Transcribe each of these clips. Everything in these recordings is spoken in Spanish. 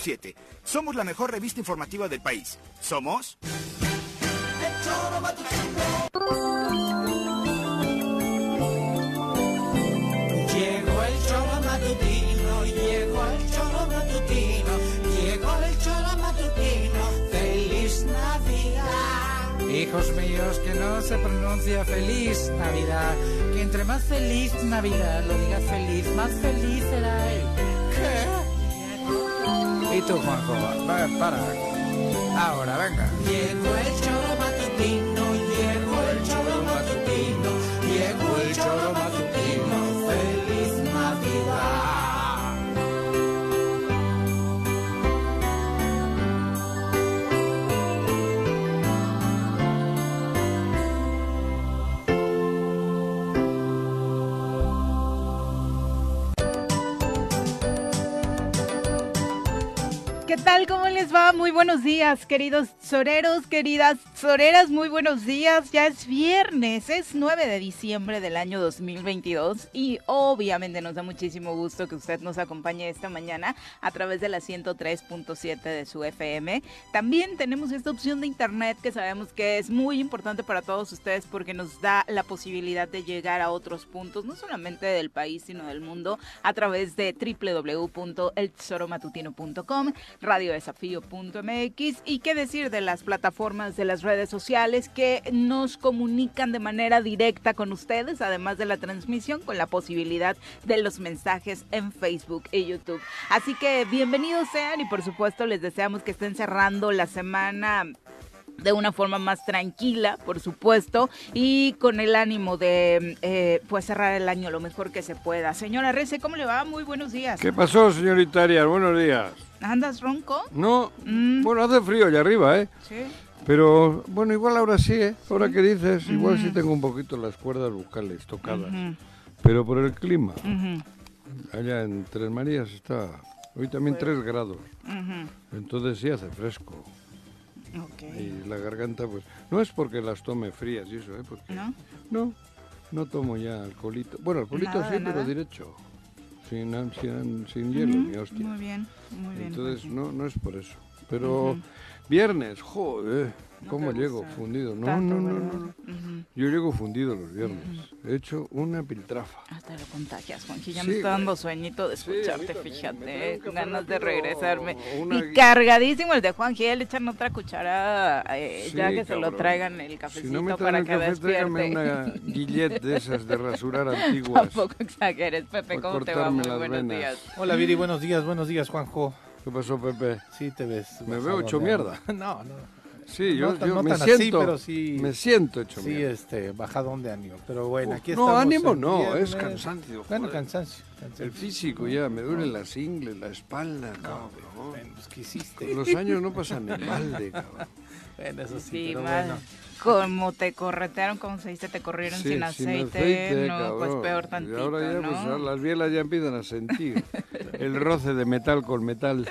7. Somos la mejor revista informativa del país. Somos. Llegó el choro matutino, llegó el choro matutino, llegó el choro matutino, feliz Navidad. Hijos míos, que no se pronuncia feliz Navidad, que entre más feliz Navidad lo digas feliz, más feliz será él. ¿Qué? ¿Y tú, Juanjo? Va, para. Ahora, venga. Llegó el choro matutino, llegó el choro matutino, llegó el choro matutino, feliz Navidad. ¿Qué tal? ¿Cómo les va? Muy buenos días, queridos soreros, queridas soreras, muy buenos días. Ya es viernes, es 9 de diciembre del año 2022 y obviamente nos da muchísimo gusto que usted nos acompañe esta mañana a través de la 103.7 de su FM. También tenemos esta opción de internet que sabemos que es muy importante para todos ustedes porque nos da la posibilidad de llegar a otros puntos, no solamente del país, sino del mundo, a través de www.eltesoromatutino.com, radiodesafío.mx y qué decir de las plataformas de las redes sociales que nos comunican de manera directa con ustedes, además de la transmisión con la posibilidad de los mensajes en Facebook y YouTube. Así que bienvenidos sean y por supuesto les deseamos que estén cerrando la semana de una forma más tranquila, por supuesto, y con el ánimo de eh, pues cerrar el año lo mejor que se pueda. Señora Rece, ¿cómo le va? Muy buenos días. ¿Qué pasó, señorita Arias? Buenos días. ¿Andas ronco? No, Mm. bueno, hace frío allá arriba, ¿eh? Sí. Pero bueno, igual ahora sí, ¿eh? Ahora que dices, igual Mm. sí tengo un poquito las cuerdas vocales tocadas. Pero por el clima, Ujú, allá en Tres Marías está, hoy también Pues. 3 grados. ujú. Entonces sí hace fresco. Ok. Y la garganta, pues, no es porque las tome frías y eso, ¿eh? Porque, ¿No? No, no tomo ya alcoholito. Bueno, alcoholito Nada, sí, pero nada. derecho. Sin, sin, sin hielo ni hostia. Muy bien, muy bien. Entonces Joaquín. no, no es por eso. Pero viernes, joder, ¿cómo te llego? gusta Fundido. No, Tanto, no, no, ¿verdad? no, no. Ujú. Yo llego fundido los viernes. He hecho una piltrafa. Hasta lo contagias, Juanji. Ya Sí, me está güey. dando sueñito de Sí, a mí escucharte, también. Me trae fíjate. eh, un café Ganas de rápido regresarme. o una Y gui- cargadísimo el de Juanji. Le echan otra cuchara eh, Sí, ya que se lo cabrón. traigan el Si cafecito no me para traen que el café, tráigame despierte. una guillet de esas de rasurar antiguas. Tampoco exageres, Pepe. Pa' ¿Cómo te va? cortarme Muy las buenos venas. días. Hola Viri, buenos días, buenos días Juanjo. ¿Qué pasó, Pepe? Sí te ves. Me vas veo a hecho bordear. mierda. No, no. Sí, No yo, tan- yo no me tan así, siento. pero sí- Me siento hecho Sí, mierda. este, bajadón de ánimo. Pero bueno, aquí no, estamos. ánimo el no, viernes. es cansancio. Bueno, joder. cansancio. cansancio. El físico ya, me duelen las ingles, la espalda, cabrón. Bueno, pues ¿qué hiciste? Con Los años no pasan en balde, cabrón. Bueno, eso sí, Sí, pero madre. bueno. Como te corretearon, como se dice, te corrieron Sí, sin aceite, no, cabrón. pues peor Y tantito, ahora ya, ¿no? pues, ahora las bielas ya empiezan a sentir el roce de metal con metal.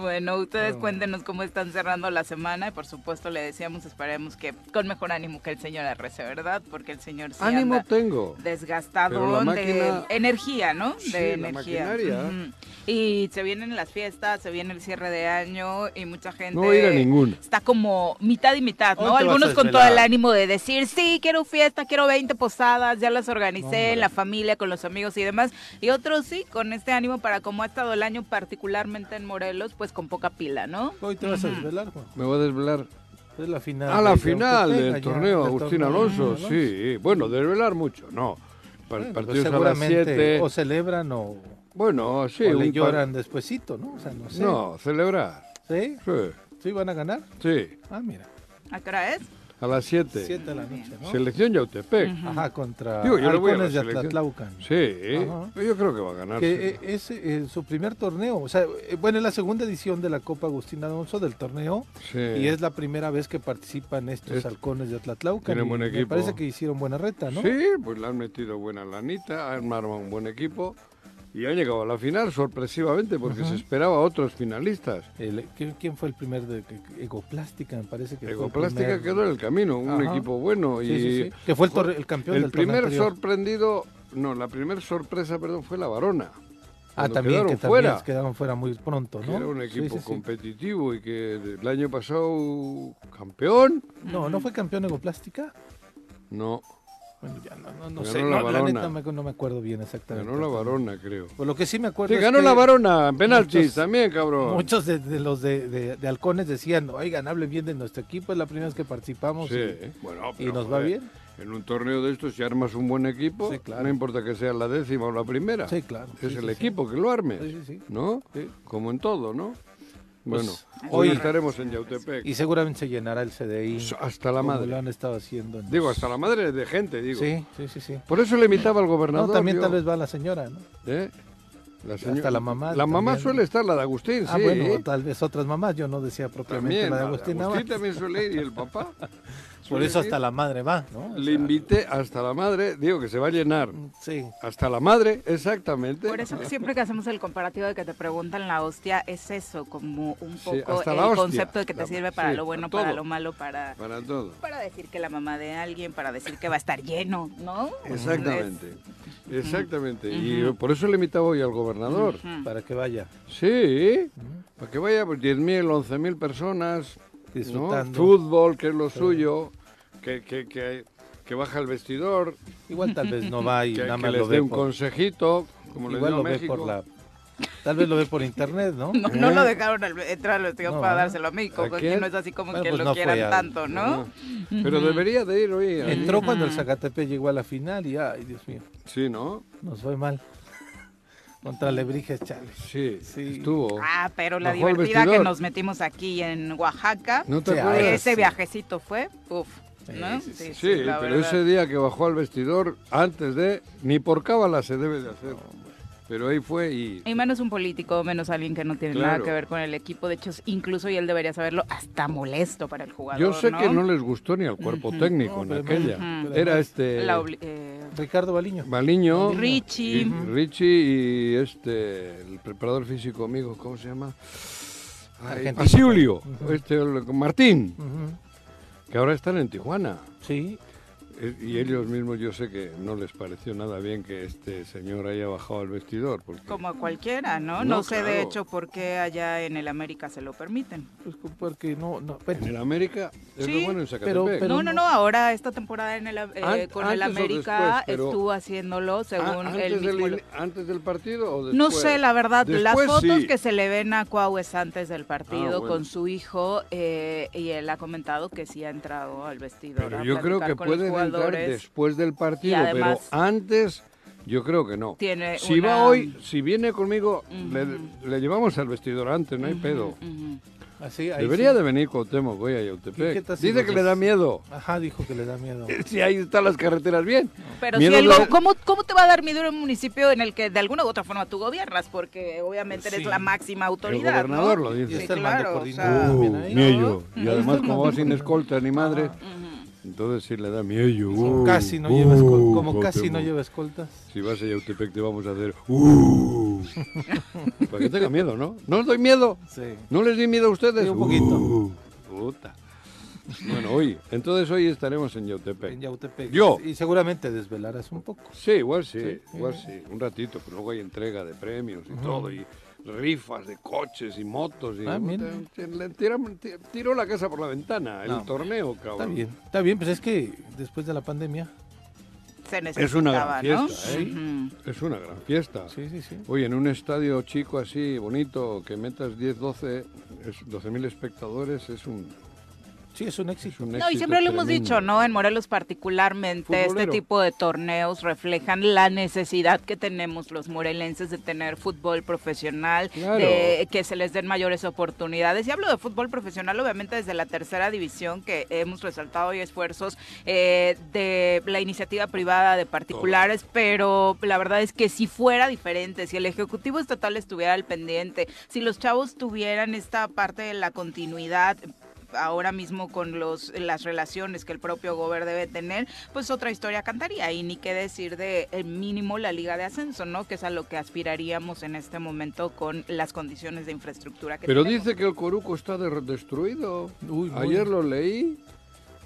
Bueno, ustedes cuéntenos cómo están cerrando la semana y por supuesto le decíamos, esperemos que con mejor ánimo que el señor Arrece, ¿verdad? Porque el señor sí Ánimo anda tengo. desgastado Pero la de máquina- energía, ¿no? Sí, de la energía. maquinaria. Ujú. Y se vienen las fiestas, se viene el cierre de año y mucha gente No voy a ir a ninguna. está como mitad y mitad, Hoy ¿no? te Algunos vas a con todo el desvelar. ánimo de decir, sí, quiero fiesta, quiero 20 posadas, ya las organicé en la familia, con los amigos y demás. Y otros sí, con este ánimo para como ha estado el año, particularmente en Morelos, pues con poca pila, ¿no? Hoy te vas a desvelar, Juan. Me voy a desvelar. Es la final. A la de final Yautepec, del allá, torneo, del Agustín torneo, Alonso, ¿no? sí. Bueno, desvelar mucho, no. Pa- Bueno, pues partidos a las seguramente 7. O celebran o, Bueno, sí. o un le par- lloran despuesito, ¿no? O sea, no sé. No, celebrar. ¿Sí? Sí, ¿Sí van a ganar? sí. Ah, mira. ¿A qué hora es? A las 7. Siete de la noche, ¿no? Selección Yautepec. Ajá, contra Digo, yo le voy a la Halcones de selección. Atlatlaucan. Sí, ¿eh? Ajá. yo creo que va a ganar. Que sí. eh, es eh, su primer torneo, o sea, eh, bueno, es la segunda edición de la Copa Agustín Alonso del torneo Sí. y es la primera vez que participan estos Es- halcones de Atlatlaucan. tienen y buen me equipo. parece que hicieron buena reta, ¿no? Sí, pues le han metido buena lanita, han armado un buen equipo y han llegado a la final sorpresivamente porque se esperaba a otros finalistas. El- ¿quién- ¿Quién fue el primer de que- que- Egoplástica? Me parece que fue Ecoplástica el primer- quedó en el camino, un Ajá. equipo bueno Sí, y sí, sí, Que fue el, torre- el campeón el del torneo primer anterior. sorprendido, no, la primera sorpresa, perdón, fue la Varona. Ah, cuando también, que quedaron también fuera. quedaron fuera muy pronto, que ¿no? era un Sí, equipo sí, sí. competitivo y que el año pasado campeón. No, ¿no fue campeón Egoplástica? No, Bueno, ya no, no, no Ganó sé. la No, la Varona. neta me- no me acuerdo bien exactamente. ganó la varona, creo. Por lo que sí me acuerdo. Sí, es ganó que la varona en penaltis muchos- también, cabrón. Muchos de, de los de, de- de halcones decían, oigan, hablen bien de nuestro equipo, es la primera vez que participamos Sí, y- ¿eh? Bueno, Oh, y, pero, nos va joder, bien. En un torneo de estos, si armas un buen equipo, Sí, claro. no importa que sea la décima o la primera. Sí, claro. Es Sí, el sí, sí. equipo que lo armes, Sí, sí, sí. ¿no? Sí. Como en todo, ¿no? Bueno, Pues, hoy hoy- estaremos en Yautepec. Pues Y seguramente se llenará el CDI. Hasta la como madre. lo han estado haciendo. en Digo, los- hasta la madre de gente, digo. Sí, sí, sí, sí. Por eso le invitaba al No, gobernador. también yo, tal vez va la señora, ¿no? ¿eh? La señora- Hasta la mamá La mamá también. suele estar, la de Agustín, Ah, sí. bueno, ¿eh? tal vez otras mamás, yo no decía propiamente También, la de Agustín nada más. también suele ir y el papá. Por suele eso hasta ir. la madre va, ¿no? O Le sea, invité hasta la madre, digo que se va a llenar. Sí. Hasta la madre, exactamente. Por eso que siempre que hacemos el comparativo de que te preguntan la hostia, es eso, como un Sí, poco hasta el la hostia. concepto de que te La- sirve para sí, lo bueno, para para todo. lo malo, para, Para todo. para decir que la mamá de alguien, para decir que va a estar lleno, ¿no? Exactamente. Exactamente. Y por eso le invitaba hoy al gobernador. Para que vaya Sí, para que vaya pues, 10.000, 11.000 personas. ¿no? disfrutando. Fútbol, que es lo suyo. Que, que, que, que baja el vestidor. Igual tal vez no va y Que, nada que más les lo dé ve un por, consejito. Como le igual dio a lo ve México. por la tal vez lo ve por internet, ¿no? ¿Eh? No, no lo dejaron al- entrar al vestidor No, para ¿verdad? dárselo a México, ¿Eh? ¿A porque quién? Ah, no es así como Bueno, que pues lo no fue quieran al- tanto, ¿no? Pero debería de ir hoy. a- Entró cuando el Zacatepec llegó a la final y ay, Dios mío, Sí, ¿no? nos fue mal. Contra Lebrijes, chale. Sí, Sí. estuvo. Ah, pero la Bajó el divertida que vestidor. nos metimos aquí en Oaxaca, ¿No te Sí, acuerdas? ahora ese viajecito fue, uff, ¿no? Sí, sí, Sí, Sí, la pero verdad. ese día que bajó al vestidor, antes de, ni por cábala se debe de hacer. Pero ahí fue y... Y menos un político, menos alguien que no tiene nada Claro. que ver con el equipo. De hecho, incluso y él debería saberlo, hasta molesto para el jugador. Yo sé ¿no? que no les gustó ni al cuerpo técnico en No, pero aquella. además- pero Era además- este La obli- eh, Ricardo Baliño. Baliño, Richie. y Richie y este, el preparador físico amigo, ¿cómo se llama? Ay, Argentino. Asiulio, este, el- Martín, Ujú. que ahora están en Tijuana. Sí, Eh, Y ellos mismos yo sé que no les pareció nada bien que este señor haya bajado al vestidor. Porque... como a cualquiera, ¿no? No, No, sé de claro. hecho por qué allá en el América se lo permiten. pues, porque no, no, bueno, En el América es Sí, lo bueno en pero- Zacatepec. pero- no, no, no. no, ahora esta temporada en el, eh, An- con el antes o América después, pero- estuvo haciéndolo según Ah, él antes, mismo. del, lo- in- antes del partido o después? No sé, la verdad, las Después fotos sí. que se le ven a Cuau es antes del Ah, partido bueno. con su hijo eh, y él ha comentado que sí ha entrado al vestidor. Pero a yo creo platicar que con los pueden entrar jugadores. después del partido, además- pero antes yo creo que no. Tiene si una- va hoy, si viene conmigo, le, le llevamos al vestidor antes, no hay pedo. Ujú. así ahí Debería sí. de venir Cuauhtémoc, voy a ¿Qué Yautepec. tal si Dice nos que le des- da miedo. Ajá, dijo que le da miedo. Si ahí están las carreteras bien. Pero Miedo si el le go- da- ¿cómo, ¿cómo te va a dar miedo en un municipio en el que de alguna u otra forma tú gobiernas? Porque obviamente eres Sí. la máxima autoridad. gobernador ¿no? lo dice. Y Sí, está el mando claro, o coordinado sea, también ahí. miedo. Y Ujú. además como va sin escolta ni madre, entonces sí le da miedo. Uh, casi no uh, lleva escol- como casi no Cuauhtémoc. lleva escoltas. Si vas a Yautepec te vamos a hacer... "Uh". Para que tenga miedo, ¿no? No os doy miedo. Sí. ¿No les di miedo a ustedes? Uh, Sí, un poquito. Puta. Bueno, hoy. Entonces hoy estaremos en En Yautepec. Yautepec. Yo. Y seguramente desvelarás un poco. Sí, igual sí, igual sí. Un ratito, pero luego hay entrega de premios y todo. Y rifas de coches y motos. Y Ah, mira. Puta, le tiram- ti- tiró la casa por la ventana, el No. torneo, Está cabrón. bien, está bien, pues es que después de la pandemia. Se necesitaba, Es una gran ¿no? fiesta, ¿eh? Ujú. Es una gran fiesta. Sí, sí, sí. Oye, en un estadio chico así, bonito, que metas 10, 12, es- 12.000 espectadores, es un, Sí, es un éxito. es un No, y éxito siempre lo hemos tremendo. dicho, ¿no? En Morelos particularmente, este Futbolero. tipo de torneos reflejan la necesidad que tenemos los morelenses de tener fútbol profesional, Claro. de que se les den mayores oportunidades. Y hablo de fútbol profesional, obviamente, desde la tercera división, que hemos resaltado hoy esfuerzos eh, de la iniciativa privada de particulares, pero la verdad es que si fuera diferente, si el Ejecutivo Estatal estuviera al pendiente, si los chavos tuvieran esta parte de la continuidad ahora mismo con los las relaciones que el propio Gober debe tener, pues otra historia cantaría y ni qué decir de el mínimo la liga de ascenso, ¿no? Que es a lo que aspiraríamos en este momento con las condiciones de infraestructura que Pero tenemos. dice que el Coruco está de- destruido. Uy, muy- Ayer lo leí.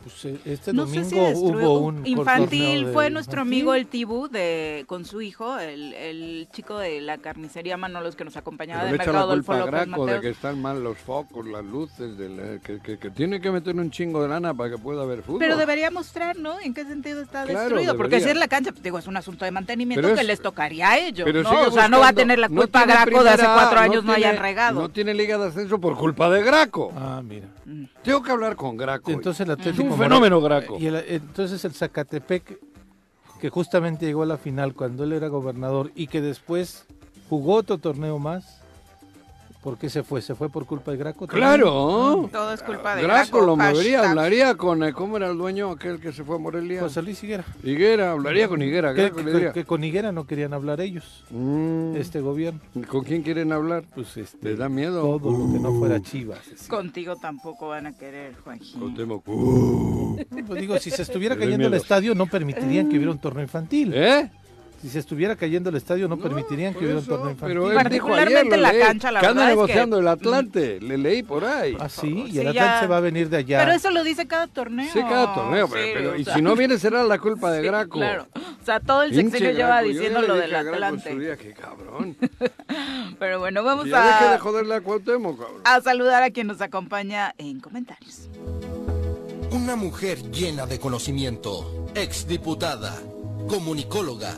Pues eh, este no sé domingo si destruyó- hubo un infantil cortorneo fue de nuestro infantil. amigo el Tibú de con su hijo, el, el chico de la carnicería Manolos que nos acompañaba Pero del le echa mercado la Adolfo culpa a López Graco de Mateos. que están mal los focos, las luces, de la- que, que- que tiene que meter un chingo de lana para que pueda haber fútbol. Pero debería mostrar, ¿no? ¿En qué sentido está Claro, destruido? Porque debería. si es la cancha, pues digo, es un asunto de mantenimiento Pero que es- les tocaría a ellos, Pero ¿no? sigue O sea, no va a buscando- tener la no culpa tiene Graco de hace primera A, cuatro años no, hayan tiene- regado. No tiene liga de ascenso por culpa de Graco. Ah, mira. Mm. Tengo que hablar con Graco. Entonces el es Atlético un Morelia- fenómeno Graco. Y el- entonces el Zacatepec, que justamente llegó a la final cuando él era gobernador y que después jugó otro torneo más, ¿por qué se fue? ¿Se fue por culpa de Graco? también? Claro. Mm. Todo es culpa de Graco lo movería, hashtag. hablaría con eh, cómo era el dueño aquel que se fue a Morelia. José Luis Higuera. Higuera, hablaría con Higuera, Que, Graco le que- diría. que con Higuera no querían hablar ellos, "Mm, este gobierno. ¿Con quién quieren hablar? Pues este, Les da miedo. Uh. todo lo que no fuera Chivas. Contigo tampoco van a querer, Juanjín. Cuauhtémoc, "Uh". Pues digo, si se estuviera Le doy cayendo el miedos. estadio, no permitirían que hubiera un torneo infantil. ¿Eh? Si se estuviera cayendo el estadio, no, No, permitirían que por hubiera un eso, torneo infantil. Pero él Particularmente dijo ayer, lo la leí, cancha, la que anda verdad es que- mm. negociando el Atlante, le leí por ahí. Ah, sí, y Sí, el ya. Atlante se va a venir de allá. Pero eso lo dice cada torneo. Sí, cada torneo, pero, Sí, pero- o y sea, si no viene será la culpa de sí, Graco. Claro. O sea, todo el Pinche sexenio lleva Graco, yo ya diciendo le lo dije del a Graco en su Atlante. día que cabrón. Pero bueno, vamos ya deje de a, joderle a Cuauhtémoc, cabrón. a saludar a quien nos acompaña en comentarios. Una mujer llena de conocimiento, exdiputada, comunicóloga,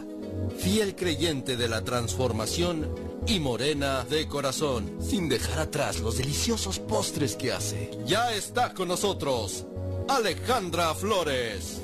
fiel creyente de la transformación y morena de corazón, sin dejar atrás los deliciosos postres que hace. Ya está con nosotros Alejandra Flores.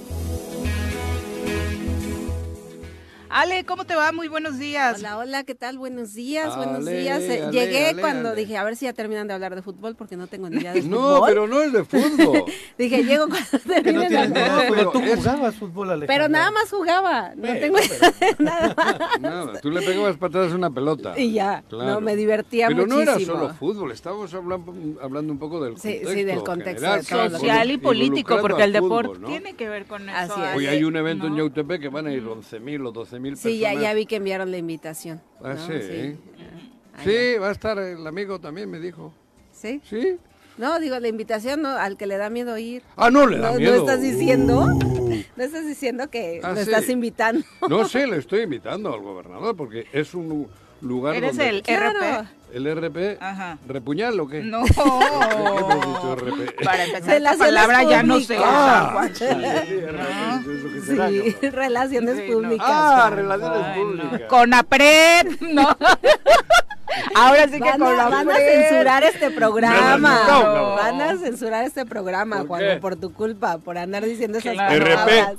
Ale, ¿cómo te va? Muy buenos días. Hola, hola, ¿qué tal? Buenos días, buenos Ale, días. Eh, ale, Llegué ale, cuando ale. dije, a ver si ya terminan de hablar de fútbol porque no tengo ni idea de No, fútbol. pero no es de fútbol. Dije, llego cuando que no terminen de tienes hablar. nada, pero pero tú es- jugabas fútbol, Alejandro. Pero nada más jugaba, no Pero, tengo idea de nada más. Nada, tú le pegabas patadas a una pelota. Y ya, Claro. no, me divertía Pero muchísimo. no era solo fútbol, estábamos hablando, hablando un poco del Sí, sí, contexto. del contexto general, de todo. que social y involu- político, involucrando porque el al fútbol, deporte ¿no? tiene que ver con eso. Así es. Hoy Ale, hay un evento en ¿no? Yautepec que van a ir 11.000 o 12.000 Sí, ya, personas. ya vi que enviaron la invitación. Ah, ¿no? sí, ¿eh? Ah, ya. Sí, va a estar el amigo también, me dijo. ¿Sí? ¿Sí? No, digo, la invitación no, al que le da miedo ir. Ah, no, le da No, no miedo. estás diciendo, Uh. no estás diciendo que Ah, lo sí. estás invitando. No sé, le estoy invitando al gobernador porque es un lu- lugar Eres donde... el Claro. RP. el RP... Ajá. ¿Repuñal o qué? No. ¿Qué me has dicho, RP? Para empezar, De las esa palabra zonas ya no se públicas. usa, Ah, Juan. sí, Ah. RP, eso que será, Sí, cabrón. relaciones Sí, no. públicas. Ah, Juan. relaciones Ay, no. públicas. Con APRED, no. Ahora sí que Van con a, la van a Fred. censurar este programa. No, no, no. Van a censurar este programa, ¿Por Juan, qué? por tu culpa, por andar diciendo esas Claro. palabras. RP.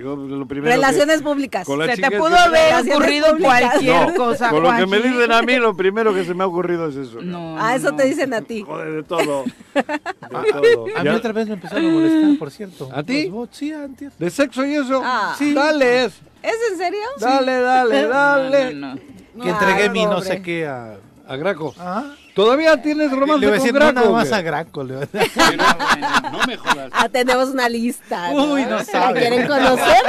Yo lo primero que- Relaciones públicas. Con la Se chica te que- pudo haber Relaciones ocurrido públicas. No, cualquier cosa. con lo que me Juanji. dicen a mí, lo primero que se me ha ocurrido es eso. cabrón. No, Ah, eso no. te dicen a ti. Joder, de todo. De todo. A mí Ya- otra vez me empezaron a molestar, por cierto. ¿A ti? Pues Los bots, sí, antes. ¿De sexo y eso? Ah. sí. Dale, es. ¿Es en serio? Dale, dale, dale. No, no. Que entregué Ah, mi no pobre. sé qué a... A Graco. Ah, ¿Todavía tienes le voy romance a con decir no, Graco? nada más güey? a Graco. le voy a- No me jodas. Ah, tenemos una lista. Uy, no ¿La sabe. quieren conocer?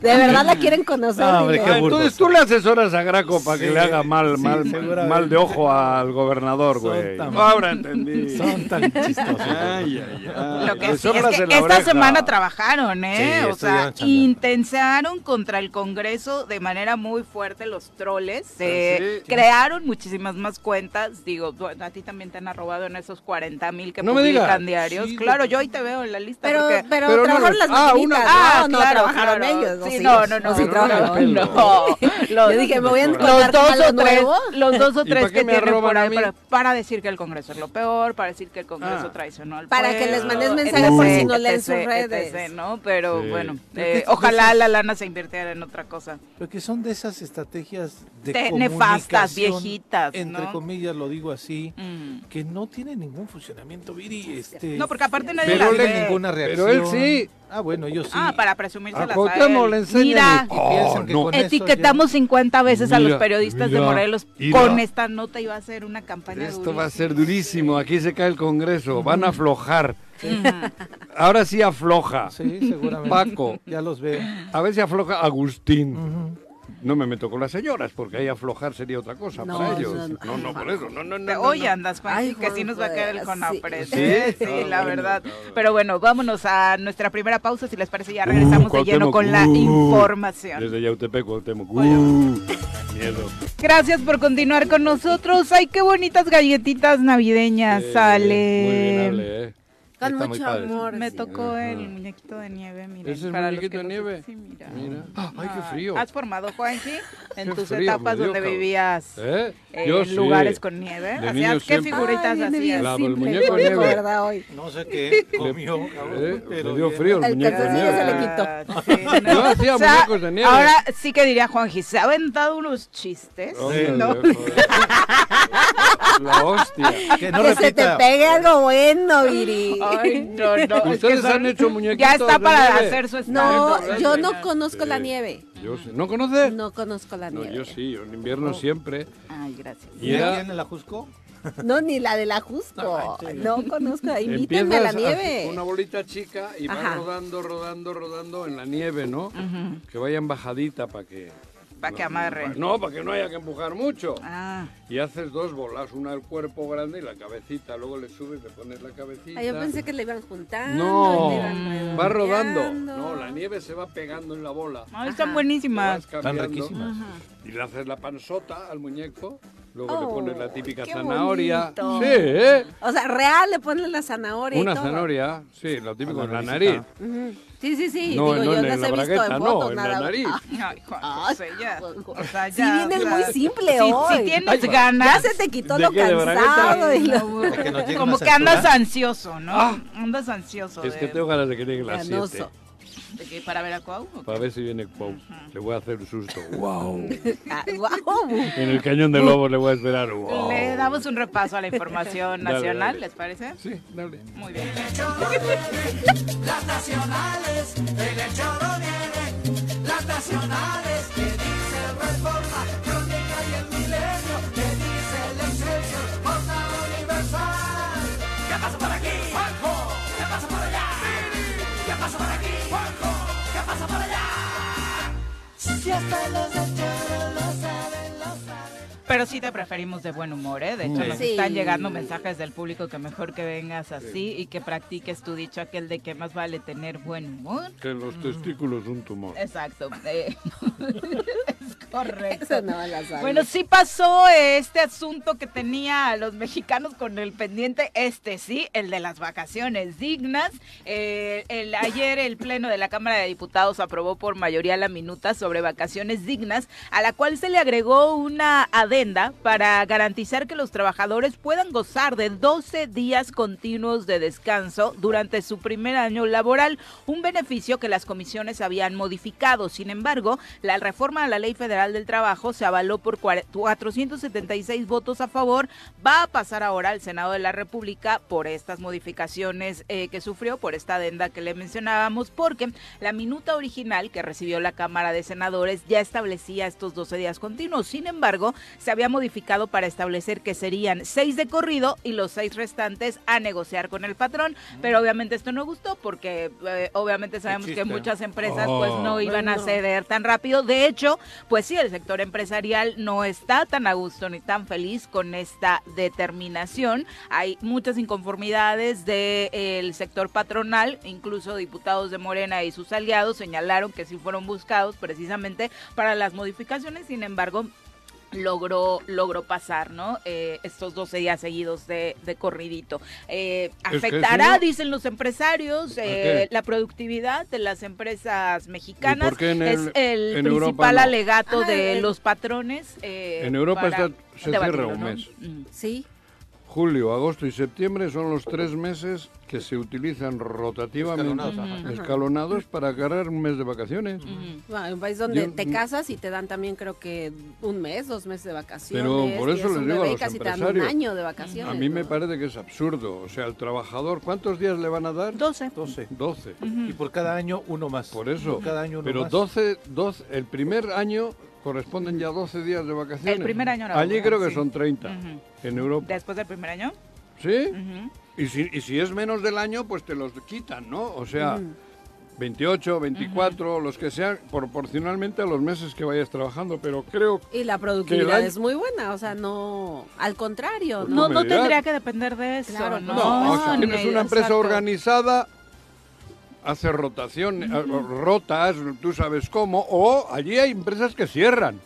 ¿De verdad la quieren conocer? No, hombre, Digo, qué Ah, entonces tú le asesoras a Graco para que Sí, le haga mal, sí, mal, seguramente. mal de ojo al gobernador, Son güey. tan- Ahora entendí. Son tan chistosos. Ay, ay, ay. Lo que Le sí es soplas que en la esta oreja. semana trabajaron, ¿eh? Sí, o sea, estuvieron chambeando. intensaron contra el Congreso de manera muy fuerte los troles. Se Ah, sí. crearon muchísimas más cuentas. Digo, bueno, a ti también te han arrobado en esos 40 mil que No me digas. publican diarios. claro, yo hoy te veo en la lista. Pero, porque- pero, Pero no trabajaron los- las ah, maquinitas, una- no, Ah, no claro, trabajaron claro. ellos. ¿o Sí, sí? no, no, no. ¿O sí Pero no trabajaron? era No. Yo dije, me voy a Los encontrar con dos, o algo tres, nuevo. los dos o ¿Y para tres qué que me tienen arroban por a ahí mí? para, para decir que el Congreso es lo peor, para decir que el Congreso Ah. traicionó al Para que pueblo, eh, les mandes mensajes etc, por si no leen etc, sus redes. etc, ¿no? Pero Sí. bueno, Creo eh, que es- ojalá la lana se invirtiera en otra cosa. Pero que son de esas estrategias de Te- comunicación, nefastas, viejitas, ¿no? Entre comillas, lo digo así, Mm. que no tiene ningún funcionamiento, Viri. Este, No, porque aparte nadie Pero las no ve. le ninguna reacción. Pero él sí. Ah, bueno, yo sí. Ah, para presumirse A las Cuauhtémoc le enseñan. Mira, y- Oh, piensan Ah, que no. con eso etiquetamos 50 veces a los Mira, periodistas de mira, Morelos mira. con esta nota y va a ser una campaña Esto va a durísima. ser durísimo. Aquí se cae el Congreso. Van a aflojar. Ahora sí afloja. ya- Sí, seguramente. Paco. Ya los veo. A ver si afloja Agustín. Ujú. No me meto con las señoras, porque ahí aflojar sería otra cosa No, para no, ellos. no. No, no, por eso. No, no, no. no, Hoy no. andas, Juanji, Ay, que sí nos va a caer el Juanjo, Conapred. sí. ¿eh? Sí, Ah, la bueno, verdad. ah, bueno. Pero bueno, vámonos a nuestra primera pausa, si les parece, ya regresamos de lleno Uh, Cuauhtémoc, con la uh, información. Desde Yautepec, Cuauhtémoc. uh, miedo. Gracias por continuar con nosotros. Ay, qué bonitas galletitas navideñas, Eh, Ale. Muy bien, Ale, ¿eh? Con Está muy mucho padre. amor. Me sí. tocó Ajá. el muñequito de nieve, mira. ¿Ese es muñequito de nieve? Sí, mira. Mira. Ah, ay, qué Ah, frío. ¿Has formado, Juanji, en Qué tus frío me etapas dio, donde cabrón. vivías ¿Eh? eh, Yo en sí. lugares con nieve? De niño Hacías, ¿Qué siempre. figuritas Ay, viene bien hacías? La- el simple, muñeco de digo, nieve. ¿verdad? Hoy. No sé qué comió, Eh, cabrón, me pero dio bien. frío el El muñeco de calcetín se le nieve. Ah, sí, no. Yo hacía O sea, muñecos de nieve. Ahora sí que diría Juanji, se ha aventado unos chistes. Órale, ¿no? joder. La hostia. Que no Que se te repita. pegue algo bueno, Viri. Ay, no, no. es que Ustedes son- han hecho muñequitos Ya está de para nieve. hacer su stand. No, yo no Ay, conozco la Sí. nieve. Yo sí. ¿No conoces? No conozco la No, nieve. yo sí, yo en invierno siempre. Ay, gracias. Y ¿Y era, alguien en la Jusco? No, ni la de la Jusco. No conozco. Invítenme a la empiezas nieve. una bolita chica y Ajá. va rodando, rodando, rodando en la nieve, ¿no? Que vaya en bajadita para que... Para que amarre. No, para que no haya que empujar mucho. Ah, Y haces dos bolas, una al cuerpo grande y la cabecita. Luego le subes, le pones la cabecita. Ah, yo pensé que le iban juntando. No, le iban va rodando. redondeando. No, la nieve se va pegando en la bola. Ay, están buenísimas. Te vas Están cambiando riquísimas. Y le haces la panzota al muñeco. Luego le Oh, pones la típica qué zanahoria. bonito. Sí, ¿eh? O sea, real le ponen la zanahoria. y Una todo. zanahoria, sí, lo típico A en la la naricita. nariz. Ujú. Sí, sí, sí. No, Digo, no, yo en las la he visto bragueta, en no, fotos, en la nada. nariz. Ah, ay, Juanjo, Ay, o sea, ya. Juanjo. O sea, Sí, ya, vienes o sea, muy simple si, hoy. Si tienes Ay, Ya ganas, se te quitó ¿De lo qué, de bragueta? cansado. Y lo... Que nos llegue como una que andas censura. ansioso, ¿no? Andas ansioso. Es que de- tengo ganas de que lleguen Ah. las Ganoso. 7. de que para ver a Cuau. ¿o qué? Para ver si viene Cuau. Le voy a hacer un susto. ¡Wow! Ah, guau. En el cañón del lobo le voy a esperar. ¡Wow! Le damos un repaso a la información Dale, nacional, dale. ¿les parece? Sí, dale. Muy bien. Las nacionales en el choro vienen, las nacionales que dice Reforma, Crónica y el Milenio, que dice el Excelsior, Jornada Universal. ¿Qué pasa por aquí, Juanjo? ¿Qué pasa por allá? ¿Qué pasa por aquí, Juanjo? ¿Qué pasa por allá? Si hasta los del choro lo saben, lo saben. Pero sí te preferimos de buen humor, ¿eh? De hecho, nos Sí. están llegando mensajes del público que mejor que vengas así y que practiques tu dicho aquel de que más vale tener buen humor. Que en los testículos un tumor. Exacto. eh, es correcto. Eso no la saben. Bueno, sí pasó eh, este asunto que tenía a los mexicanos con el pendiente, este sí, el de las vacaciones dignas. Eh, el, ayer el Pleno de la Cámara de Diputados aprobó por mayoría la minuta sobre vacaciones dignas, a la cual se le agregó una adenda para garantizar que los trabajadores puedan gozar de 12 días continuos de descanso durante su primer año laboral, un beneficio que las comisiones habían modificado. Sin embargo, la reforma a la Ley Federal del Trabajo se avaló por cuare- 476 votos a favor. Va a pasar ahora al Senado de la República por estas modificaciones eh, que sufrió, por esta adenda que le mencionábamos, porque la minuta original que recibió la Cámara de Senadores ya establecía estos 12 días continuos. Sin embargo, se había modificado para establecer que serían seis de corrido y los seis restantes a negociar con el patrón. Pero obviamente esto no gustó porque eh, obviamente sabemos que chiste. muchas empresas Oh. pues no iban a Bueno. ceder tan rápido. De hecho, pues sí, el sector empresarial no está tan a gusto ni tan feliz con esta determinación. Hay muchas inconformidades del sector patronal, incluso diputados de Morena y sus aliados señalaron que sí fueron buscados precisamente para las modificaciones. Sin embargo, logró, logró pasar, ¿no? Eh, estos 12 días seguidos de, de corridito. Eh, que si afectará, no- dicen los empresarios, eh, qué? la productividad de las empresas mexicanas. ¿Y por qué en es el- el en Europa principal no? alegato Ah, de en- los patrones. eh, En Europa para está- se debatirlo, cierra un ¿no? mes. Mm. Sí. Julio, agosto y septiembre son los tres meses que se utilizan rotativamente Escalonados, ajá. escalonados, para agarrar un mes de vacaciones. Ujú. Bueno, en un país donde Yo- te casas y te dan también creo que un mes, dos meses de vacaciones. Pero por y eso es les un digo a bebé y los casi te dan empresarios. un año de vacaciones. A mí me ¿no? parece que es absurdo. O sea, al trabajador, ¿cuántos días le van a dar? 12. 12. 12. Y por cada año uno más. Por eso. Por cada año uno Pero más. 12, 12, el primer año corresponden ya 12 días de vacaciones. El primer año no, Allí bueno, creo que sí. son 30. Ujú. En Europa. Después del primer año. ¿Sí? Ujú. Mm. Y si, y si es menos del año, pues te los quitan, ¿no? O sea, 28, 24, los que sean, proporcionalmente a los meses que vayas trabajando, pero creo Y la productividad año- es muy buena, o sea, no, al contrario, Pues ¿no? No, me no digas. tendría que depender de eso. Claro, no, No, no, si tienes Neida, una empresa exacto. organizada, hace rotación, eh, rotas, tú sabes cómo, o allí hay empresas que cierran,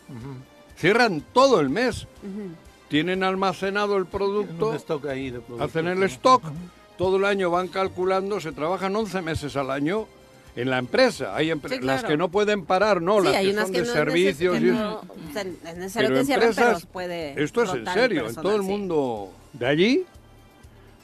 cierran todo el mes, tienen almacenado el producto, Un stock ahí de productos, hacen el ¿no? stock, todo el año van calculando, se trabajan 11 meses al año. En la empresa, hay empre- Sí, claro. las que no pueden parar, no, sí, las hay que unas son que de no servicios. es y necesario, eso. que no- o sea, es necesario Pero que cierren, pero empresas, puede esto es en rotar serio, en personal, todo el sí. mundo de allí,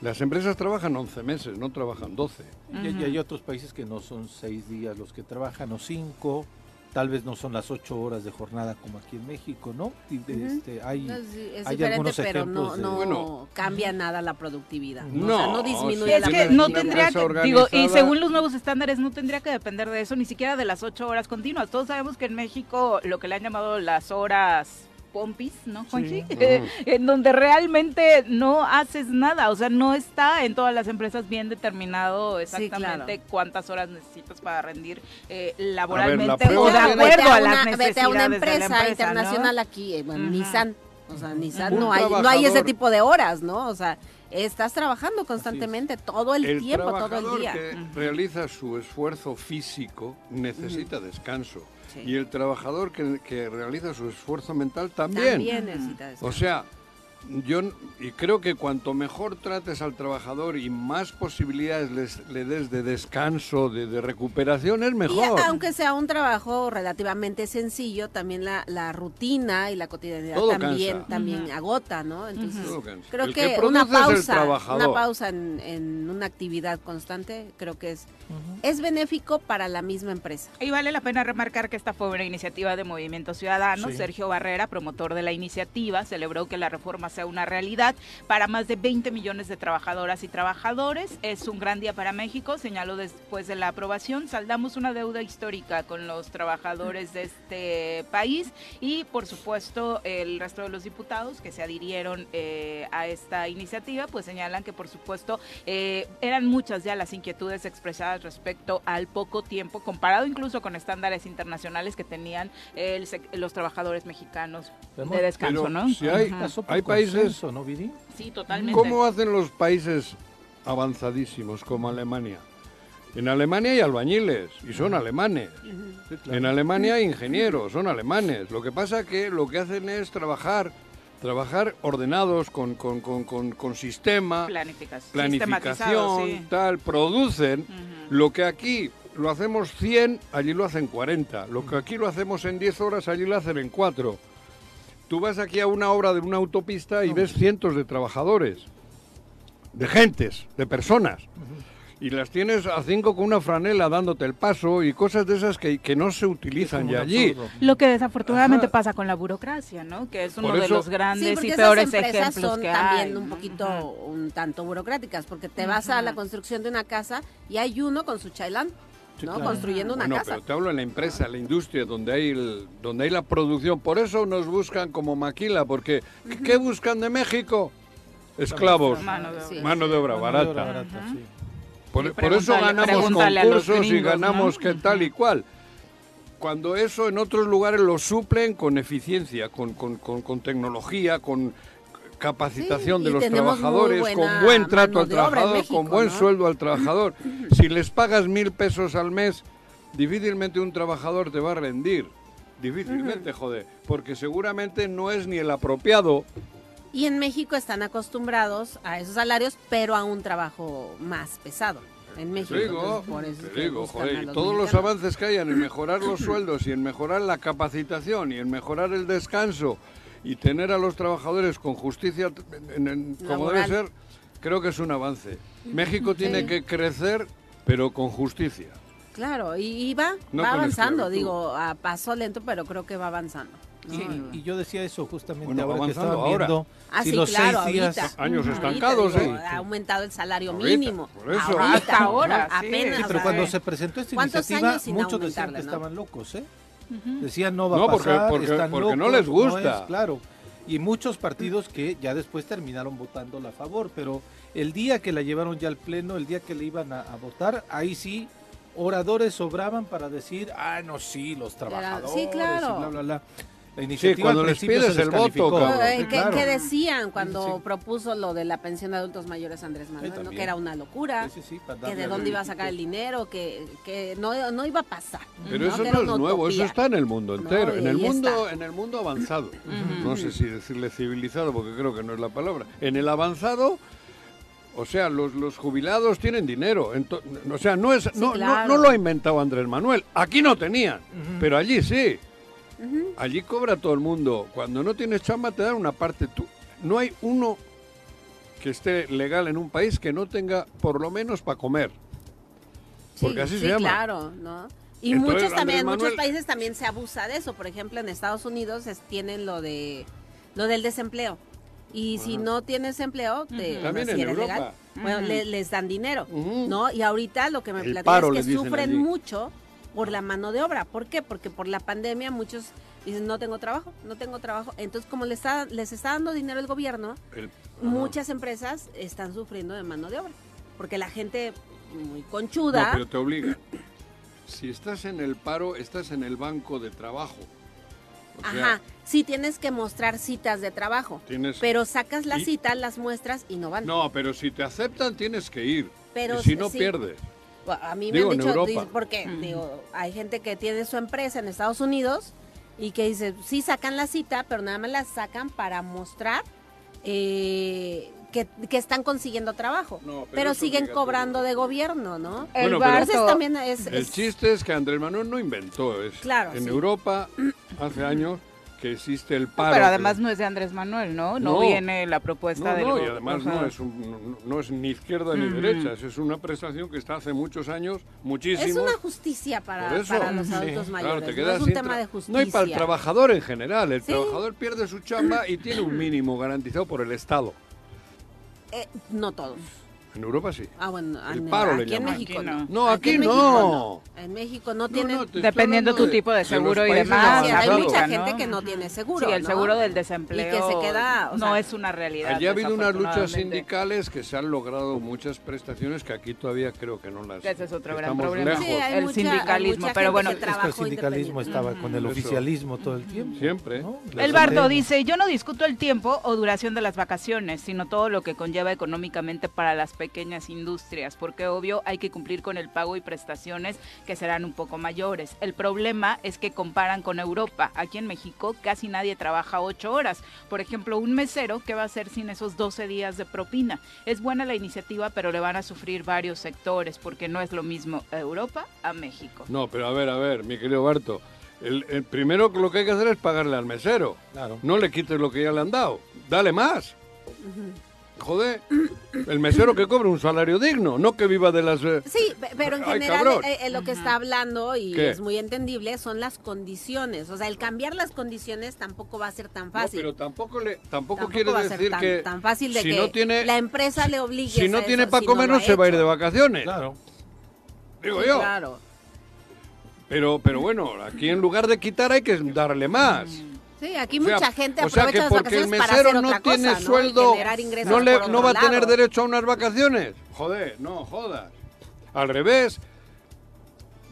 las empresas trabajan 11 meses, no trabajan 12. Y, y hay otros países que no son seis días los que trabajan, o cinco, tal vez no son las ocho horas de jornada como aquí en México, ¿no? Y de- este, hay, No, sí, es hay diferente, algunos pero no, ejemplos de- no Bueno. cambia nada la productividad. No, o sea, no sí, disminuye Sí, es la que Tienes no una productividad. tendría empresa que, digo, y organizada. según los nuevos estándares no tendría que depender de eso, ni siquiera de las ocho horas continuas. Todos sabemos que en México lo que le han llamado las horas pompis, ¿no, Juanchi? en donde realmente no haces nada, o sea, no está en todas las empresas bien determinado Sí, claro. exactamente cuántas horas necesitas para rendir eh, la laboralmente o de prueba- acuerdo a, vete las una- necesidades vete a una empresa, de la empresa, internacional ¿no? aquí, eh, bueno, Ajá. Nissan. O sea, Nissan Un no hay, no hay ese trabajador- tipo de horas, ¿no? O sea, estás trabajando constantemente todo el, tiempo, todo trabajador el día. que realiza su esfuerzo físico necesita descanso. Sí. Y el trabajador que, que realiza su esfuerzo mental también. También necesitas. O sea, yo n- y creo que cuanto mejor trates al trabajador y más posibilidades les- le des de descanso, de, de recuperación, es Y mejor. aunque sea un trabajo relativamente sencillo, también la, la rutina y la cotidianidad Todo también, cansa. también agota, ¿no? Entonces, Todo cansa. creo El que, que produce una es el pausa, trabajador. una pausa en, en una actividad constante, creo que es, es benéfico para la misma empresa. Y vale la pena remarcar que esta fue una iniciativa de Movimiento Ciudadano. Sí. Sergio Barrera, promotor de la iniciativa, celebró que la reforma sea una realidad para más de 20 millones de trabajadoras y trabajadores. Es un gran día para México, señaló después de la aprobación. Saldamos una deuda histórica con los trabajadores de este país y, por supuesto, el resto de los diputados que se adhirieron eh, a esta iniciativa, pues señalan que, por supuesto, eh, eran muchas ya las inquietudes expresadas respecto al poco tiempo, comparado incluso con estándares internacionales que tenían el sec- los trabajadores mexicanos Vemos, de descanso, pero ¿no? si hay- Ajá. Caso por Hay países- consenso, ¿no, Viri? Sí, totalmente. ¿Cómo hacen los países avanzadísimos como Alemania? En Alemania hay albañiles y son alemanes. En Alemania hay ingenieros, son alemanes. Lo que pasa que lo que hacen es trabajar, trabajar ordenados con, con- con- con- con sistema, Planificas- sistematizado, planificación, sí. tal, producen. Ujú. Lo que aquí lo hacemos 100, allí lo hacen 40. Lo que aquí lo hacemos en 10 horas, allí lo hacen en 4. Tú vas aquí a una obra de una autopista Oh. y ves cientos de trabajadores, de gentes, de personas. Y las tienes a cinco con una franela dándote el paso y cosas de esas que, que no se utilizan como ya un allí. absurdo. Lo que desafortunadamente Ajá. pasa con la burocracia, ¿no? Que es uno Por de eso- los Sí, grandes porque y esas peores empresas ejemplos son que también hay. un poquito, Ujú. un tanto burocráticas, porque te vas a la construcción de una casa y hay uno con su chailán, Sí, ¿no? claro. Construyendo una Bueno, casa. pero te hablo en la empresa, en la industria, donde hay, el- donde hay la producción. Por eso nos buscan como maquila, porque ¿qué buscan de México? Esclavos. Mano de Sí. obra. Mano de obra Mano de obra barata. barata, sí. Por, Sí, por eso pregúntale- ganamos pregúntale a los concursos y gringos, ganamos ¿no? que tal y cual. Cuando eso en otros lugares lo suplen con eficiencia, con, con- con- con tecnología, con capacitación Sí, de y los tenemos muy trabajadores, buena con buen trato mano al de obra en trabajador, México, con buen ¿no? sueldo al trabajador. si les pagas mil pesos al mes, difícilmente un trabajador te va a rendir. Difícilmente, joder. Porque seguramente no es ni el apropiado. Y en México están acostumbrados a esos salarios, pero a un trabajo más pesado. En México. Te Pues digo, entonces, por eso te es que digo, buscan joder, a y los todos los mexicanos. avances que hayan en mejorar los sueldos y en mejorar la capacitación y en mejorar el descanso y tener a los trabajadores con justicia en- en- como debe Laboral. ser, creo que es un avance. México tiene que crecer, pero con justicia. Claro, y, y va, No va con avanzando, esclavitud. digo, a paso lento, pero creo que va avanzando. ¿no? Y, y yo decía eso justamente Bueno, ahora que avanzando estaba ahora. viendo Ah, si sí, los claro, seis días ahorita. años Ahorita, estancados, digo, ¿eh? ah, Ha aumentado el salario Ahorita, mínimo. por eso. Ahorita, Hasta ¿no? ahora, sí. Apenas. Sí, o pero sea, cuando sí. se presentó esta ¿Cuántos iniciativa, años sin muchos decían aumentarla, que no? estaban locos, ¿eh? Decían no va No, a porque- pasar, porque- están porque no locos, les gusta. es, claro. Y muchos partidos que ya después terminaron votándola a favor, pero el día que la llevaron ya al pleno, el día que le iban a, a votar, ahí sí oradores sobraban para decir, ah, no, sí, los trabajadores. sí, claro. y bla, bla, bla. La Sí, iniciativa cuando al les principio pides se el voto, descalificó. cabrón. Eh, ¿Qué, Claro. qué decían cuando Sí. propuso lo de la pensión de adultos mayores Andrés Manuel? Sí, ¿no? también. Que era una locura, Sí, sí, sí, para que darle de al dónde iba a beneficio. sacar el dinero, que, que no, no iba a pasar. Pero eso Que no era es una nuevo, eso utopía. está en el mundo No, entero, y en el ahí mundo, está. en el mundo avanzado. No sé si decirle civilizado, porque creo que no es la palabra. En el avanzado, o sea, los, los jubilados tienen dinero. ento- o sea, no es, no, no- claro. no lo ha inventado Andrés Manuel. Aquí no tenían, pero allí sí. Allí cobra todo el mundo. Cuando no tienes chamba te dan una parte. Tú, no hay uno que esté legal en un país que no tenga por lo menos para comer. Porque sí, así sí, se llama. claro, ¿no? Y Entonces, muchos también, en Andrés Manuel- muchos países también se abusa de eso. Por ejemplo, en Estados Unidos es- tienen lo de lo del desempleo. Y si no tienes empleo, te, o sea, También si en eres Europa. legal, bueno, Ujú. le- les dan dinero, Ujú. ¿no? Y ahorita lo que me El platican paro, es les que dicen sufren allí. mucho por la mano de obra. ¿Por qué? Porque por la pandemia muchos dicen, no tengo trabajo, no tengo trabajo. Entonces, como les está, les está dando dinero el gobierno, El- muchas empresas están sufriendo de mano de obra. Porque la gente muy No, conchuda... pero te obliga. Si estás en el paro, estás en el banco de trabajo. O sea, Ajá, sí tienes que mostrar citas de trabajo. Tienes- Pero sacas las ¿Y? citas, las muestras y no van. No, pero si te aceptan tienes que ir. Pero y si no sí. pierdes. A mí me Digo, han en dicho, Europa. dice, porque digo, hay gente que tiene su empresa en Estados Unidos y que dice, sí sacan la cita, pero nada más la sacan para mostrar eh, que, que están consiguiendo trabajo. No, pero pero es siguen obligatorio. cobrando de gobierno, ¿no? Bueno, El pero- barco. Entonces también es... El es- chiste es que Andrés Manuel no inventó eso. Claro, En sí. Europa hace años que existe el paro. pero que- además no es de Andrés Manuel, ¿no? No, No. viene la propuesta No, del no, y go- además o sea, no es, un- no- no es ni izquierda ni derecha, es una prestación que está hace muchos años, muchísimos. es una justicia para, Por eso, para los sí, adultos claro, mayores. te no quedas es un sin tema tra- de justicia. No, y para el trabajador en general. El Sí. trabajador pierde su chamba y tiene un mínimo garantizado por el Estado. Eh, no todos. En Europa sí. Ah, bueno, El en- paro le aquí en llaman. México Aquí no. no. No, aquí en México no. En México no No, tienen... no, te estoy Dependiendo hablando tu tipo de los seguro y países demás, Sí, hay avanzados. mucha ¿no? gente que no tiene seguro. sí, el ¿no? seguro del desempleo Y que se queda. o no sea, es una realidad. Allí ha habido unas luchas desafortunadamente. sindicales que se han logrado muchas prestaciones que aquí todavía creo que no las. Ese es otro gran estamos problema. lejos. Sí, hay El mucha- sindicalismo, hay mucha pero gente bueno, que es Es que el trabaja sindicalismo independiente. estaba con el Eso. oficialismo todo el tiempo. Siempre. ¿no? Las El Bardo antenas. dice, yo no discuto el tiempo o duración de las vacaciones, sino todo lo que conlleva económicamente para las pequeñas industrias, porque obvio hay que cumplir con el pago y prestaciones que serán un poco mayores. El problema es que comparan con Europa. Aquí en México casi nadie trabaja ocho horas. Por ejemplo, un mesero, ¿qué va a hacer sin esos 12 días de propina? Es buena la iniciativa, pero le van a sufrir varios sectores, porque no es lo mismo Europa a México. No, pero a ver, a ver, mi querido Barto. El, el primero lo que hay que hacer es pagarle al mesero. Claro. No le quites lo que ya le han dado. Dale más. Joder. El mesero que cobre un salario digno, no que viva de las. eh, Sí, pe- pero en Ay, general cabrón. eh, eh, lo que está hablando y ¿Qué? es muy entendible son las condiciones. O sea, el cambiar las condiciones tampoco va a ser tan No, fácil. pero tampoco le tampoco, Tampoco quiere va a ser decir tan, que tan fácil de si que no tiene la empresa le obligue si no a tiene eso, para si comer lo no ha se va a ir hecho. de vacaciones. Claro. Digo Sí, yo. Claro. Pero pero bueno, aquí en lugar de quitar hay que darle más. Sí, aquí O sea, mucha gente o sea aprovecha que las porque el vacaciones para mesero hacer no otra tiene cosa, ¿no? Y sueldo, generar ingresos no, le- por no otro va a tener lado. derecho a unas vacaciones. Joder, no jodas. Al revés,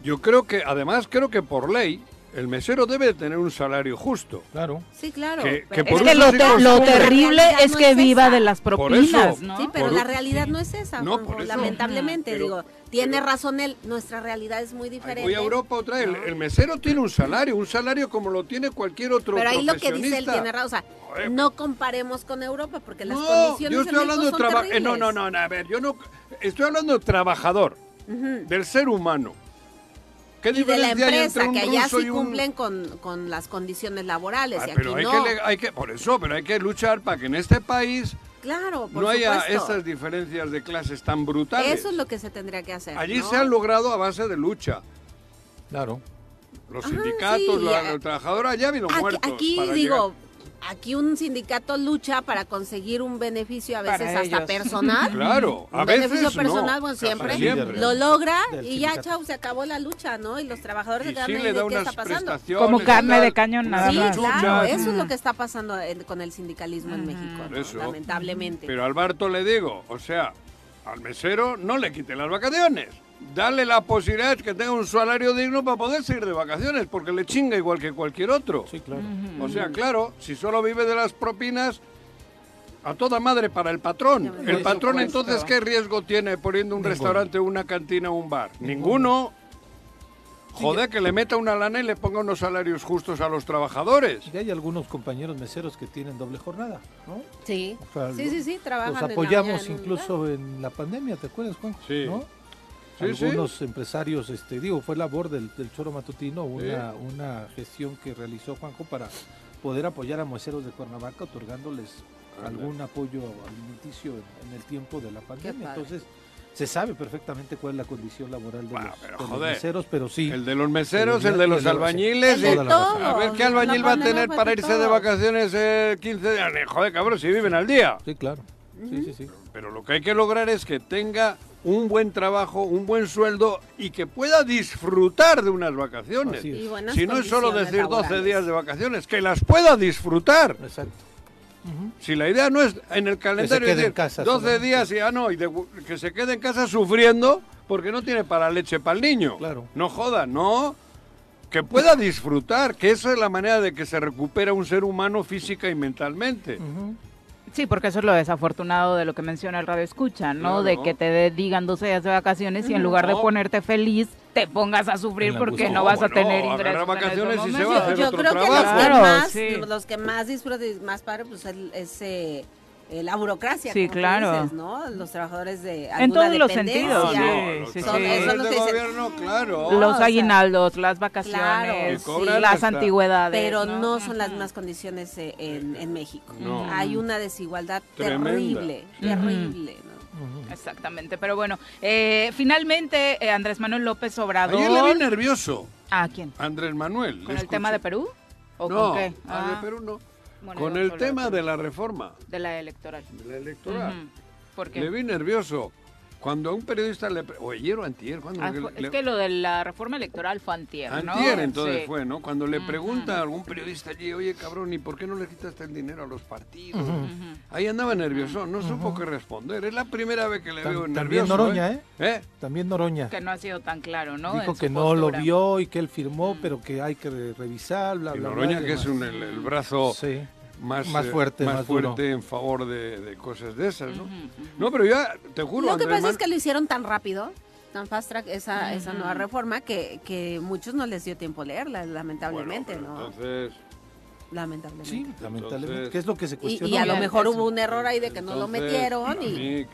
yo creo que además creo que por ley el mesero debe tener un salario justo. Claro. Sí, claro. Que- pero- que por es un que lo, sí te- costumbre. lo La terrible realidad es no que es viva esa. de las Por eso. propinas, ¿no? Sí, pero Por la un- realidad no es esa, No, Juanjo, por eso. lamentablemente. Pero- digo, tiene razón él, nuestra realidad es muy diferente. Voy a Europa otra vez. El, No. el mesero tiene un salario, un salario como lo tiene cualquier otro Pero ahí lo que dice él profesionista. tiene razón, o sea, Joder. no comparemos con Europa porque las No, condiciones yo en estoy hablando de México son trabajo. no, terribles. no, no, no, a ver, yo no. Estoy hablando de trabajador, del ser humano. ¿Qué Y de la diferencia hay entre empresa, un que allá ruso sí y un- cumplen con, con las condiciones laborales Ah, y aquí pero hay, no. que, le- hay que. Por eso, pero hay que luchar para que en este país Claro, por no haya supuesto. estas diferencias de clases tan brutales. Eso es lo que se tendría que hacer. Allí ¿no? se han logrado a base de lucha. Claro. Los Ajá, sindicatos, Ah, sí, la, eh, la trabajadora, ya ha habido Aquí, muertos. aquí, para digo, aquí un sindicato lucha para conseguir un beneficio a veces Para hasta ellos. personal. llegar. Claro, a un veces. beneficio no. personal, bueno, siempre, siempre. lo logra Del y ya, sindicato. chau, se acabó la lucha, ¿no? Y los trabajadores se Y quedan sí ahí le de da qué está unas pasando. prestaciones. Como carne y tal. de cañón, nada Sí, más. claro, Chuchas. eso es lo que está pasando en- con el sindicalismo en México, Por ¿no? eso. lamentablemente. Pero al Barto le digo, o sea, al mesero no le quite las vacaciones. Dale la posibilidad de que tenga un salario digno para poderse ir de vacaciones, porque le chinga igual que cualquier otro. Sí, claro. O sea, claro, si solo vive de las propinas, a toda madre para el patrón. El Por patrón supuesto. entonces, ¿qué riesgo tiene poniendo un Ninguno. restaurante, una cantina o un bar? Ninguno. Joder, que le meta una lana y le ponga unos salarios justos a los trabajadores. Y hay algunos compañeros meseros que tienen doble jornada, ¿no? Sí. O sea, sí, lo- sí, sí, trabajan. Los en la apoyamos mañana. incluso en la pandemia, ¿te acuerdas, Juan? Sí. ¿No? Sí, sí. Algunos empresarios, este, digo, fue labor del, del Choro Matutino, una, Sí. una gestión que realizó Juanjo para poder apoyar a mueseros de Cuernavaca, otorgándoles Ándale. algún apoyo alimenticio en, en el tiempo de la pandemia. padre. Entonces, se sabe perfectamente cuál es la condición laboral de, los, pero de los joder. meseros, pero sí. El de los meseros, El el de- de el los de los- albañiles. El de y- todos, a ver, ¿qué la albañil va a pandemia tener fue para pues, de irse de todos. vacaciones eh, 15 días? Joder, cabrón, si viven al día. Sí, claro. Sí, sí, sí. Pero lo que hay que lograr es que tenga un buen trabajo, un buen sueldo y que pueda disfrutar de unas vacaciones. Así Y buenas Si no es solo condiciones decir 12 laborales. días de vacaciones, que las pueda disfrutar. Exacto. Si la idea no es en el calendario quede en decir casa 12 solamente. días y ah, no, y de- que se quede en casa sufriendo porque no tiene para leche para el niño. Claro. No joda, no. Que pueda disfrutar, que esa es la manera de que se recupera un ser humano física y mentalmente. Ujú. Sí, porque eso es lo desafortunado de lo que menciona el radio escucha, Claro. ¿no? De que te de- digan 12 días de vacaciones y en lugar de No. ponerte feliz, te pongas a sufrir En la porque angustia. no vas a No, tener bueno, ingresos. agarra en esos vacaciones y se momentos. va a Yo, hacer yo otro creo que trabajo. los que Claro, más, sí. los que más disfrutan y más padre, pues el- es eh, eh, la burocracia. Sí, como tú claro. dices, ¿no? Los trabajadores de alguna En todos los dependencia. sentidos, No, sí, los sí, Son- sí. esos son los trabajadores que de dicen, gobierno, claro. Lo- o Los sea, aguinaldos, las claro, vacaciones, Que cobran las hasta- antigüedades. pero no, ¿no? son las mismas condiciones eh, en, en México. No. Hay una desigualdad Tremenda. terrible, Ujú. terrible. ¿no? Exactamente, pero bueno, eh, finalmente eh, Andrés Manuel López Obrador. Ayer le vi nervioso, ¿A quién? Andrés Manuel. le ¿Con el escuché. tema de Perú? ¿O no, con qué? ah, Ah, de Perú no. bueno, Con yo el solo- tema de la reforma, de la electoral. de la electoral. Ujú. ¿Por qué? Le vi nervioso. Cuando a un periodista le... pre- O ayer o antier, cuando... Ah, le- fue- le- es que lo de la reforma electoral fue antier, ¿no? Antier entonces Sí. fue, ¿no? Cuando le pregunta a algún periodista allí, oye cabrón, ¿y por qué no le quitaste el dinero a los partidos? Ahí andaba nervioso, no supo qué responder. Es la primera vez que le Tam- veo también nervioso. Noroña, ¿Eh? También Noroña. Que no ha sido tan claro, ¿no? En Dijo su que no lo postura. vio y que él firmó, pero que hay que re- revisar, bla, Y bla, bla, Noroña, y que es demás. un, el, el brazo Sí. más, Más eh, fuerte, más más duro. fuerte en favor de, de cosas de esas, ¿no? No, pero ya, te juro, Lo que Andrés pasa es Man- que lo hicieron tan rápido, tan fast track, esa, esa nueva reforma, que, que muchos no les dio tiempo leerla, Bueno, lamentablemente, pero ¿no? Entonces, Lamentablemente. Sí, lamentablemente. Entonces- ¿Qué es lo que se Y, cuestiona? y a lo Obviamente, mejor sí. hubo un error ahí de que no lo entonces, metieron a y... mí,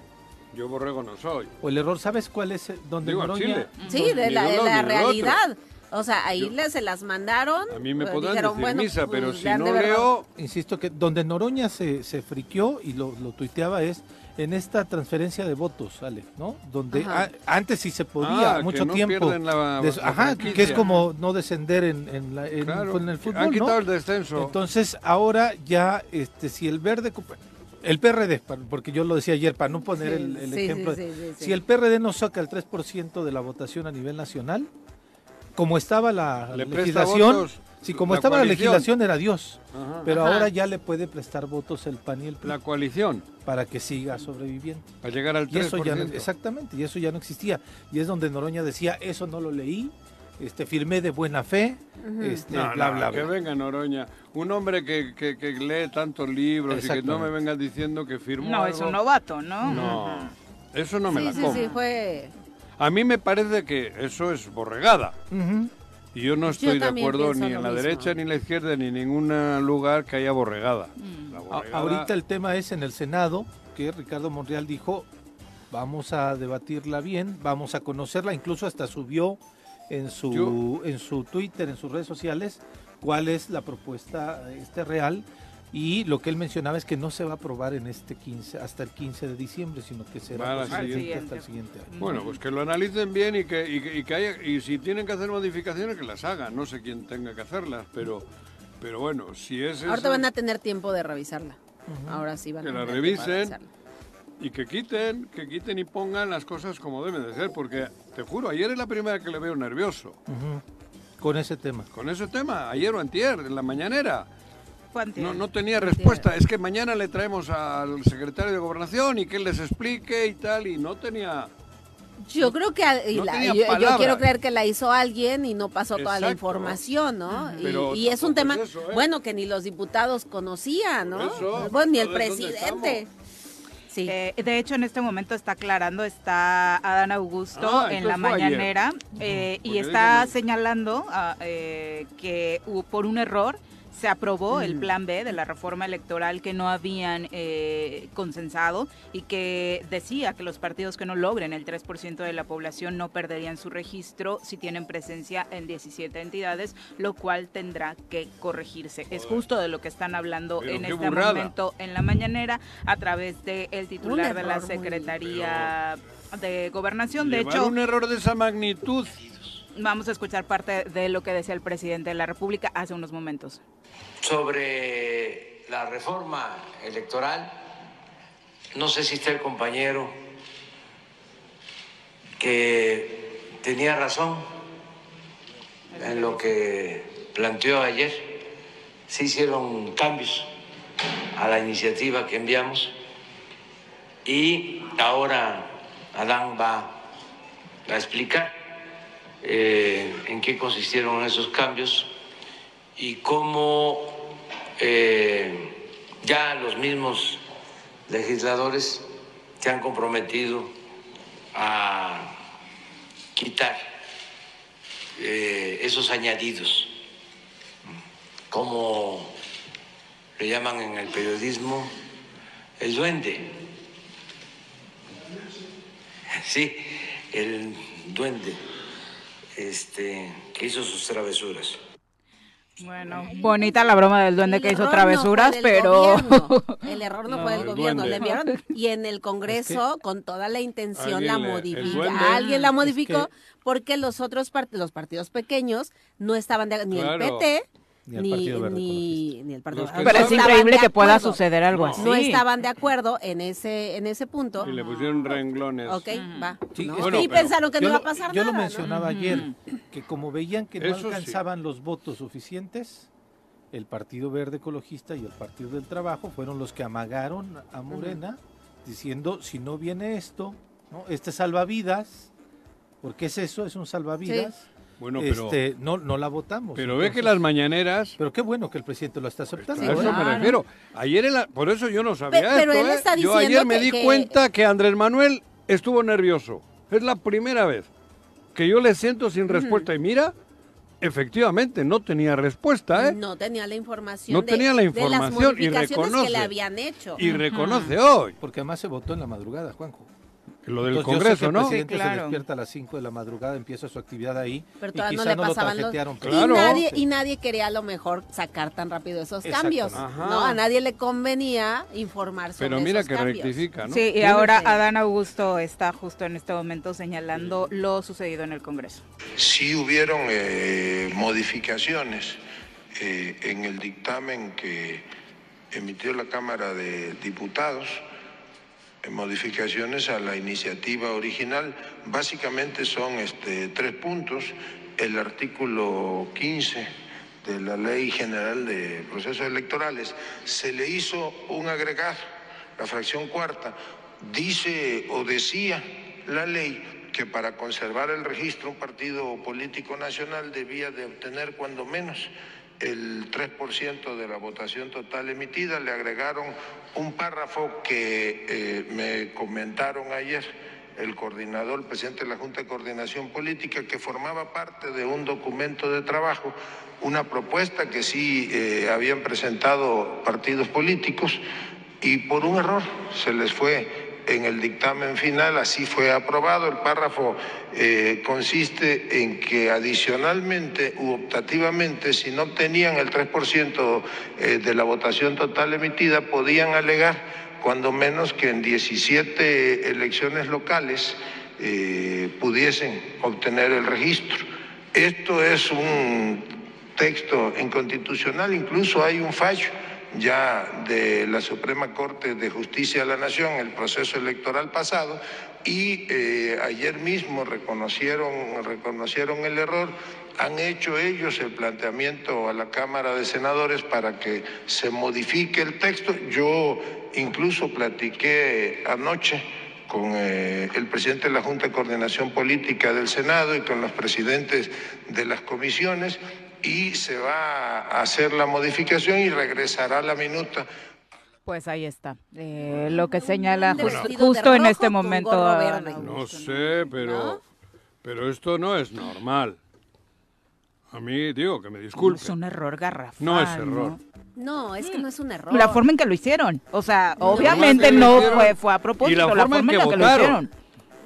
yo borrego no soy. O el error, ¿sabes cuál es? eh, Donde Digo, a Noroña- Chile. Sí, de Ni la, de de uno ni la del otro. realidad. O sea, ahí Yo- le- se las mandaron. A mí me eh, podrán dijeron, decir bueno, misa, pero pues, si lean no de verdad. leo, Insisto que donde Noroña se, se friqueó y lo, lo tuiteaba es en esta transferencia de votos, Ale, ¿no? Donde Ajá. a- antes sí se podía, Ah, que mucho no tiempo. pierden la- Des- la ajá, que es franquicia. como no descender en, en la- en- claro, en el fútbol, han quitado ¿no? el descenso. Entonces, ahora ya, este, si el verde, ocupa- el PRD, pa- porque yo lo decía ayer, para no poner Sí, el, el sí, ejemplo, sí, sí, sí, si sí. el PRD no saca el 3% de la votación a nivel nacional, como estaba la Le presta legislación, votos si como la estaba la coalición. legislación era Dios, Ajá. pero Ajá. ahora ya le puede prestar votos el PAN y el PRI la coalición, para que siga sobreviviendo. al llegar al 3%. Y eso ya no, exactamente, y eso ya no existía. Y es donde Noroña decía, eso no lo leí, este, firmé de buena fe, este, No, bla, no, bla, que bla. venga Noroña. Un hombre que, que- que lee tantos libros y que no me Exactamente. venga diciendo que firmó No, algo. es un novato, ¿no? No, eso no me Sí, la sí, como. sí, fue... A mí me parece que eso es borregada. Ujú. Y yo no estoy de también acuerdo pienso ni lo en la mismo. derecha, ni en la izquierda, ni en ningún lugar que haya borregada. Mm. La A- borregada- Ahorita el tema es en el Senado, que Ricardo Monreal dijo, vamos a debatirla bien, vamos a conocerla, incluso hasta subió en su, en su Twitter, en sus redes sociales, cuál es la propuesta este real. Y lo que él mencionaba es que no se va a aprobar en este 15, hasta el 15 de diciembre, sino que Va a la será posiblemente siguiente. hasta el siguiente año. Bueno, pues que lo analicen bien y que, y que- y que haya- y si tienen que hacer modificaciones, que las hagan. No sé quién tenga que hacerlas, pero, pero bueno, si es Ahorita esa- van a tener tiempo de revisarla. Ahora sí van Que a la tener tiempo de revisen. revisarla. Y que quiten, que quiten y pongan las cosas como deben de ser, porque te juro, ayer es la primera que le veo nervioso Ujú. Con ese tema. con ese tema, ayer o antier, en la mañanera. Fue antier. No, no tenía respuesta. Es que mañana le traemos al secretario de Gobernación y que él les explique y tal, y no tenía... Yo creo que a- y No la- tenía yo, yo palabra. quiero creer que la hizo alguien y no pasó toda la Exacto. información, ¿no? Y- Pero y, es un tampoco tema, es eso, ¿eh? bueno, que ni los diputados conocían, ¿no? Pues Por eso, bueno, ni el entonces, ¿dónde presidente. Sí. Eh, de hecho, en este momento está aclarando, está Adán Augusto Ah, en la entonces fue ayer. mañanera eh, y Porque está digo, no- señalando ah, eh, que hubo- por un error se aprobó Mm. el plan B de la reforma electoral que no habían eh, consensado y que decía que los partidos que no logren el 3% de la población no perderían su registro si tienen presencia en 17 entidades, lo cual tendrá que corregirse. Es justo de lo que están hablando Pero en qué este burrada. momento en la mañanera a través del el titular de la error muy- Secretaría de Gobernación. De Llevar hecho, un error de esa magnitud. vamos a escuchar parte de lo que decía el presidente de la República hace unos momentos. sobre la reforma electoral. No sé si está el compañero que tenía razón en lo que planteó ayer. Se hicieron cambios a la iniciativa que enviamos y ahora Adán va a explicar eh, en qué consistieron esos cambios y cómo eh, ya los mismos legisladores se han comprometido a quitar eh, esos añadidos, como le llaman en el periodismo el duende. Sí, el duende este, que hizo sus travesuras. Bueno, bonita la broma del duende El que hizo error no fue travesuras, del pero gobierno. El error no, fue del el gobierno, duende. le enviaron. Y en el Congreso, con toda la intención, la Alguien le- el duende. modifica. Alguien la Es modificó que- porque los otros part- los partidos pequeños no estaban de ni el Claro. PT. Ni el Ni, Partido Verde ni, ni el Partido Los que Verde. pero No es estaban increíble de que pueda acuerdo. suceder algo así. No estaban de acuerdo en ese, en ese punto. Y le pusieron renglones. Ok, va. Sí, ¿no? es que- Bueno, y pero pensaron que no yo iba a lo- pasar Yo lo nada. ¿no? mencionaba ayer, que como veían que no Eso sí. alcanzaban los votos suficientes, el Partido Verde Ecologista y el Partido del Trabajo fueron los que amagaron a Morena diciendo, si no viene esto, ¿no? este salvavidas, porque es eso, es un salvavidas, Bueno, pero, este, no, no la votamos. pero ve que las Entonces, mañaneras. Pero qué bueno que el presidente lo está aceptando. a eso ¿eh? me refiero. Ayer, en la- por eso yo no sabía Pe- pero esto, él ¿eh? está Yo ayer diciendo me que- di que- cuenta que Andrés Manuel estuvo nervioso. Es la primera vez que yo le siento sin respuesta. Y mira, efectivamente, no tenía respuesta, ¿eh? No tenía la información. No de- tenía la de información las y modificaciones que reconoce. le habían hecho. Y reconoce hoy Porque además se votó en la madrugada, Juanjo. lo del Entonces, yo sé que Congreso, el ¿no? presidente Sí, claro. se despierta a las 5 de la madrugada, empieza su actividad ahí. pero y todavía no quizá le no lo pasaban los tarjetearon. oh. Claro. y nadie Sí. y nadie quería a lo mejor sacar tan rápido esos Exacto. cambios Ajá. no a nadie le convenía informar sobre Pero mira esos que cambios. rectifica, ¿no? Sí, y ahora sé. Adán Augusto está justo en este momento señalando lo sucedido en el Congreso. Sí hubieron eh, modificaciones eh, en el dictamen que emitió la Cámara de Diputados, eh, modificaciones a la iniciativa original. Básicamente son este, tres puntos. El artículo 15 de la Ley General de Procesos Electorales se le hizo un agregado, la fracción cuarta. Dice o decía la ley que para conservar el registro un partido político nacional debía de obtener cuando menos el 3% de la votación total emitida. Le agregaron un párrafo que eh, me comentaron ayer el coordinador, el presidente de la Junta de Coordinación Política, que formaba parte de un documento de trabajo, una propuesta que sí eh, habían presentado partidos políticos y por un error se les fue en el dictamen final, así fue aprobado. El párrafo eh, consiste en que adicionalmente u optativamente, si no obtenían el 3% eh, de la votación total emitida, podían alegar cuando menos que en 17 elecciones locales eh, pudiesen obtener el registro. Esto es un texto inconstitucional, incluso hay un fallo ya de la Suprema Corte de Justicia de la Nación, el proceso electoral pasado, y eh, ayer mismo reconocieron, reconocieron el error, han hecho ellos el planteamiento a la Cámara de Senadores para que se modifique el texto. Yo incluso platiqué anoche con eh, el presidente de la Junta de Coordinación Política del Senado y con los presidentes de las comisiones y se va a hacer la modificación y regresará la minuta. Pues ahí está, eh, lo que señala de justo, vestido de justo en rojo este con momento. ah, gorro Adán verde. Augusto. No sé, pero, pero esto no es normal. A mí, digo, que me Es disculpen. un error garrafal. No es error. No, es que no es un error. La forma en que lo hicieron. O sea, obviamente que lo no hicieron fue, fue a propósito. La forma, en, la que lo votaron. hicieron.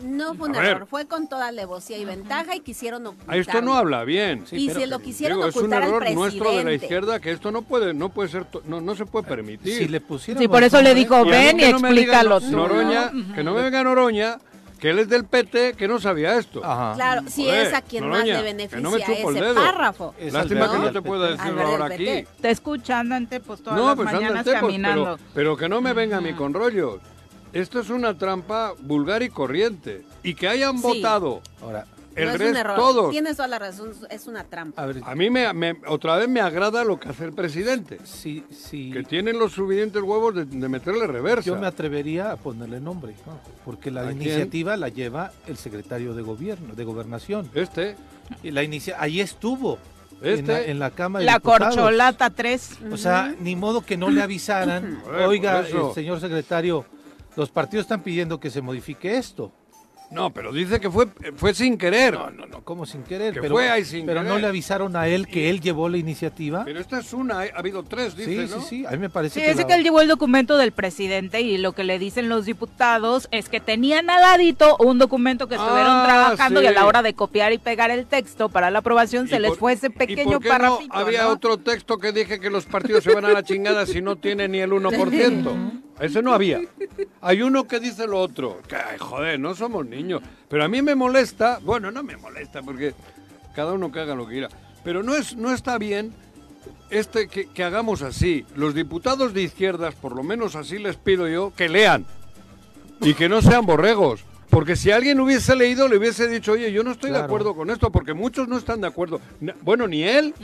No fue un A ver. error, fue con toda alevosía y ventaja y quisieron Ah, ocultar. Esto no habla bien. y se lo quisieron Digo, es un ocultar al error presidente. nuestro de la izquierda que esto no puede, no puede ser, to- no, no se puede permitir. Si le pusieron Sí, por eso le dijo, Y a mí ven y que no me digan explícalo tú. Noroña, que no me venga Noroña, que él es del PT, que no sabía esto. Ajá. Claro, si Joder, es a quien Noroña, más le que beneficia no me chupo el ese dedo. párrafo. Es Lástima Alberto que no del te PT. pueda decir Alberto ahora del aquí. PT. Te escuchando ante pues todas No, las pues mañanas ándate, pues, caminando. pero, pero que no me venga a mí con rollos. Esto es una trampa vulgar y corriente. Y que hayan Sí. votado Ahora, el no es un resto, error. todos. Tienes toda la razón, es una trampa. a ver, A mí me- me- otra vez me agrada lo que hace el presidente. si, si Que tienen los suficientes huevos de, de meterle reversa. yo me atrevería a ponerle nombre, ¿no? porque ¿A la quién? iniciativa la lleva el secretario de gobierno, de gobernación. Este, Y la inicia, ahí estuvo en, la, este. en la Cámara de La Diputados. corcholata 3. O sea, ni modo que no le avisaran, Joder, oiga, por eso. el señor secretario, los partidos están pidiendo que se modifique esto. No, pero dice que fue, fue sin querer. No, no, no, como sin querer, Que pero, fue ahí sin pero no querer. le avisaron a él que él llevó la iniciativa. Pero esta es una, eh, ha habido tres, Sí, dice, sí, ¿no? sí, a mí me parece Sí, que, dice la- que él llevó el documento del presidente y lo que le dicen los diputados es que tenían al ladito un documento que estuvieron Ah, trabajando sí. y a la hora de copiar y pegar el texto para la aprobación se ¿Y les por- fue ese ¿Y por pequeño qué párrafo. No Ah, había otro texto que dije que los partidos se van a la chingada si no tiene ni el 1%. Ese no había. Hay uno que dice lo otro. Que, ay, joder, no somos niños. Pero a mí me molesta, bueno, no me molesta porque cada uno que haga lo que quiera. Pero no, es, no está bien este que, que hagamos así. Los diputados de izquierdas, por lo menos así les pido yo, que lean y que no sean borregos. Porque si alguien hubiese leído, le hubiese dicho, oye, yo no estoy de Claro. acuerdo con esto, porque muchos no están de acuerdo. N- Bueno, ni él,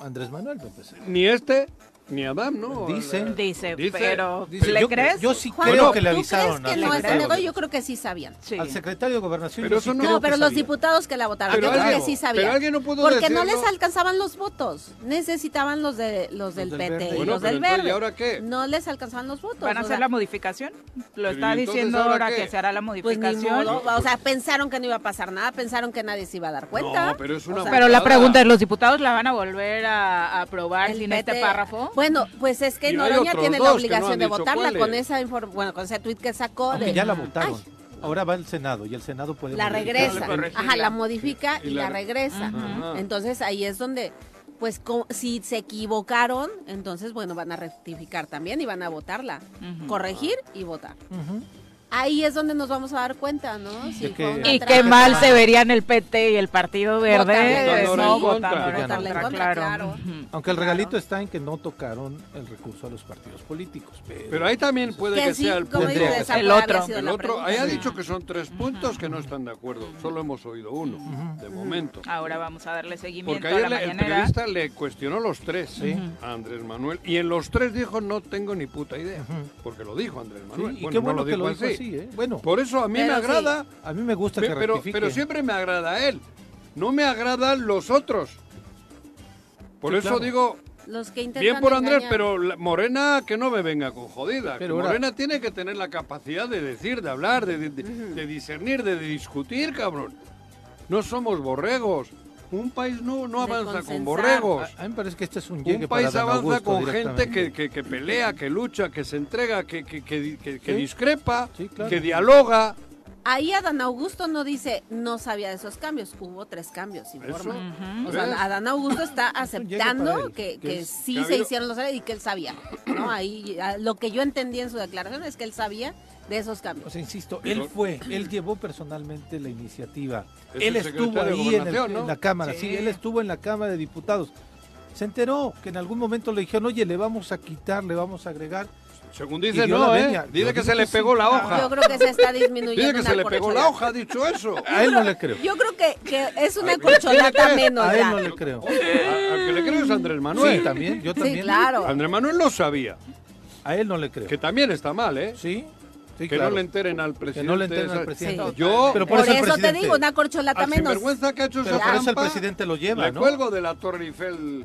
Andrés Manuel me parece. ni este, ni Adam, ¿no? Dicen. Dice, Dice- pero Dice, ¿le yo, crees? Yo sí Juan, creo ¿tú que le crees avisaron que al no es secretario. algo? Yo creo que sí sabían. Sí. al secretario de Gobernación. Pero yo eso sí no- creo Creo No, que pero los sabía. diputados que la votaron, Pero yo creo alguien- que sí sabían. pero alguien no pudo Porque no decirlo. les alcanzaban los votos. Necesitaban los de los del del PT verde. y Bueno, los pero del entonces, verde. ¿y ahora qué? No les alcanzaban los votos. ¿Van a o hacer sea, la modificación? Lo pues, Pero, ¿y está entonces diciendo ahora ahora qué? que se hará la pues ni modificación. modo, o sea, pensaron que no iba a pasar nada, pensaron que nadie se iba a dar cuenta. No, pero es una Pero la Nada. pregunta es, ¿los diputados la van a volver a a aprobar El sin PT este párrafo? Bueno, pues es que Y hay Noroña otros tiene dos que la no obligación han de dicho votarla cuáles. con esa inform- bueno, con ese tuit que sacó Aunque de ya la Ay, votaron. Ahora va el Senado y el Senado puede. la modificar. regresa, corregirla. ajá, la modifica Y y, la la, re- regresa. Ajá. Entonces ahí es donde pues co- si se equivocaron, entonces bueno, van a rectificar también y van a votarla, corregir y votar. Ujú. Ahí es donde nos vamos a dar cuenta, ¿no? De Si fue que- una Y trampa. qué mal se verían el PT y el Partido Verde. Votarle eh, en no, contra. votando Votarle en en contra, contra, claro. claro. Ujú. Aunque el regalito está en que no tocaron el recurso a los partidos políticos. Pero, Pero ahí también puede que, Pues Que sí, sea el como punto. Tendría dice, que esa ser. puede El haber otro. sido El la otro, pregunta. ahí ha dicho que son tres puntos que no están de acuerdo. Solo hemos oído uno, de momento. Ah, Mm, Ahora vamos a darle seguimiento Porque a la ayer le- el mañanera. periodista le cuestionó los tres a Andrés Manuel y en los tres dijo no tengo ni puta idea. Porque lo dijo Andrés Sí, Manuel. y Bueno, qué no bueno que lo dijo dijo así. ¿eh? Bueno, Por eso a mí Pero me sí. agrada, a mí me gusta pe- que pero, rectifique. pero siempre me agrada a él. No me agradan los otros. Por Sí, eso claro. digo, Los que intentan bien por Andrés, engañar. pero la- Morena que no me venga con jodida. Pero Que ahora- Morena tiene que tener la capacidad de decir, de hablar, de, de- de- de discernir, de discutir, cabrón. No somos borregos. Un país no, no De avanza con consensar. borregos. A, a mí me parece que este es un llegue Un país para Dan avanza Augusto con gente que, directamente. que- que pelea, que lucha, que se entrega, que, que- que- que- que discrepa, Sí, claro. que dialoga. Ahí Adán Augusto no dice no sabía de esos cambios, hubo tres cambios, Eso. informa. O sea, Pues, ¿Ves? Adán Augusto está para aceptando él, que que, que es- sí que ha se habido- hicieron los errores y que él sabía. ¿no? Ahí, a- lo que yo entendí en su declaración es que él sabía de esos O cambios. sea, insisto, él fue, él llevó personalmente la iniciativa. Es él el estuvo secretario de ahí en, el- Gobernación, ¿no? en la Cámara, sí. él estuvo en la Cámara de Diputados. Se enteró que en algún momento le dijeron, oye, le vamos a quitar, le vamos a agregar. Según Y dice, dio la no, ¿eh? venia. Yo Dice que digo se le que sí. pegó la Yo hoja. creo que se está Dice disminuyendo que una se le pegó la corcholata. hoja, ha dicho eso. A él no le creo. Yo creo que, que es A una ver, ¿quién le corcholata crees? menos. A él ya. no le creo. A- Al que Ah, le creo es Andrés Manuel. Sí, también, yo Sí, también. claro. Andrés Manuel lo sabía, A él no le creo. que también está mal, ¿eh? ¿Sí? Sí, que claro. no le enteren al Que presidente. no le enteren esa- al presidente. Yo, Pero Por, por eso el eso te presidente- Ah, digo, una corcholata al menos. sinvergüenza que ha hecho esa Pero por eso el trampa, presidente lo lleva, le ¿no? cuelgo de la Torre Eiffel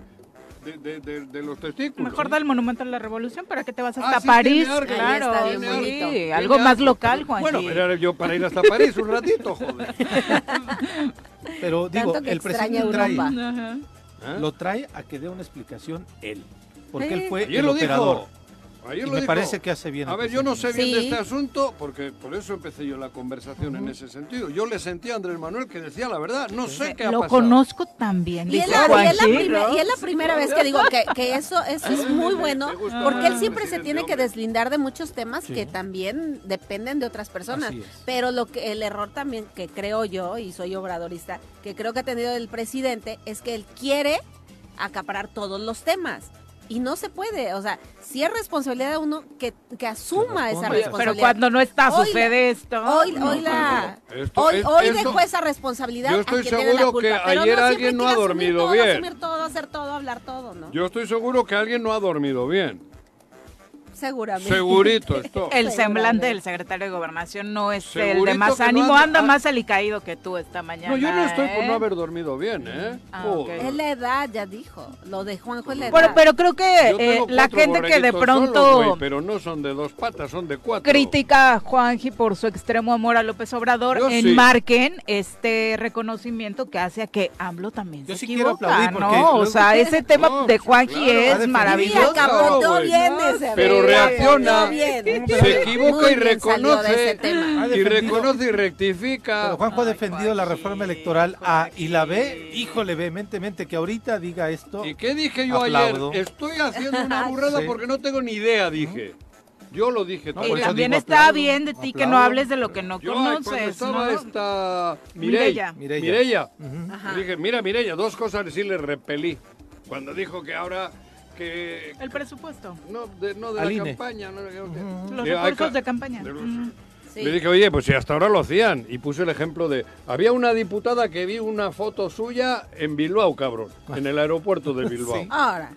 de, de- de- de los testículos. Mejor da el monumento a la revolución, ¿para qué te vas Ah, hasta sí, París? tiene arco. Claro, Ahí está, bien sí, bonito. algo Tiene más arco. local, Juan. Bueno, sí. era yo para ir hasta París un ratito, joder. Pero digo, Tanto que el presidente extraña trae, Europa. Ajá. ¿Eh? lo trae a que dé una explicación él. Porque Sí. él fue Ayer el lo operador. dijo. Ayer Y lo me dijo. parece que hace bien. A el ver, yo no sé presidente. bien de Sí. este asunto, porque por eso empecé yo la conversación en ese sentido. Yo le sentí a Andrés Manuel que decía la verdad, no sé qué ha Eh, Lo pasado. conozco también. Y es, dice la, y Juan, es la sí. primer- y es la primera vez que digo que, que eso, eso es muy bueno, Me gusta porque él el siempre se presidente, tiene que hombre. deslindar de muchos temas Sí. que también dependen de otras personas. Así es. Pero lo que el error también que creo yo, y soy obradorista, que creo que ha tenido el presidente, es que él quiere acaparar todos los temas. Y no se puede, o sea, si es responsabilidad de uno que, que asuma responda. esa responsabilidad. Pero cuando no está, Hoy- sucede esto. Hoy, No, hoy, la, Esto hoy, es- hoy esto- dejó esa responsabilidad. Yo a estoy quien tiene la seguro que culpa, pero ayer siempre alguien no ha quiere asumir dormido todo, bien. Asumir todo, hacer todo, hablar todo, ¿no? Yo estoy seguro que alguien no ha dormido bien. Seguramente. Segurito esto. El semblante Seguramente. del secretario de Gobernación no es el Segurito de más que no ánimo, anda- anda ah. más alicaído que tú esta mañana. No, yo no estoy por ¿eh? no haber dormido bien, ¿eh? Ah, Joder. ok. Es la edad, ya dijo. Lo de Juanjo es la edad. Pero, pero creo que Yo eh, tengo la cuatro gente que de borreguitos pronto solos, güey, pero no son de dos patas, son de cuatro. critica a Juanji por su extremo amor a López Obrador, Yo sí. enmarquen este reconocimiento que hace a que AMLO también Yo se sí quiero equivoca, aplaudir porque ¿no? O luego- sea, ese tema No, de sí, Juanji claro, ha es defendido. maravilloso. Sí, acabó Claro, todo güey. bien ese Pero amigo, reacciona. todo bien. Se Muy equivoca y bien salió de ese reconoce. tema. Ha Y defendido- reconoce y rectifica. Pero Juanjo ha Ay, defendido la Juanji, reforma electoral A y la B. Juanji. Híjole, vehementemente que ahorita diga esto. ¿Y qué dije yo Aplaudo. ayer? Estoy haciendo una burrada Sí. porque no tengo ni idea, dije. Yo lo dije No, Y por eso también. también digo, está aplaudo, bien de ti que no aplaudo. hables de lo que no Yo, ay, cuando conoces, estaba ¿no? esta Mireya, Mireya. Mireya. Mireya, Ujú. Ajá. le dije, mira Mireya, dos cosas sí le repelí. Cuando dijo que ahora que El presupuesto, no de, no de Al la INE. campaña, no, no, no. los Le- ay, recursos ca- de campaña. de los- Mm. Sí. Le dije, oye, pues si hasta ahora lo hacían. Y puse el ejemplo de. Había una diputada que vi una foto suya en Bilbao, cabrón. En el aeropuerto de Bilbao. Sí. Ahora.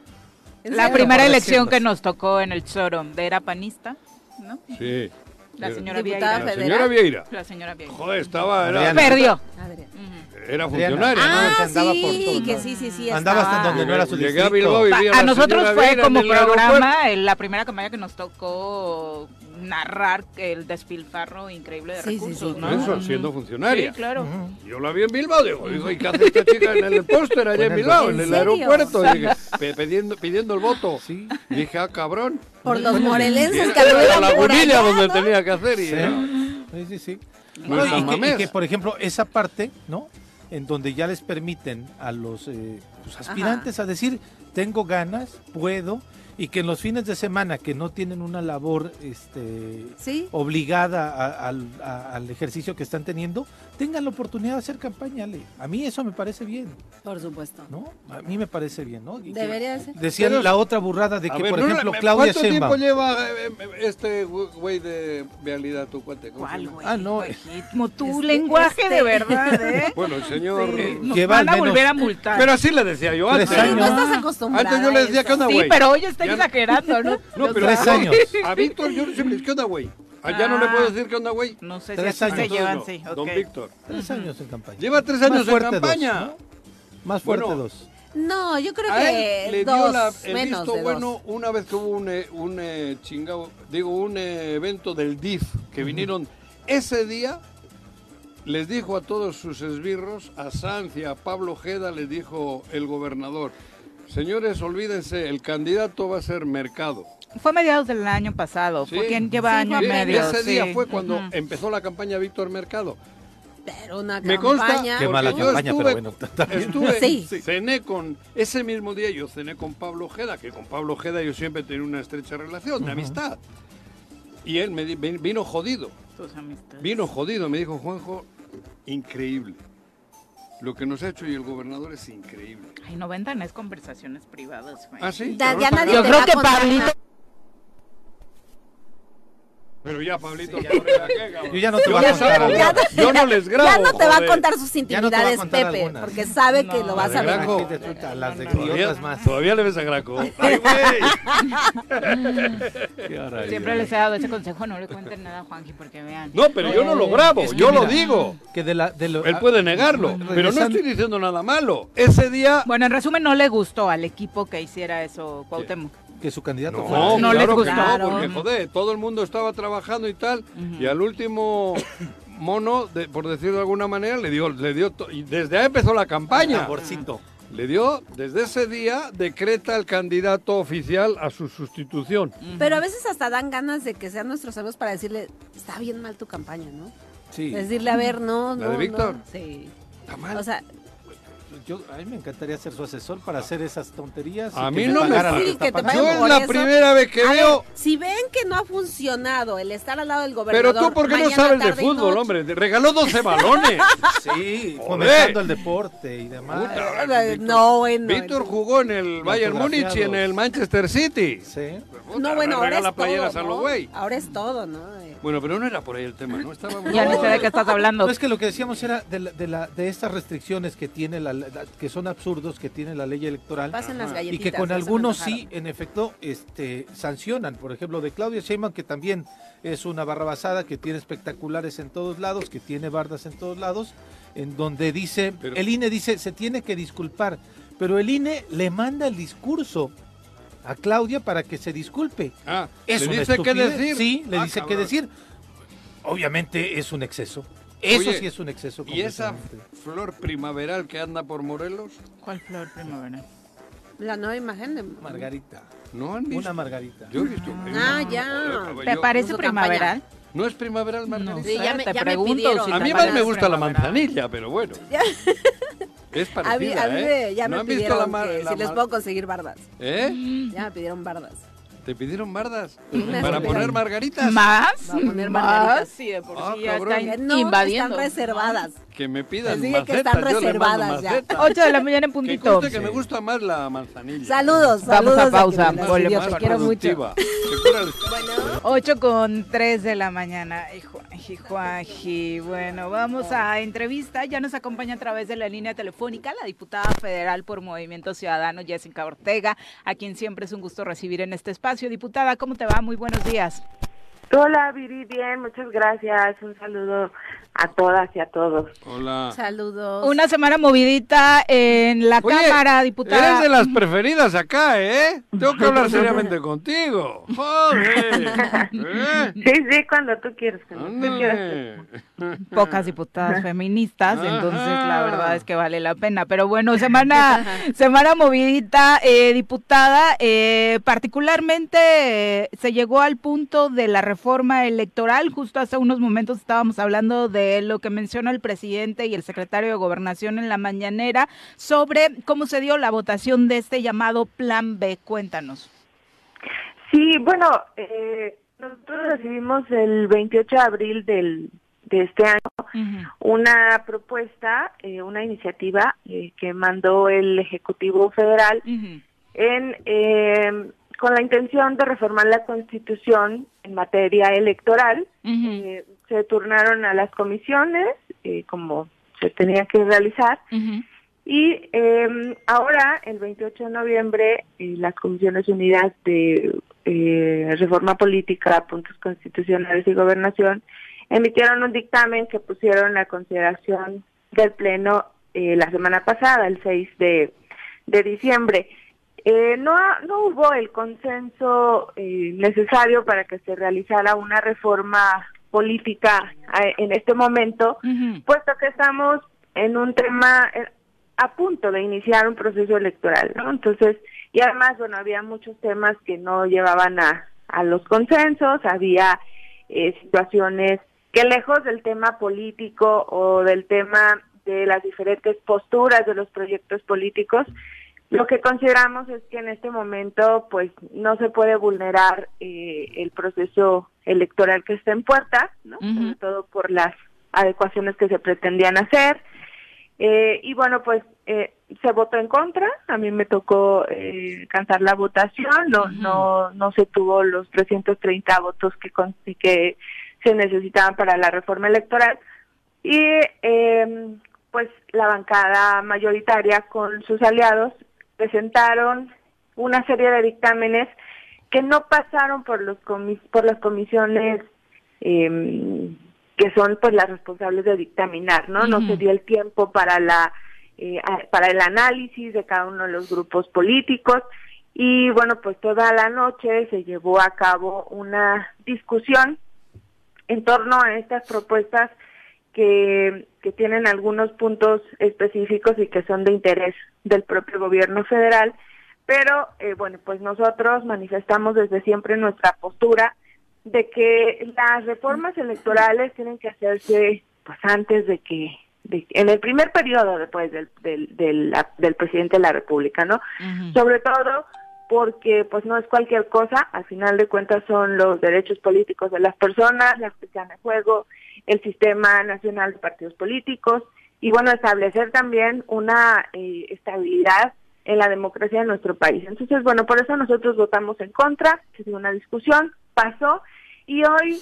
¿en La serio? primera Por elección decirnos. que nos tocó en el Choro era panista, ¿no? Sí. La Era- señora Diputada La Vieira. señora Vieira. La señora Vieira. Joder, estaba. Era, Adriana. Perdió. Adrián. era Adriana. funcionaria. ¿no? Ah, Ah, que andaba por sí, todos que lados. sí, sí, sí. Andaba hasta estaba. donde no era su Llegué distrito. a Bilbao y vi a, Pa- a la nosotros señora fue Vieira como en el aeropuerto. programa eh, la primera campaña que nos tocó narrar el despilfarro increíble de Sí, sí, recursos, sí. ¿no? Eso, siendo funcionaria. Sí, claro. Yo la vi en Bilbao, digo, digo, ¿y qué hace esta chica en el póster allá en Bueno, Bilbao, en ¿en el serio? aeropuerto? Dije, pe- pidiendo, pidiendo el voto. Sí. Dije, ah, cabrón. Por los Y morelenses que era la anduvieron por lagunilla allá, donde ¿no? tenía que hacer y Sí, era- sí, sí, sí. No No, es y, tan que- y mamés. que, por ejemplo, esa parte, ¿no? En donde ya les permiten a los eh, pues, aspirantes a decir, tengo ganas, puedo, y que en los fines de semana que no tienen una labor este, Sí. obligada a- al, a- al ejercicio que están teniendo, tengan la oportunidad de hacer campaña, Ale. A mí eso me parece bien, Por supuesto. ¿no? A mí me parece bien, ¿no? Y que- Debería de ser. Decían Pero- la otra burrada de A que, ver, por no, ejemplo, me- Claudia ¿Cuánto tiempo Sheinbaum... lleva eh, eh, este güey de vialidad, tu cuate? ¿Cómo se ¿Cuál, llama? güey? Ah, no. Como tu Este, lenguaje de este. verdad, ¿eh? Bueno, el señor... Sí. Nos Lleva al van a menos- volver a multar. Pero así le decía yo antes. Ah. Tres Pero no años. estás acostumbrado. Antes yo le decía, ¿qué onda, sí, güey? pero hoy está Ya- exagerando, ¿no? No, pero Tres no, años. A Víctor yo le siempre, ¿qué onda, güey? Allá no le Ah. puedo decir qué onda, güey. No sé Tres si así años. se Entonces, llevan, no. sí. Don ok. Víctor. Tres años en campaña. Lleva tres Más años en fuerte dos, campaña. ¿no? Más fuerte Bueno, dos. No, yo creo A que él le dio dos, la, el menos visto de bueno dos. una vez que hubo un, eh, un eh, chingado, digo, un eh, evento del DIF que vinieron ese día. Les dijo a todos sus esbirros, a Sancia, a Pablo Ojeda, les dijo el gobernador, señores, olvídense, el candidato va a ser Mercado. Fue a mediados del año pasado. Sí. Fue quien lleva Sí, año fue y a medio. mediados, ese día sí. fue cuando eh, Ujú. empezó la campaña Víctor Mercado. Pero una Me consta campaña. Qué mala porque yo campaña, estuve- pero bueno, también. Estuve, Sí. sí, cené con, ese mismo día yo cené con Pablo Ojeda, que con Pablo Ojeda yo siempre tenía una estrecha relación de amistad. Y él me di- vin- vino jodido, Tus amistades. vino jodido, me dijo, Juanjo, increíble. Lo que nos ha hecho y el gobernador es increíble. Ay, no vendan, es conversaciones privadas, güey. ¿Ah, sí? Da- Pero ya no está nadie Yo grabado. creo te va a que contar Pablito- nada. Pero ya, Pablito, Sí, ya. Cabrera, ¿qué, cabrón? Yo ya no te Yo voy a les contar hago- algo. Ya- Yo no les grabo. Ya no te va a joder. contar sus Ya no te va a intimidades, contar Pepe, algunas. porque sabe que lo No. vas La a de ver. Graco. Te truta, las de Todavía, griotas más. todavía le ves a Graco. ¡Ay, güey! Qué barbaridad. Siempre les he dado ese consejo, no le cuenten nada a Juanji porque vean. No, pero yo no lo grabo, Eh, Es que yo lo mira, digo. Que de la, de lo- Él ah, puede negarlo, regresando- pero no estoy diciendo nada malo. Ese día... Bueno, en resumen, no le gustó al equipo que hiciera eso Cuauhtémoc. Que su candidato No, fuera- No claro les que no, gustaron. porque joder, todo el mundo estaba trabajando y tal, y al último mono, de- por decirlo de alguna manera, le dio, le dio, to- y desde ahí empezó la campaña. Tamborcito. Le dio, desde ese día, decreta el candidato oficial a su sustitución. Pero a veces hasta dan ganas de que sean nuestros amigos para decirle, está bien mal tu campaña, ¿no? Sí. Decirle, a ver, no, ¿La no, de Víctor? no. Sí. Está mal. O sea, Yo, a mí me encantaría ser su asesor para hacer esas tonterías. y A que mí me no me pagaran lo pasa. que Sí, está que te pagando. Yo paguen es por la eso. primera vez que a ver, veo... si ven que no ha funcionado el estar al lado del Pero gobernador. tú, ¿por qué no mañana, sabes de tarde y fútbol, noche? hombre? Te Regaló 12 balones. Sí, Joder. fomentando el deporte y demás. Ah, No, bueno. Víctor jugó en el Bayern Múnich y en el Manchester City. Sí. No, bueno, ahora Regala es playeras todo, a ¿no? los güey. Ahora es todo, ¿no? Eh, Bueno, pero no era por ahí el tema, ¿no? Estaba... Ya no sé de qué estás hablando. No, es que lo que decíamos era de, la- de, la- de estas restricciones que tiene la, la- que son absurdos que tiene la ley electoral Pasen las y galletitas. que con ya se me algunos sí, antojaron. en efecto, este, sancionan. Por ejemplo, de Claudia Sheinbaum, que también es una barrabasada, que tiene espectaculares en todos lados, que tiene bardas en todos lados, en donde dice, Pero- el INE dice, se tiene que disculpar, pero el INE le manda el discurso a Claudia para que se disculpe. Ah, Es le una dice qué estupidez. decir. Sí, le Ah, dice qué cabrón. decir. Obviamente es un exceso. Eso Oye, sí es un exceso. ¿Y esa completamente. flor primaveral que anda por Morelos? ¿Cuál flor primavera? La nueva imagen de Margarita. ¿No han visto? Una margarita. Yo he visto. Ah, Yo- ya. Yo- ¿Te parece Hizo primaveral? ¿No es primaveral, Margarita? Sí, ya me- te ya me pregunto pidieron. si A te mí Tampoco más parece me gusta la primaveral. manzanilla, pero bueno. Es A mí, parecida, a mí ¿eh? me- ya ¿No me han visto la pidieron mar- que la si les mar- puedo conseguir bardas. ¿Eh? Mm. Ya me pidieron bardas. ¿Te pidieron mardas? Unas ¿Para estupidez. poner margaritas? ¿Más? Va a poner ¿Más? margaritas. Sí, de por Ah, sí ya cabrón. Que están No, invadiendo. están reservadas. Que me pidan Les dije macetas. que están yo le mando reservadas ya. macetas. 8 de la mañana en Que puntito. conste que me gusta más la manzanilla. Saludos, saludos. Vamos a pausa, Aquiles, volvemos yo Más Te quiero mucho. productiva. Seguro el- 8 con 3 de la mañana. Ay, Juanji, Juanji. Bueno, vamos a entrevista. Ya nos acompaña a través de la línea telefónica la diputada federal por Movimiento Ciudadano, Jessica Ortega, a quien siempre es un gusto recibir en este espacio. Diputada, ¿cómo te va? Muy buenos días. Hola, Viri, bien, muchas gracias. Un saludo a todas y a todos. Hola. Saludos. Una semana movidita en la Oye, Cámara, diputada. Eres de las preferidas acá, ¿eh? Tengo que hablar seriamente contigo. Joder. ¿eh? Sí, sí, cuando tú quieras. Cuando tú quieras. Ándale. pocas diputadas feministas, entonces la Ajá. verdad es que vale la pena. Pero bueno, semana, semana movidita, eh, diputada, eh, particularmente eh, se llegó al punto de la reforma electoral, justo hace unos momentos estábamos hablando de lo que menciona el presidente y el secretario de Gobernación en la mañanera sobre cómo se dio la votación de este llamado Plan B. Cuéntanos. Sí, bueno, eh, nosotros recibimos el 28 de abril del, de este año una propuesta, eh, una iniciativa eh, que mandó el Ejecutivo Federal Ujú. en, eh, con la intención de reformar la Constitución en materia electoral. Ujú. Eh, se turnaron a las comisiones, eh, como se tenía que realizar, Ujú. Y eh, ahora, el 28 de noviembre, eh, las Comisiones Unidas de eh, Reforma Política, Puntos Constitucionales y Gobernación emitieron un dictamen que pusieron a consideración del Pleno eh, la semana pasada, el 6 de, de diciembre. Eh, no, ha- no hubo el consenso eh, necesario para que se realizara una reforma política eh, en este momento, Ujú. puesto que estamos en un tema eh, a punto de iniciar un proceso electoral, ¿no? Entonces, y además, bueno, había muchos temas que no llevaban a, a los consensos, había eh, situaciones que lejos del tema político o del tema de las diferentes posturas de los proyectos políticos, lo que consideramos es que en este momento, pues, no se puede vulnerar eh, el proceso electoral que está en puerta, ¿no? Ujú. Sobre todo por las adecuaciones que se pretendían hacer. Eh, y bueno, pues eh, se votó en contra, a mí me tocó eh, cantar la votación, no, no, no se tuvo los 330 votos que, con- que se necesitaban para la reforma electoral y eh, pues la bancada mayoritaria con sus aliados presentaron una serie de dictámenes que no pasaron por los comis por las comisiones eh, que son pues las responsables de dictaminar, ¿no? No se dio el tiempo para la eh, a- para el análisis de cada uno de los grupos políticos y bueno pues toda la noche se llevó a cabo una discusión en torno a estas propuestas que, que tienen algunos puntos específicos y que son de interés del propio gobierno federal, pero eh, bueno, pues nosotros manifestamos desde siempre nuestra postura de que las reformas electorales tienen que hacerse pues antes de que de- en el primer periodo después del, del, del, la- del presidente de la República, ¿no? Sobre todo porque pues no es cualquier cosa, al final de cuentas son los derechos políticos de las personas, las que están en juego, el sistema nacional de partidos políticos y bueno, establecer también una eh, estabilidad en la democracia de nuestro país. Entonces, bueno, por eso nosotros votamos en contra, se dio una discusión, pasó y hoy,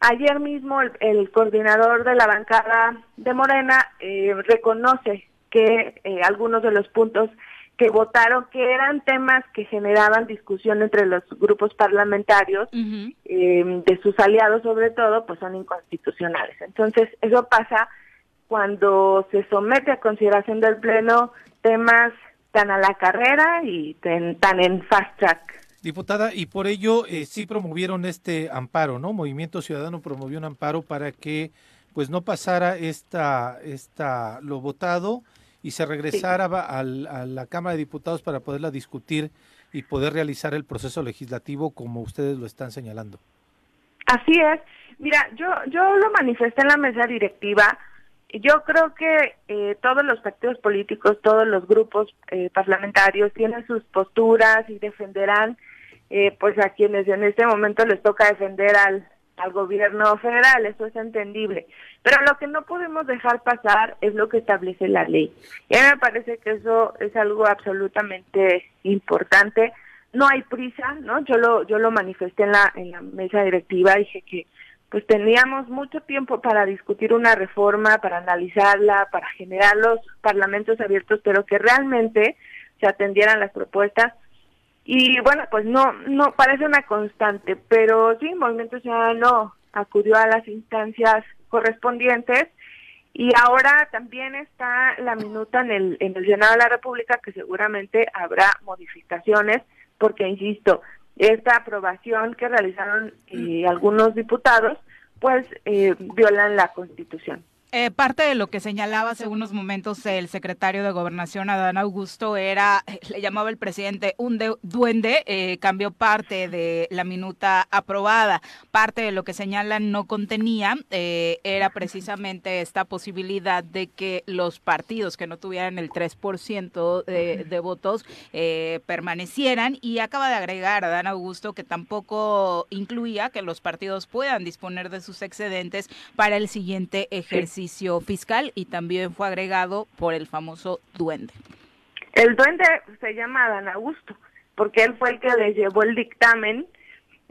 ayer mismo, el, el coordinador de la bancada de Morena eh, reconoce que eh, algunos de los puntos que votaron, que eran temas que generaban discusión entre los grupos parlamentarios, eh, de sus aliados sobre todo, pues son inconstitucionales. Entonces, eso pasa cuando se somete a consideración del Pleno temas tan a la carrera y ten- tan en fast track. Diputada, y por ello eh, sí promovieron este amparo, ¿no? Movimiento Ciudadano promovió un amparo para que pues no pasara esta, esta lo votado y se regresara va- al- a la Cámara de Diputados para poderla discutir y poder realizar el proceso legislativo como ustedes lo están señalando. Así es. Mira, yo, yo lo manifesté en la mesa directiva. Yo creo que eh, todos los partidos políticos, todos los grupos eh, parlamentarios tienen sus posturas y defenderán eh, pues a quienes en este momento les toca defender al, al gobierno federal, eso es entendible. Pero lo que no podemos dejar pasar es lo que establece la ley. Y a mí me parece que eso es algo absolutamente importante. No hay prisa, ¿no? Yo lo, yo lo manifesté en la, en la mesa directiva, dije que pues teníamos mucho tiempo para discutir una reforma, para analizarla, para generar los parlamentos abiertos, pero que realmente se atendieran las propuestas y bueno, pues no, no parece una constante, pero sí, Movimiento Ciudadano acudió a las instancias correspondientes y ahora también está la minuta en el, en el Senado de la República que seguramente habrá modificaciones, porque insisto, esta aprobación que realizaron eh, algunos diputados, pues eh, violan la Constitución. Eh, parte de lo que señalaba hace unos momentos el secretario de Gobernación, Adán Augusto, era, eh, le llamaba el presidente un de- duende, eh, cambió parte de la minuta aprobada. Parte de lo que señalan no contenía, eh, era precisamente esta posibilidad de que los partidos que no tuvieran el 3% de, de votos eh, permanecieran. Y acaba de agregar Adán Augusto que tampoco incluía que los partidos puedan disponer de sus excedentes para el siguiente ejercicio fiscal y también fue agregado por el famoso duende. El duende se llama Dan Augusto, porque él fue el que le llevó el dictamen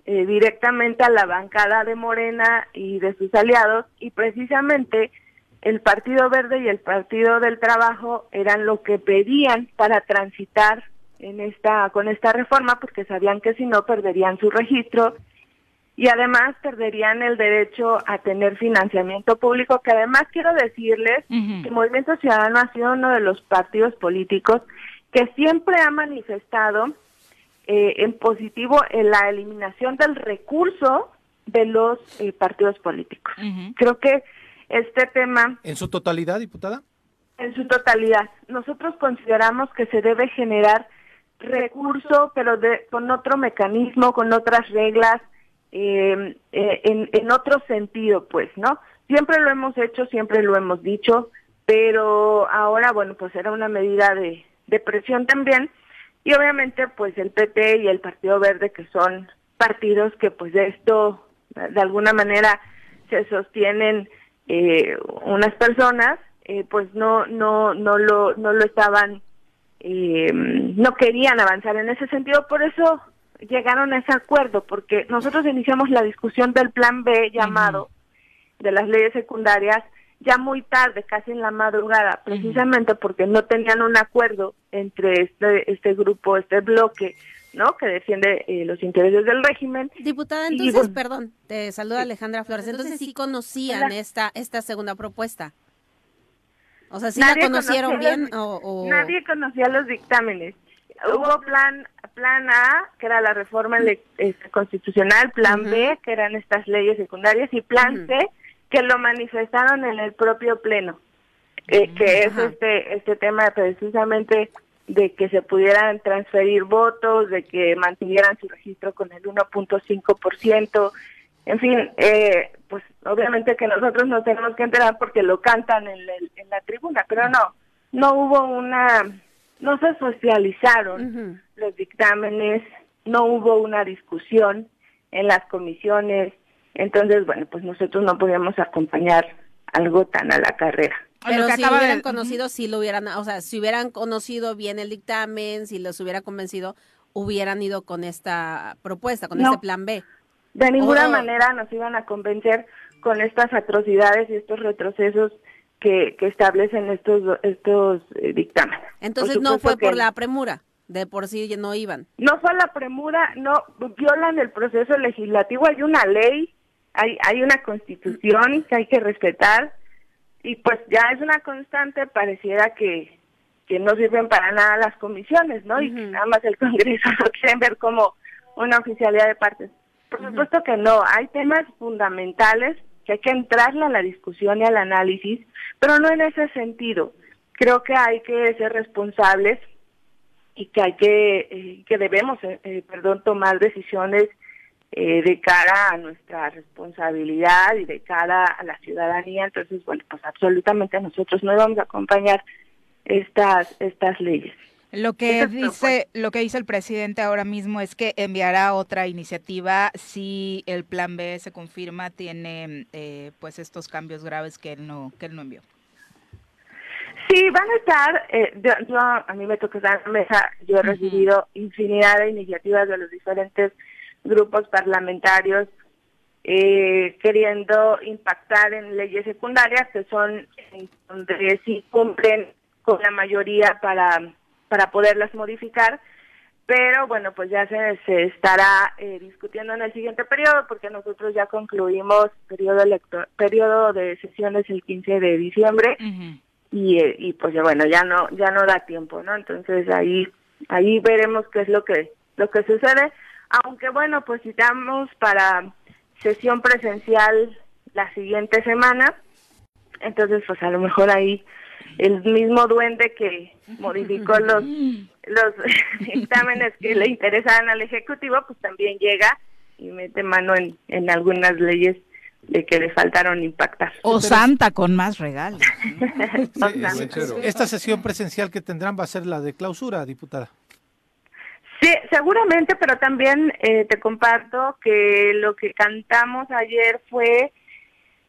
eh, directamente a la bancada de Morena y de sus aliados, y precisamente el Partido Verde y el Partido del Trabajo eran lo que pedían para transitar en esta con esta reforma, porque sabían que si no perderían su registro y además perderían el derecho a tener financiamiento público, que además quiero decirles que Movimiento Ciudadano ha sido uno de los partidos políticos que siempre ha manifestado eh, en positivo en la eliminación del recurso de los eh, partidos políticos. Creo que este tema ¿En su totalidad, diputada? en su totalidad. Nosotros consideramos que se debe generar recurso, pero de- con otro mecanismo, con otras reglas, eh, eh, en, en otro sentido, pues, ¿no? Siempre lo hemos hecho, siempre lo hemos dicho, pero ahora, bueno, pues era una medida de, de presión también. Y obviamente, pues el PT y el Partido Verde, que son partidos que, pues, de esto, de alguna manera, se sostienen eh, unas personas, eh, eh, pues no no no lo no lo estaban eh, no querían avanzar en ese sentido por eso llegaron a ese acuerdo porque nosotros iniciamos la discusión del plan B llamado de las leyes secundarias ya muy tarde casi en la madrugada precisamente porque no tenían un acuerdo entre este este grupo este bloque no que defiende eh, los intereses del régimen Diputada, Y entonces, bueno. perdón, te saluda Alejandra Flores. Entonces, sí conocían Hola. esta esta segunda propuesta. O sea, sí Nadie la conocieron conocía bien los- o, o- Nadie conocía los dictámenes. Hubo plan plan A, que era la reforma ele- este, constitucional, plan B, que eran estas leyes secundarias, y plan C, que lo manifestaron en el propio pleno, eh, Mm, que es este, este tema precisamente de que se pudieran transferir votos, de que mantuvieran su registro con el 1.5%, en fin, eh, pues obviamente que nosotros nos tenemos que enterar porque lo cantan en, el- en la tribuna, pero Mm. no, no hubo una, no se socializaron los dictámenes, no hubo una discusión en las comisiones, entonces, bueno, pues nosotros no podíamos acompañar algo tan a la carrera. Pero que si acaba de- hubieran conocido, si lo hubieran, o sea, si hubieran conocido bien el dictamen, si los hubiera convencido, hubieran ido con esta propuesta, con No. este plan B. De ninguna Oh. manera nos iban a convencer con estas atrocidades y estos retrocesos que, que establecen estos, do- estos eh, dictámenes. Por Entonces no supuesto fue por que- la premura, de por sí ya no iban. No fue la premura, no violan el proceso legislativo. Hay una ley, hay, hay una constitución que hay que respetar y pues ya es una constante. Pareciera que, que no sirven para nada las comisiones, ¿no? Y que nada más el Congreso lo quieren ver como una oficialidad de partes. Por supuesto que no. Hay temas fundamentales que hay que entrarle a la discusión y al análisis, pero no en ese sentido. Creo que hay que ser responsables y que hay que eh, que debemos eh, eh, perdón tomar decisiones eh, de cara a nuestra responsabilidad y de cara a la ciudadanía entonces bueno pues absolutamente nosotros no vamos a acompañar estas estas leyes Lo que Esas dice, lo que dice el presidente ahora mismo es que enviará otra iniciativa si el plan B se confirma, tiene eh, pues estos cambios graves que él no, que él no envió. Sí, van a estar, eh, yo, yo- a mí me toca estar en mesa, yo he recibido infinidad de iniciativas de los diferentes grupos parlamentarios eh, queriendo impactar en leyes secundarias que son en donde sí cumplen con la mayoría para, para poderlas modificar, pero bueno, pues ya se, se estará eh, discutiendo en el siguiente periodo porque nosotros ya concluimos periodo, electo- periodo de sesiones el 15 de diciembre y, eh, y pues ya, bueno ya no ya no da tiempo no entonces ahí ahí veremos qué es lo que lo que sucede aunque bueno pues citamos para sesión presencial la siguiente semana entonces pues a lo mejor ahí el mismo duende que modificó los los dictámenes que le interesaban al ejecutivo pues también llega y mete mano en, en algunas leyes de que le faltaron impactar O Santa con más regalos. O sea, eh, Esta sesión presencial que tendrán va a ser la de clausura, diputada. Sí, seguramente, pero también eh, te comparto que lo que cantamos ayer fue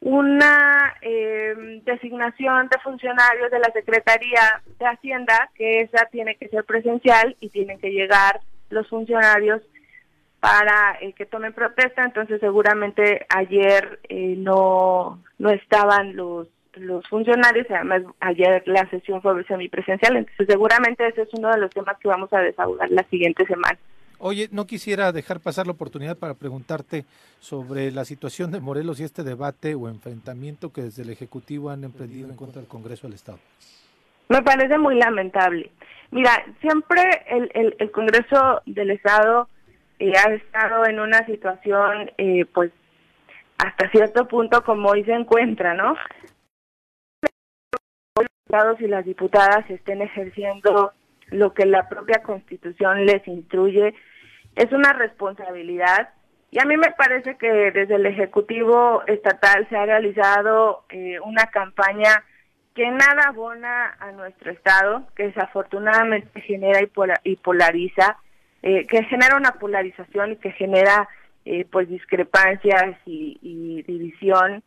una eh, designación de funcionarios de la Secretaría de Hacienda, que esa tiene que ser presencial y tienen que llegar los funcionarios para eh, que tomen protesta, entonces seguramente ayer eh, no no estaban los los funcionarios, y además ayer la sesión fue semipresencial, entonces seguramente ese es uno de los temas que vamos a desahogar la siguiente semana. Oye, no quisiera dejar pasar la oportunidad para preguntarte sobre la situación de Morelos y este debate o enfrentamiento que desde el Ejecutivo han emprendido en contra del Congreso del Estado. Me parece muy lamentable. Mira, siempre el, el, el Congreso del Estado eh, ha estado en una situación, eh, pues, hasta cierto punto como hoy se encuentra, ¿no? Los diputados y las diputadas estén ejerciendo lo que la propia Constitución les instruye es una responsabilidad y a mí me parece que desde el Ejecutivo Estatal se ha realizado eh, una campaña que nada abona a nuestro Estado, que desafortunadamente genera y, pola- y polariza, eh, que genera una polarización y que genera eh, pues discrepancias y, y división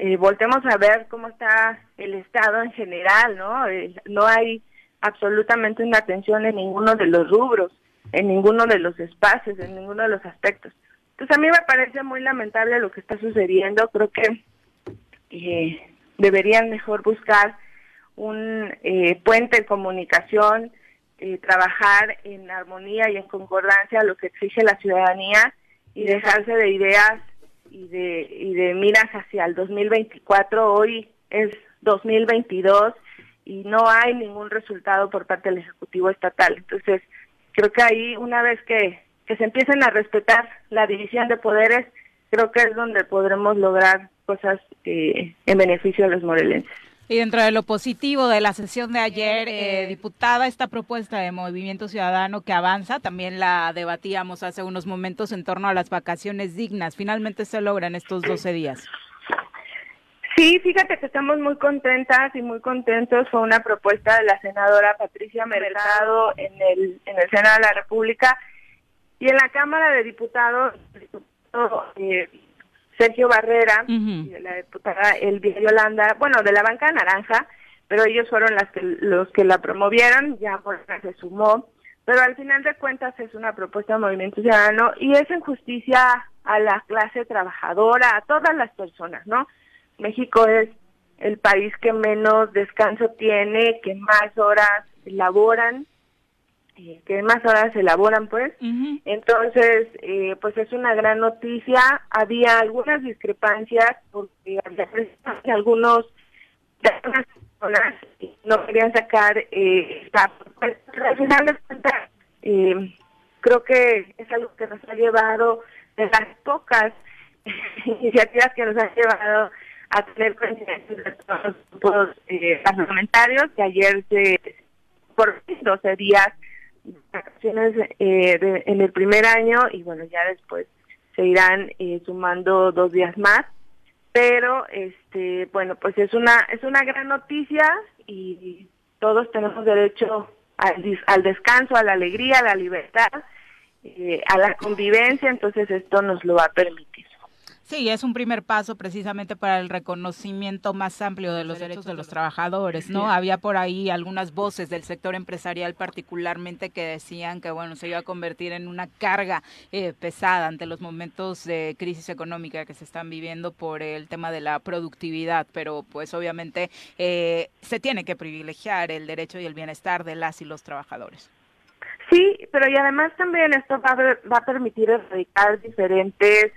eh, voltemos a ver cómo está el Estado en general, ¿no? Eh, no hay absolutamente una atención en ninguno de los rubros, en ninguno de los espacios, en ninguno de los aspectos. Entonces a mí me parece muy lamentable lo que está sucediendo. Creo que eh, deberían mejor buscar un eh, puente de comunicación, eh, trabajar en armonía y en concordancia a lo que exige la ciudadanía y dejarse de ideas y de, y de miras hacia el 2024. Hoy es 2022 y no hay ningún resultado por parte del Ejecutivo Estatal. Entonces, creo que ahí, una vez que, que se empiecen a respetar la división de poderes, creo que es donde podremos lograr cosas eh, en beneficio de los morelenses. Y dentro de lo positivo de la sesión de ayer, eh, diputada, esta propuesta de Movimiento Ciudadano que avanza, también la debatíamos hace unos momentos en torno a las vacaciones dignas. Finalmente se logran estos 12 días. Sí, fíjate que estamos muy contentas y muy contentos. Fue una propuesta de la senadora Patricia Mercado en el, en el Senado de la República y en la Cámara de Diputados, el diputado, eh, Sergio Barrera y de la diputada Elvia Yolanda, bueno, de la banca naranja, pero ellos fueron las que, los que la promovieron, ya Morena se sumó, pero al final de cuentas es una propuesta de Movimiento Ciudadano y es en justicia a la clase trabajadora, a todas las personas, ¿no? México es el país que menos descanso tiene, que más horas laboran, eh, que más horas se elaboran, pues. Entonces, eh, pues es una gran noticia. Había algunas discrepancias porque había algunos algunas personas que no querían sacar eh, esta propuesta. Pero Al final de cuentas, eh, creo que es algo que nos ha llevado de las pocas iniciativas que nos han llevado a tener coincidencias de todos los grupos eh, parlamentarios que ayer se por 12 días de vacaciones eh, de- en el primer año y bueno ya después se irán eh, sumando dos días más pero este bueno pues es una es una gran noticia y todos tenemos derecho al, dis- al descanso a la alegría a la libertad eh, a la convivencia entonces esto nos lo va a permitir Sí, es un primer paso precisamente para el reconocimiento más amplio de los derechos de los trabajadores, ¿no? Sí. Había por ahí algunas voces del sector empresarial particularmente que decían que, bueno, se iba a convertir en una carga eh, pesada ante los momentos de crisis económica que se están viviendo por el tema de la productividad, pero pues obviamente eh, se tiene que privilegiar el derecho y el bienestar de las y los trabajadores. Sí, pero y además también esto va a, ver- va a permitir erradicar diferentes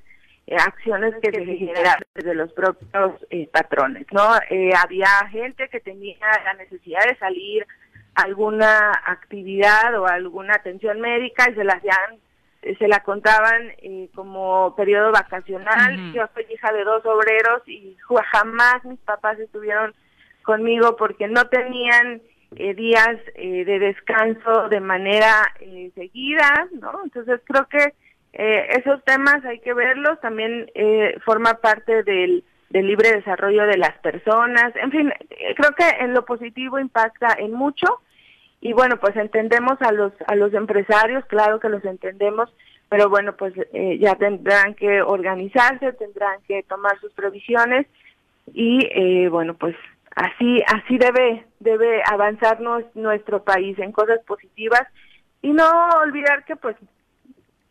eh, acciones que se generan desde los propios eh, patrones, ¿no? Eh, había gente que tenía la necesidad de salir a alguna actividad o alguna atención médica y se las hacían, eh, se la contaban eh, como periodo vacacional. Ujú. Yo soy hija de dos obreros y ju- jamás mis papás estuvieron conmigo porque no tenían eh, días eh, de descanso de manera eh, seguida, ¿no? Entonces creo que eh, esos temas hay que verlos, también eh, forma parte del, del libre desarrollo de las personas, en fin, eh, creo que en lo positivo impacta en mucho y bueno, pues entendemos a los, a los empresarios, claro que los entendemos, pero bueno, pues eh, ya tendrán que organizarse, tendrán que tomar sus previsiones y eh, bueno pues así así debe debe avanzarnos nuestro país en cosas positivas y no olvidar que pues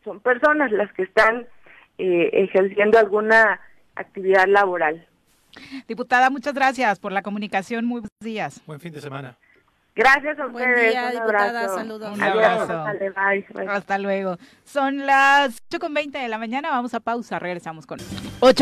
son personas las que están eh, ejerciendo alguna actividad laboral Diputada, muchas gracias por la comunicación. Muy buenos días. Buen fin de semana. gracias a Buen ustedes día, un diputada, abrazo. saludos. Un Adiós, abrazo. ándale, bye, bye. Hasta luego. Son las 8.20 de la mañana. Vamos a pausa. Regresamos con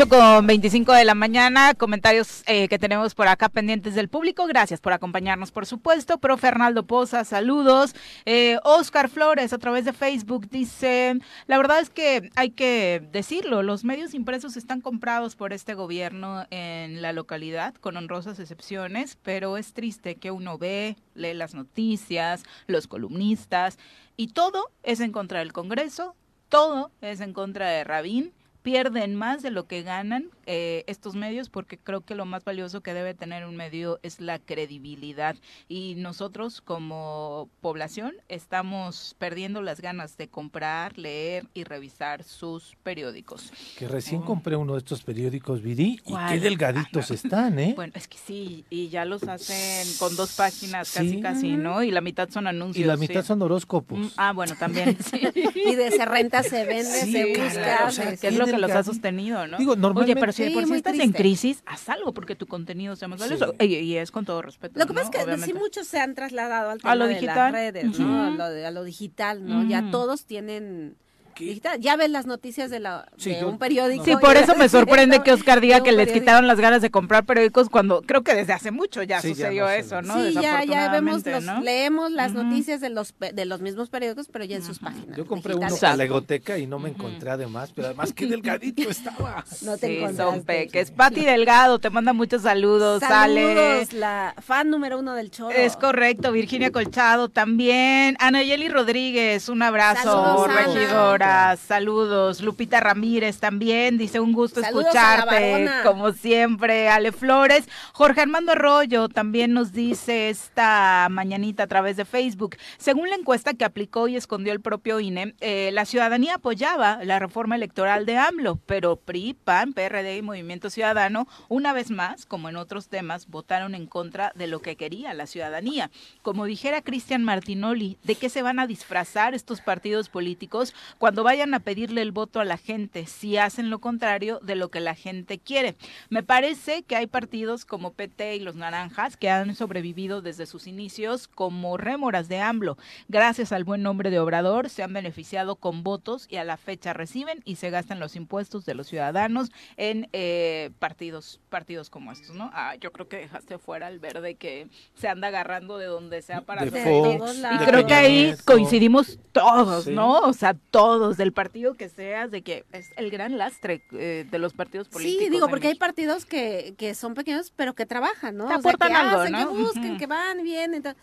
8.25 de la mañana. Comentarios eh, que tenemos por acá pendientes del público. Gracias por acompañarnos, por supuesto. Pro Fernando Poza, saludos. Eh, Oscar Flores, a través de Facebook, dice, la verdad es que hay que decirlo, los medios impresos están comprados por este gobierno en la localidad, con honrosas excepciones, pero es triste que uno ve, lee las noticias, los columnistas, y todo es en contra del Congreso, todo es en contra de Rabín, pierden más de lo que ganan eh, estos medios porque creo que lo más valioso que debe tener un medio es la credibilidad y nosotros como población estamos perdiendo las ganas de comprar, leer y revisar sus periódicos. Que Oh. recién compré uno de estos periódicos, Viri, y ¿Cuál? qué delgaditos están, ¿eh? Bueno, es que sí, y ya los hacen con dos páginas casi Sí. casi, ¿no? Y la mitad son anuncios. y la sí. mitad son horóscopos. Mm, Ah, bueno, también, sí. Y de se renta, se vende, Sí, se claro, busca. o sea, se- que es lo que los ha delgadito. sostenido, ¿no? Digo, normalmente- Oye, pero si de Sí, por si muy estás en triste. crisis, haz algo porque tu contenido sea más valioso. Y, y es con todo respeto. Lo que ¿no? pasa es que sí Obviamente. muchos se han trasladado al A tema lo de digital. las redes, ¿no? A Ujú. Mm. lo, de- a lo digital, ¿no? Ya Ujú. todos tienen digital. Ya ves las noticias de, la, Sí, de yo- un periódico. Sí, y por ves eso me así sorprende de- que Oscar diga de un que les periódico. quitaron las ganas de comprar periódicos cuando creo que desde hace mucho ya Sí, ya sucedió no se eso, ve. ¿no? Sí, ya, ya vemos, Desafortunadamente, los, ¿no? leemos las Ujú. noticias de los, pe- de los mismos periódicos, pero ya en sus páginas. Yo compré uno digitales. para la egoteca y no me encontré además, pero además qué delgadito estaba. No te sí, encontraste. son peques. Pati Delgado te manda muchos saludos, Ale. Saludos, la fan número uno del choro. Es correcto, Virginia Colchado también. Anayeli Rodríguez, un abrazo, Saludos, Ana. regidora. Saludos. Lupita Ramírez también, dice un gusto Saludos a la escucharte, varona. como siempre. Ale Flores. Jorge Armando Arroyo también nos dice esta mañanita a través de Facebook. Según la encuesta que aplicó y escondió el propio INE, eh, la ciudadanía apoyaba la reforma electoral de AMLO, pero PRI, PAN, PRD y Movimiento Ciudadano, una vez más, como en otros temas, votaron en contra de lo que quería la ciudadanía. Como dijera Cristian Martinoli, ¿de qué se van a disfrazar estos partidos políticos cuando vayan a pedirle el voto a la gente si hacen lo contrario de lo que la gente quiere? Me parece que hay partidos como PT y los Naranjas que han sobrevivido desde sus inicios como rémoras de AMLO. Gracias al buen nombre de Obrador se han beneficiado con votos y a la fecha reciben y se gastan los impuestos de los ciudadanos en eh, partidos partidos como estos, ¿no? Ah, yo creo que dejaste fuera el verde que se anda agarrando de donde sea para De hacer- Fox, Y y de creo que Peña ahí Nieto. coincidimos todos, Sí. ¿no? O sea, todos, del partido que seas, de que es el gran lastre eh, de los partidos políticos. Sí, digo, en porque hay México. partidos que, que son pequeños, pero que trabajan, ¿no? Te O sea, que aportan algo, hacen, ¿no? Que busquen, Ujú. que van, vienen. tal.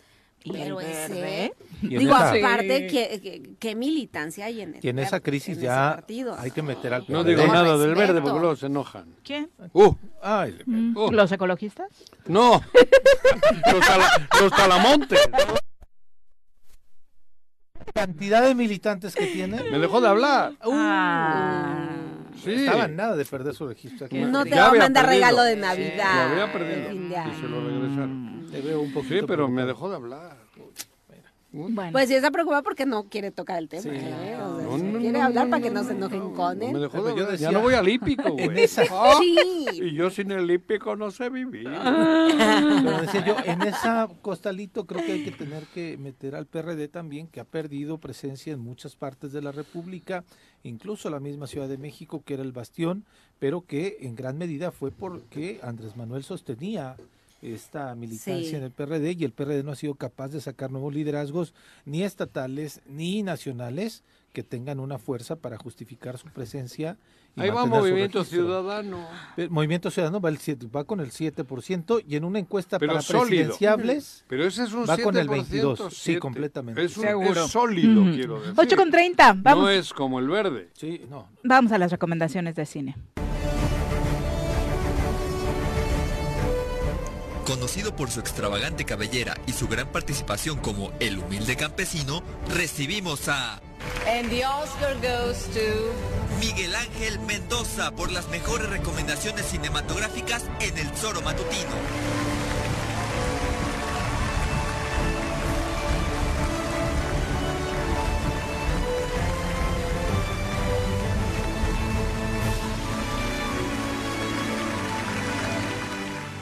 Y el Pero ese- verde, Y en Digo, esa- Sí. aparte, ¿qué, qué, qué militancia hay en, Y en esa crisis en ese ya partido? hay que meter al No PRD. digo Con nada del respeto. verde porque luego se enojan. ¿Quién? ¡Uh! Ay, le- Oh. ¿Los ecologistas? ¡No! los, tala- los talamontes. cantidad de militantes que tiene. Me dejó de hablar. Ah. Sí. Estaban nada de perder su registro. aquí. No te Ya va a había mandar perdido. regalo de Lo Navidad. había de perdido. fin de año. Y se lo regresaron. Te veo un poquito. Sí, pero me preocupado. dejó de hablar. Bueno, Pues sí, está preocupada porque no quiere tocar el tema. ¿eh? O sea, No, se no, quiere no, hablar no, para que no, no se enojen con Me dejó él. de Pero yo hablar. decía- Ya no voy al hípico, güey. esa- Ah, Sí. Y yo sin el hípico no sé vivir. Ah. Pero decía yo, en esa costalito creo que hay que tener que meter al PRD también, que ha perdido presencia en muchas partes de la República, incluso la misma Ciudad de México, que era el bastión, pero que en gran medida fue porque Andrés Manuel sostenía esta militancia Sí. en el PRD y el PRD no ha sido capaz de sacar nuevos liderazgos, ni estatales ni nacionales, que tengan una fuerza para justificar su presencia. y Ahí va mantener su Movimiento registro. Ciudadano. El Eh, Movimiento Ciudadano va, el siete- va con el 7% y en una encuesta Pero para sólido. presidenciables Pero ese es un Va 7%. con el 22, sí, siete. completamente. Es, un, Seguro. es sólido, Ujú. quiero decir. 8 con 30. Vamos, No es como el verde. Sí, no. vamos a las recomendaciones de cine. Conocido por su extravagante cabellera y su gran participación como el humilde campesino, recibimos a And the Oscar goes to... Miguel Ángel Mendoza por las mejores recomendaciones cinematográficas en el Zoro Matutino.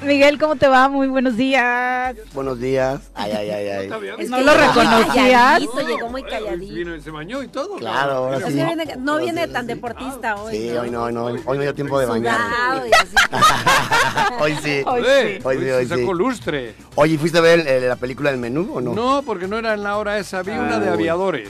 Miguel, ¿cómo te va? Muy buenos días. Buenos días. Ay, ay, ay, ay. Está bien. No lo reconocías. Calladito, llegó muy Eh, calladito. vino y se bañó y todo. Claro, ahora Es sí. que viene- no viene tan deportista hoy. Sí, ¿no? hoy no, hoy no, hoy no dio tiempo de bañar. Sudado y así. Hoy sí. Eh, Hoy sí, hoy se sacó sí. lustre. Oye, ¿fuiste a ver eh, la película del menú o no? No, porque no era en la hora esa. Vi Ah, una de Uy. aviadores.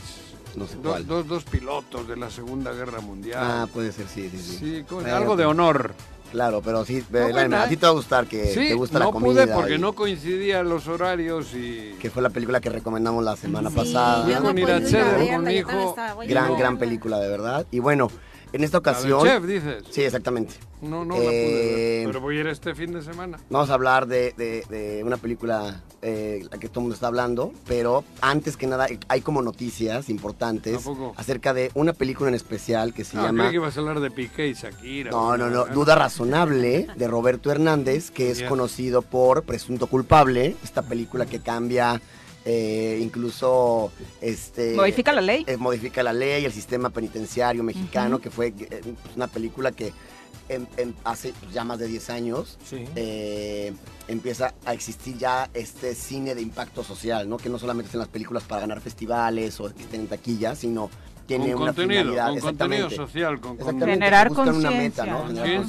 No sé Do- cuál. dos, dos pilotos de la Segunda Guerra Mundial. Ah, puede ser, sí, sí, sí. sí, con- Pero- pues algo de honor. Claro, pero sí, ve, la- buena, a ti te va a gustar que eh, sí, te gusta no la comida. pude porque y- no coincidían los horarios y... Que fue la película que recomendamos la semana Sí, pasada. yo no Con puedo ir a Iracheder, verla, con mi yo también hijo. estaba buena. Gran, No. gran película, de verdad. Y bueno, En esta La del ocasión. chef, dices. Sí, exactamente. No, no la pude Eh, ver, pero voy a ir este fin de semana. Vamos a hablar de, de- de una película, eh, la que todo el mundo está hablando, pero antes que nada hay como noticias importantes ¿A poco? acerca de una película en especial que se Ah, llama... creí que ibas a hablar de Piqué y Shakira. No, no, no, Duda Razonable de Roberto Hernández, que es Ya. conocido por Presunto Culpable, esta película que cambia... eh, incluso este Modifica la ley. eh, modifica la ley el sistema penitenciario mexicano que fue eh, una película que em- em- hace ya más de 10 años eh, empieza a existir ya este cine de impacto social, ¿no? Que no solamente son las películas para ganar festivales o que estén en taquilla, sino tiene Con una contenido, finalidad. con exactamente. contenido social, con- con- Exactamente, Generar buscan una conciencia. meta, ¿no? Generar Conciencia,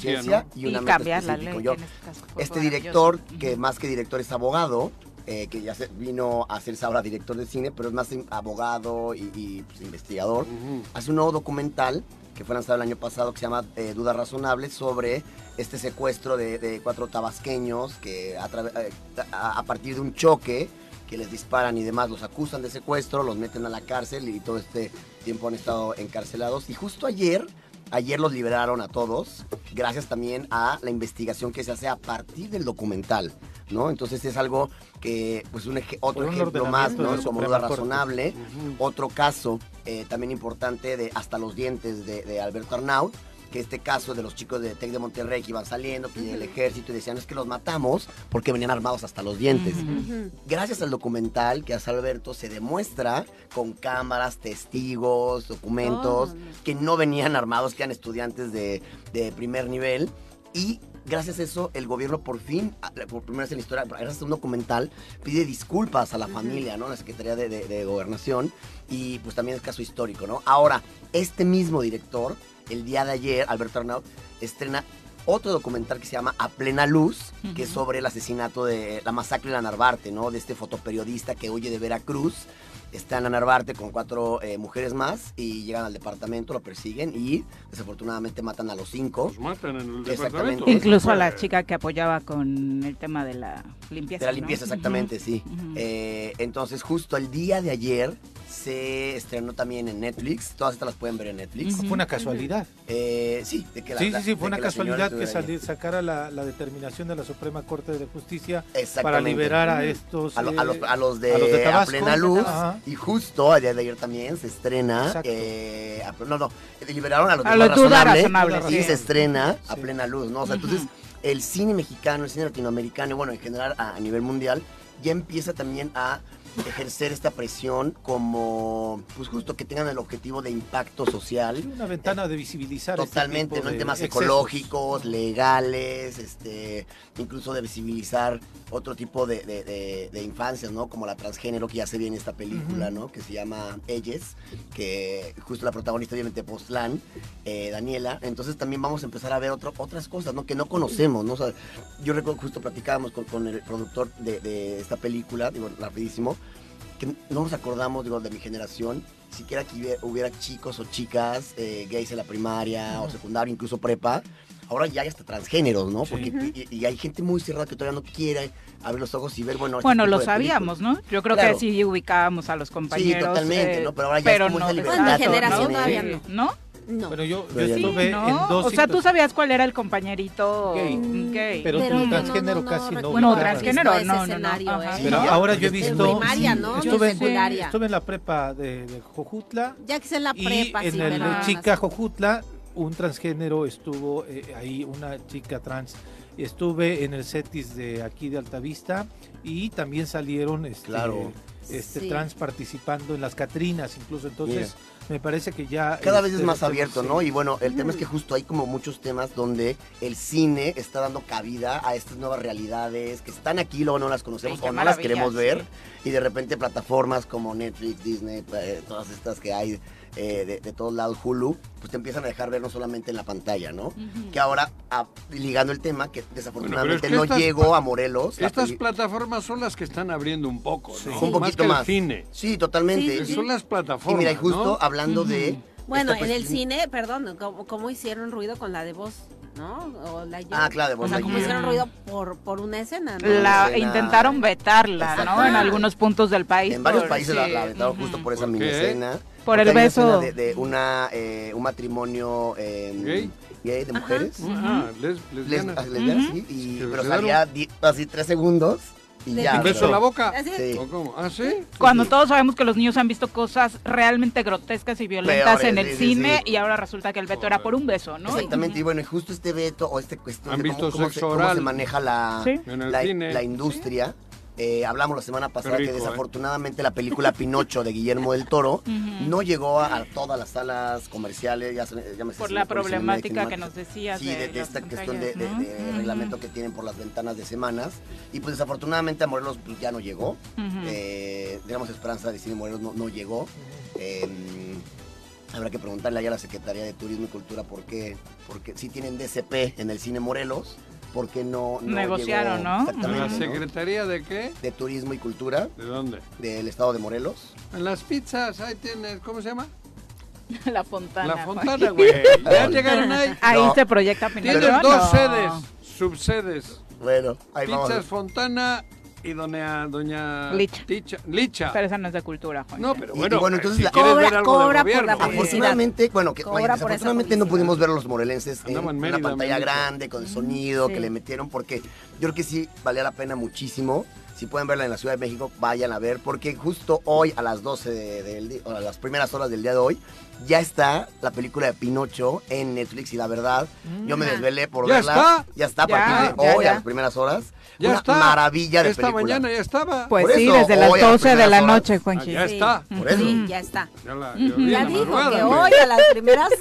conciencia ¿no? y una Y meta cambiar la específica. ley, Yo- que en este caso fue este maravilloso. director, que más que director es abogado, eh, que ya se- vino a hacerse ahora director de cine, pero es más in- abogado y, y, pues, investigador, hace un nuevo documental que fue lanzado el año pasado que se llama eh, Duda Razonable sobre este secuestro de, de cuatro tabasqueños que a, trave- eh, a- a partir de un choque que les disparan y demás, los acusan de secuestro, los meten a la cárcel y todo este tiempo han estado encarcelados. Y justo ayer, ayer los liberaron a todos, gracias también a la investigación que se hace a partir del documental, ¿no? Entonces es algo que, pues un eje- otro Por un ejemplo más, ordenamiento ¿no? de la Como Suprema duda Corte. razonable. Otro caso eh, también importante de Hasta los dientes de, de Alberto Arnaut, que este caso de los chicos de Tec de Monterrey que iban saliendo, que llega el ejército y decían es que los matamos porque venían armados hasta los dientes. Gracias al documental que hace Alberto se demuestra con cámaras, testigos, documentos, que no venían armados, que eran estudiantes de, de primer nivel. Y gracias a eso, el gobierno por fin, a- por primera vez en la historia, gracias a un documental, pide disculpas a la familia, ¿no? La Secretaría de, de- de Gobernación. Y pues también es caso histórico, ¿no? Ahora, este mismo director, el día de ayer, Alberto Arnaud, estrena otro documental que se llama A Plena Luz, que es sobre el asesinato de la masacre de la Narvarte, ¿no? De este fotoperiodista que huye de Veracruz está en la Narvarte con cuatro eh, mujeres más y llegan al departamento, lo persiguen y desafortunadamente matan a los cinco. Los matan en el Exactamente. Incluso a la chica que apoyaba con el tema de la De limpieza. la ¿no? limpieza, exactamente, sí. Eh, entonces, justo el día de ayer se estrenó también en Netflix. Todas estas las pueden ver en Netflix. Ah, fue una casualidad. Eh, sí, de que la- sí, la- sí, sí, de fue una que la señora casualidad que estuviera ahí. sali- sacara la, la determinación de la Suprema Corte de Justicia para Exactamente. Mm. liberar a estos... A, lo- eh, a los, a los de, A Tabasco. plena luz. Ajá. Y justo el día de ayer también se estrena. eh, a- no, no. Liberaron a los de A los Duda Duda Razonable Razonable, Y sí. se estrena a plena luz, ¿no? O sea, entonces el cine mexicano, el cine latinoamericano, y bueno, en general a, a nivel mundial, ya empieza también a ejercer esta presión como, pues justo que tengan el objetivo de impacto social. Una ventana de visibilizar este Totalmente, tipo ¿no? En de temas excesos. ecológicos, legales, este, incluso de visibilizar otro tipo de, de- de- de infancias, ¿no? Como la transgénero que ya se ve en esta película, ¿no? Que se llama Elles, que justo la protagonista obviamente Postlán, eh, Daniela. Entonces también vamos a empezar a ver otro- otras cosas, ¿no? Que no conocemos, ¿no? O sea, yo recuerdo que justo platicábamos con, con el productor de, de esta película, digo, rapidísimo, que no nos acordamos, digo, de mi generación, siquiera que hubiera, hubiera chicos o chicas eh, gays en la primaria o secundaria, incluso prepa. Ahora ya hay hasta transgéneros, ¿no? Porque, y, y hay gente muy cerrada que todavía no quiere abrir los ojos y ver, bueno... este Bueno, tipo lo de sabíamos, películas. ¿no? Yo creo Claro. que sí ubicábamos a los compañeros. eh, totalmente, ¿no? Pero ahora ya es como no esa de libertad, tanto, generación ¿no? todavía Sí. No. Bueno, yo, yo Pero ya estuve ¿No? en dos... o sea, tú situaciones- sabías cuál era el compañerito Gay. gay. Pero Pero tú, no, transgénero, no, no, casi no no Bueno, ubicabas. transgénero, Visto ese no, no, no. escenario, Ajá. ¿eh? Pero Ya, ahora yo he desde visto... primaria, ¿no? Estuve, en- Sí. Secundaria. estuve en la prepa de, de Jojutla. Ya que es en la Y prepa, en sí, el pero de nada más. Chica Jojutla, un transgénero estuvo eh, ahí, una chica trans. Estuve en el CETIS de aquí de Altavista y también salieron este, Claro. este, Sí. trans participando en las Catrinas, incluso. Entonces, me parece que ya. Cada vez este, es más lo abierto, tenemos, ¿no? sí. Mm. Y bueno, el tema es que justo hay como muchos temas donde el cine está dando cabida a estas nuevas realidades que están aquí, luego no las conocemos Sí, qué o no las maravilla, queremos sí. ver. Y de repente plataformas como Netflix, Disney, eh, todas estas que hay eh, de, de todos lados, Hulu, pues te empiezan a dejar ver no solamente en la pantalla, ¿no? Que ahora, a- ligando el tema, que desafortunadamente que no estas- llegó a Morelos. la Estas peli- plataformas son las que están abriendo un poco, ¿no? Un poquito más. Que más. El cine. Sí, totalmente. Son las plataformas. Y mira, y justo ¿no? hablando de... Bueno, esta en el cuestión- cine, perdón, ¿cómo, cómo hicieron ruido con la de voz? ¿No? O la Ah, claro, de Buzz O sea, ¿cómo Lightyear. hicieron ruido por, por una escena? ¿no? La escena- Ah, intentaron vetarla, ¿no? Exactamente. En algunos puntos del país. En varios por- países sí. la, la aventaron justo por esa mini escena. Por Porque el hay una escena beso. De, de una, eh, un matrimonio eh, ¿Gay? de mujeres. Ah, les- Les- lesbianas. ah, lesbianas, sí, y- Que pero se dan salía di- así tres segundos y ¿De ya. ¿Un beso en la boca? Sí. ¿O cómo? ¿Ah, sí? Cuando todos sabemos que los niños han visto cosas realmente grotescas y violentas Peores, en el sí, sí, cine sí. y ahora resulta que el veto era por un beso, ¿no? Exactamente, y bueno, y justo este veto o este cuestión ¿Han de visto cómo, cómo sexo se, cómo oral? se maneja la, Sí. En el la, cine. la industria. Eh, hablamos la semana pasada rico, que ¿eh? desafortunadamente la película Pinocho de Guillermo del Toro Ujú. no llegó a, a todas las salas comerciales, ya, se- ya me sé Por si la me pones el nombre de problemática que cinemática. nos decías. Sí, de, de las esta cuestión de, pantallas, ¿no? de- de Ujú. reglamento que tienen por las ventanas de semanas. Y pues desafortunadamente a Morelos pues, ya no llegó. Ujú. Eh, digamos, Esperanza de Cine Morelos no, no llegó. Eh, habrá que preguntarle allá a la Secretaría de Turismo y Cultura por qué, porque si tienen DCP en el Cine Morelos, ¿por qué no, no Negociaron, llegó ¿no? Exactamente, ¿La ¿no? secretaría de qué? De Turismo y Cultura. ¿De dónde? Del estado de Morelos. En las pizzas, ahí tienes, ¿cómo se llama? La fontana. La Juan. fontana, güey. Ya llegaron ahí. Ahí se proyecta Pinocho. Tienes dos no. sedes, subsedes. Bueno, ahí Pizzas vamos. Fontana y doña, doña Licha. Ticha- Licha. Pero esa no es de cultura, Juan. No, pero Y- bueno, y bueno, entonces si la- quieres Cobra- ver algo cobra del por la gobierno. Afortunadamente, bueno, que Cobra vaya, por esa desafortunadamente no pudimos ver a los morelenses en Andaba en una Mérida, pantalla me dijo. grande con el sonido sí. que le metieron, porque yo creo que sí valía la pena muchísimo. Si pueden verla en la Ciudad de México, vayan a ver, porque justo hoy, a las 12 de- del di- o a las primeras horas del día de hoy, ya está la película de Pinocho en Netflix. Y la verdad, yo me Ajá. desvelé por ¿Ya verla. está? Ya está a Ya, partir de ya, hoy, ya. a las primeras horas. Ya una está. maravilla de Esta película. mañana ya estaba. Pues Por sí, eso, desde las hoy a las 12 de la primeras horas. noche, Ah, Juanji. ya está. Por eso. Sí, ya está. Ya la, yo vi Ya en la dijo madrugada, que güey. hoy, a las primeras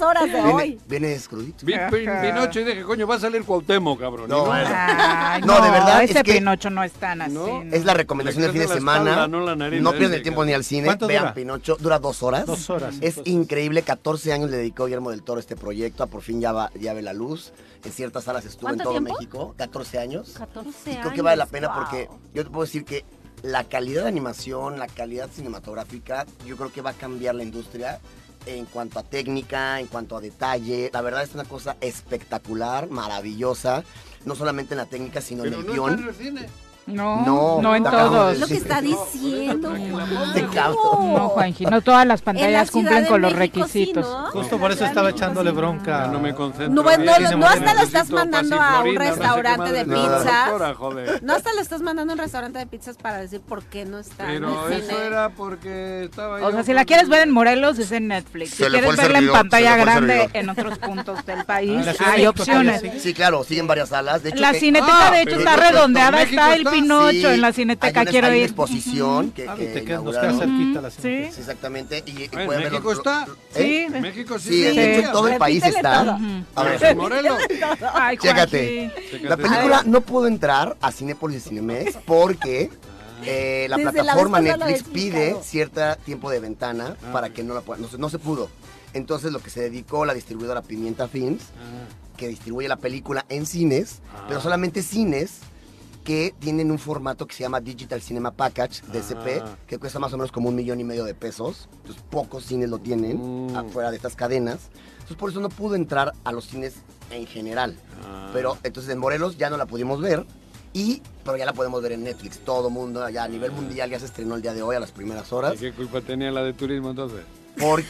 horas de Viene, hoy. viene escudito. Vi Pin- Pinocho y dije, coño, va a salir Cuauhtémoc, cabrón. No, Y bueno. Ay, No, de verdad, es Ese que- Pinocho no es tan así. No, ¿no? Es la recomendación Le del fin de crece la semana. espalda, no la nariz, la no pierden nariz, tiempo ni al cine. ¿Cuánto Vean dura? Pinocho. Dura dos horas. Dos horas. Es entonces. increíble. 14 años le dedicó Guillermo del Toro a este proyecto. A por fin ya, va- ya ve la luz. En ciertas salas estuvo en ¿Cuánto todo tiempo? México. 14 años. 14 y años. creo que vale la pena wow. porque yo te puedo decir que la calidad de animación, la calidad cinematográfica, yo creo que va a cambiar la industria en cuanto a técnica, en cuanto a detalle. La verdad es una cosa espectacular, maravillosa. No solamente en la técnica, sino Pero no en el está guión. en el cine. No, no, No, en te acabo de todos. Es lo que está diciendo, Te Juan. cago. No, Juanji, no todas las En la pantallas Ciudad cumplen de con los México sí, requisitos. ¿no? Justo por eso estaba echándole bronca. Ya no me concentro. No, bueno, bien. no, no hasta lo estás Necesito mandando pasiflorina, a un no sé qué restaurante madre de le da la pizzas. doctora, joder. No hasta lo estás mandando a un restaurante de pizzas para decir por qué no está. en Pero el eso cine. era porque estaba O yo sea, si con- la quieres ver en Morelos es en Netflix. Se si le fue quieres el verla en servidor, pantalla se le fue el grande servidor. en otros puntos del Ah, país, en la Ciudad de hay México todavía opciones. sigue. Sí, claro, siguen varias salas. De hecho, La que- cineteca, Ah, de hecho, pero está en redondeada, México está el está. Pinocho Sí, en la hay cineteca. una- Quiero hay una ir. exposición que, Ah, que te quedas, nos queda inauguraron. cerquita la Sí. cineteca. Sí, exactamente. Y, y Ah, ¿En pueden ver los- México está? Sí. ¿En México sí, Sí, se de Sí. hecho, veía? en todo el país Repítele está. Ujú. A ver, Pero en Morelos. Ay, Chécate. Juanji. la película no pudo entrar a Cinépolis y Cinemex porque eh, la Desde la vez plataforma pasada lo Netflix había pide explicado. cierto tiempo de ventana Ah, para ok. que no la puedan. No, se- no se pudo. Entonces, lo que se dedicó la distribuidora Pimienta Films, que distribuye la película en cines, Ah. pero solamente cines que tienen un formato que se llama Digital Cinema Package, DCP, Ah. que cuesta más o menos como un millón y medio de pesos. Entonces, pocos cines lo tienen Mm. afuera de estas cadenas. Entonces, por eso no pudo entrar a los cines en general. Ah. Pero entonces en Morelos ya no la pudimos ver. Y, pero ya la podemos ver en Netflix. Todo mundo, ya a Ah. nivel mundial, ya se estrenó el día de hoy a las primeras horas. ¿Y qué culpa tenía la de turismo entonces? Porque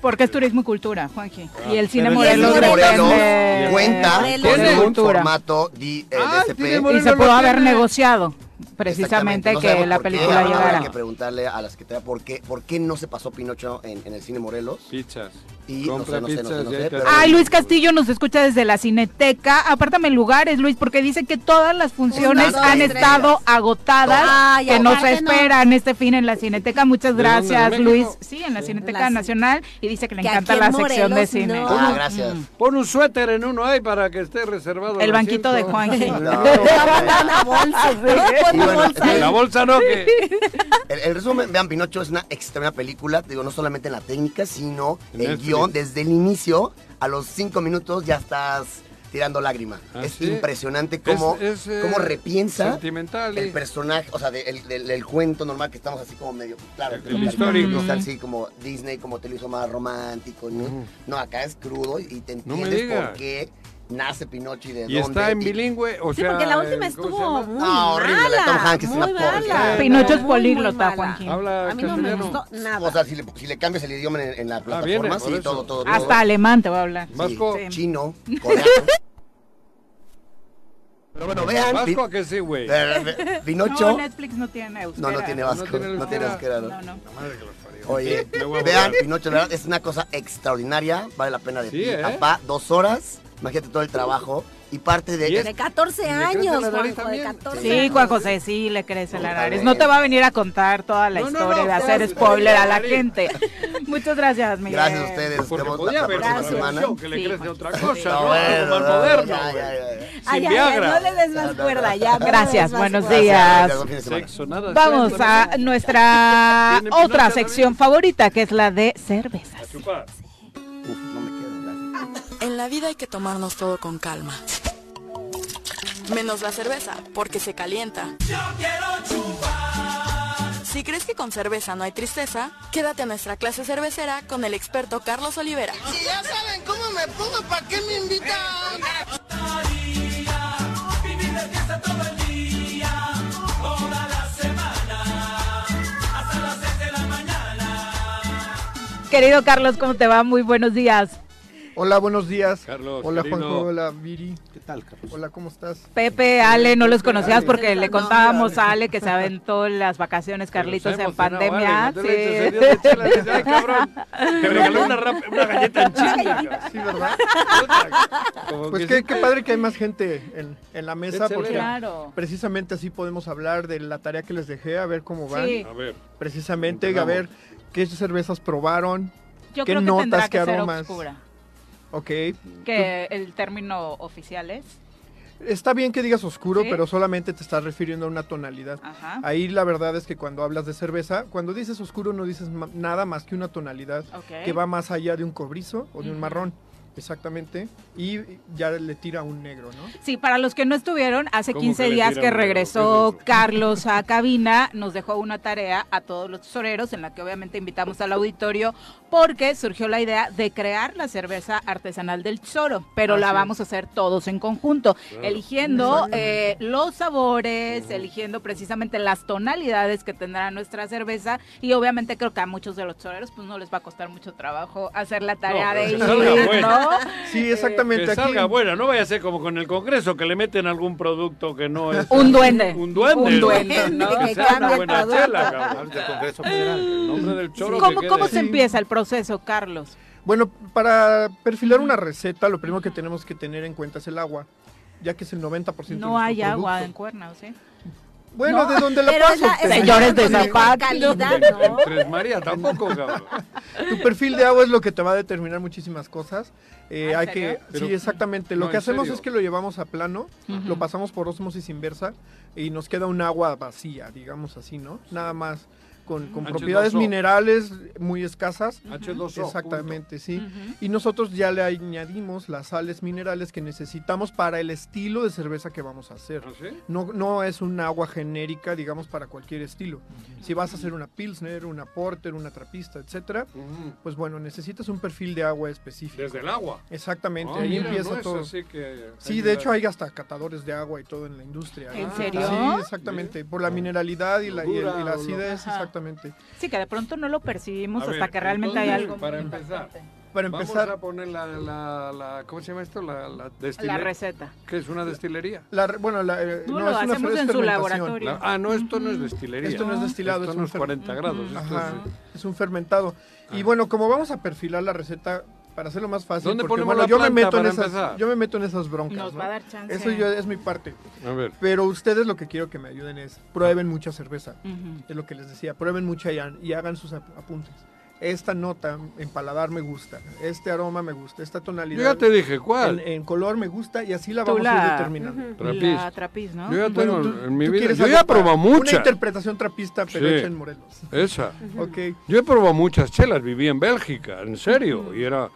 Porque es turismo y cultura, Juanji. Ah. Y el cine Pero Morelos el cine depende Morelos cuenta Morelos. con Tiene un cultura. formato di- eh, Ah, DCP. tiene Y Morelos se lo pudo haber tiene. negociado precisamente Exactamente, no que sabemos la por qué, película habrá llegara. que preguntarle a la secretaria por qué, por qué no se pasó Pinocho en, en el cine Morelos. Pizzas. Y no Compra sé, no sé, no sé, pizzas no y sé, ahí te pero- hacen- Ay, Luis Castillo nos escucha desde la Cineteca. Apártame lugares, Luis, porque dice que todas las funciones Una, dos, han tres. estado agotadas, Ay, que no se aparte no. esperan este fin en la Cineteca. Muchas ¿De dónde? ¿De gracias, México? Luis. Sí, en la Cineteca La ci- Nacional y dice que le Que encanta aquí la en sección de Morelos cine. Mm. no. Ah, gracias. Pon un suéter en uno ahí para que esté reservado. El banquito de Juan Juanji. No, Una bolsa. y bueno, Pues, La bolsa no, que El, el resumen, vean, Pinocho es una extraordinaria película, te digo, no solamente en la técnica, sino En el Netflix. guión, desde el inicio, a los cinco minutos ya estás tirando lágrima. Ah, es ¿sí? impresionante cómo, Es- es, eh, cómo repiensa sentimental. eh. y- el personaje, o sea, de- el- del, del cuento normal que estamos así como medio, claro, El- que lo el caricaturista, histórico. así como Disney, como te lo hizo más romántico, ¿no? Ujú. No, acá es crudo y te No me entiendes digas. por qué nace Pinocho y de Y dónde. está en y- bilingüe, o Sí, sea. porque la última el- ¿cómo se estuvo llama? muy Ah, horrible, la de Tom mala, Hanks es una muy porquería. mala. Pinocho es Muy, muy políglota, mala. Joaquín. Habla A mí no me castellano. Ah, gustó O sea, si le, si le cambias el idioma en, en la plataforma, viene, por sí, eso. todo, todo. Hasta todo. alemán te va a hablar. Sí, Sí. Chino, coreano. Pero bueno, vean. Vasco, ¿a que sí, güey? Eh, Pinocho. No, Netflix no tiene No, euskera. no tiene vasco. tiene No tiene euskera. euskera. no. No, no. Oye, Me voy a vean, burlar. Pinocho, la verdad, es una cosa extraordinaria. Vale la pena de Sí, ¿eh? papá, dos horas. Imagínate todo el trabajo. Y parte de. De 14 años, Juanjo, de 14 Sí, años. Juan José, sí, le crece la nariz. bien. No te va a venir a contar toda la No, no, historia no, de hacer todas- spoiler a la María. gente. Muchas gracias, Miguel. Gracias a ustedes. Nos Porque vemos podía la, la haber próxima sido una semana. versión que le crece otra cosa, No, ¿no? bueno, Algo más no, moderno, ya, güey. ya, ya. Ay, Sin ay, ay, Viagra. no le des más cuerda, ya. no le Gracias, des más buenos cuerda. días. Buen fin de semana. Sexo, nada, Vamos sexo, a nuestra ¿Tienen pinocha otra también? sección favorita, que es la de cerveza. A chupar. Uf, no me quedo. gracias. En la vida hay que tomarnos todo con calma. Menos la cerveza, porque se calienta. Si crees que con cerveza no hay tristeza, quédate a nuestra clase cervecera con el experto Carlos Olivera. Si ya saben cómo me pongo, ¿para qué me invitan? Querido Carlos, ¿cómo te va? Muy buenos días. Hola, buenos días. Carlos, hola, querido. Juanjo. Hola, Viri. ¿Qué tal, Carlos? Hola, ¿cómo estás? Pepe, Ale, no los conocías Ale. porque le No, contábamos Ale. a Ale que se aventó las vacaciones Carlitos en pandemia. No te Sí. le eches, el día de chela, dices, ay, cabrón, te regalé una, rap- una galleta en chinga. Sí, ¿verdad? Como Pues que qué, sí. qué padre que hay más gente en, en la mesa Excelente. porque Claro. precisamente así podemos hablar de la tarea que les dejé, a ver cómo van. Sí. A ver, Precisamente, a ver qué cervezas probaron, Yo qué creo que tendrá notas, que qué ser aromas. oscura. Ok. Que el término oficial es. Está bien que digas oscuro, Sí. pero solamente te estás refiriendo a una tonalidad. Ajá. Ah. Ahí la verdad es que cuando hablas de cerveza, cuando dices oscuro no dices ma- nada más que una tonalidad Ok. que va más allá de un cobrizo o de un Ujú. marrón. Exactamente. Y ya le tira un negro, ¿no? Sí, para los que no estuvieron, hace ¿Cómo 15 que le días tiran que huevo? ¿Qué es regresó Carlos a cabina, nos dejó una tarea a todos los tesoreros, en la que obviamente invitamos al auditorio, porque surgió la idea de crear la cerveza artesanal del tesoro, pero la Así vamos a hacer todos en conjunto, eligiendo Exactamente. eh, los sabores, eligiendo precisamente las tonalidades que tendrá nuestra cerveza, y obviamente creo que a muchos de los tesoreros pues no les va a costar mucho trabajo hacer la tarea pero de que ir, salga ¿no? buena. Sí, exactamente. que aquí- salga buena, no vaya a ser como con el Congreso, que le meten algún producto que no es... Un duende. Un duende. Un duende, ¿no? Que Que sea una cambie buena producto. chela, cabrón. Del Congreso Federal. El nombre del choro que ¿Cómo, quede. cómo se Sí. empieza el proceso, Carlos? Bueno, para perfilar una receta, lo primero que tenemos que tener en cuenta es el agua, ya que es el 90% de No nuestro hay agua en producto. Cuerna, ¿o sí? Bueno, No, de donde la pero puedas es la- obtener. Señores de Digo, Zapat. Calidad, En ¿no? Tres María tampoco, cabrón. Tu perfil de agua es lo que te va a determinar muchísimas cosas. Eh, ¿Ah, en serio? hay que, Pero- sí, exactamente. Lo No, que en hacemos serio. es que lo llevamos a plano, Ujú. lo pasamos por osmosis inversa y nos queda un agua vacía, digamos así, ¿no? Nada más con, con H2O. propiedades minerales muy escasas. H2O. Exactamente, sí. Ujú. Y nosotros ya le añadimos las sales minerales que necesitamos para el estilo de cerveza que vamos a hacer. punto. ¿Ah, sí? No, no es un agua genérica, digamos, para cualquier estilo. Si vas a hacer una Pilsner, una Porter, una Trapista, etcétera, Ujú. pues bueno, necesitas un perfil de agua específico. Mm. Desde el agua. Exactamente, Ah, ahí mira, empieza no es todo. así que- Sí, de hecho hay hasta catadores de agua y todo en la industria. ¿En Ah, serio? Sí, exactamente, por la mineralidad y la, y el- y la acidez, Ajá. exactamente. Sí, que de pronto no lo percibimos A hasta ver, que realmente hay entonces, algo. Para muy empezar, importante. Para vamos a empezar, poner la, la, la- ¿cómo se llama esto? La, la La destilería. receta. ¿Qué es una destilería? la re- bueno, la, eh, No, no, lo es una hacemos es en su fermentación. laboratorio. La- ah, no, esto no es destilería. Esto no es destilado, Esto es no un es fer- 40 grados. esto Ajá, es- Ah. es un fermentado. Y bueno, como vamos a perfilar la receta para hacerlo más fácil, ¿Dónde porque ponemos bueno, la yo me planta meto en para esas, empezar? yo me meto en esas broncas. Nos ¿no? va a dar chance. Eso yo, es mi parte. A ver. Pero ustedes lo que quiero que me ayuden es prueben mucha cerveza. Ujú. Es lo que les decía, prueben mucha y, han- y hagan sus ap- apuntes. Esta nota en paladar me gusta, este aroma me gusta, esta Yo tonalidad ya te dije cuál. en, en color me gusta y así la Tú vamos a la- ir determinando. Trapiz. La trapiz, ¿no? Yo ya tengo Bueno, tú- en mi tú vida. quieres Yo algo ya he para- probado Una muchas. interpretación trapista, pero Sí. hecha en Morelos. Esa. Ok. Yo he probado muchas chelas. Viví en Bélgica, en serio. Y era.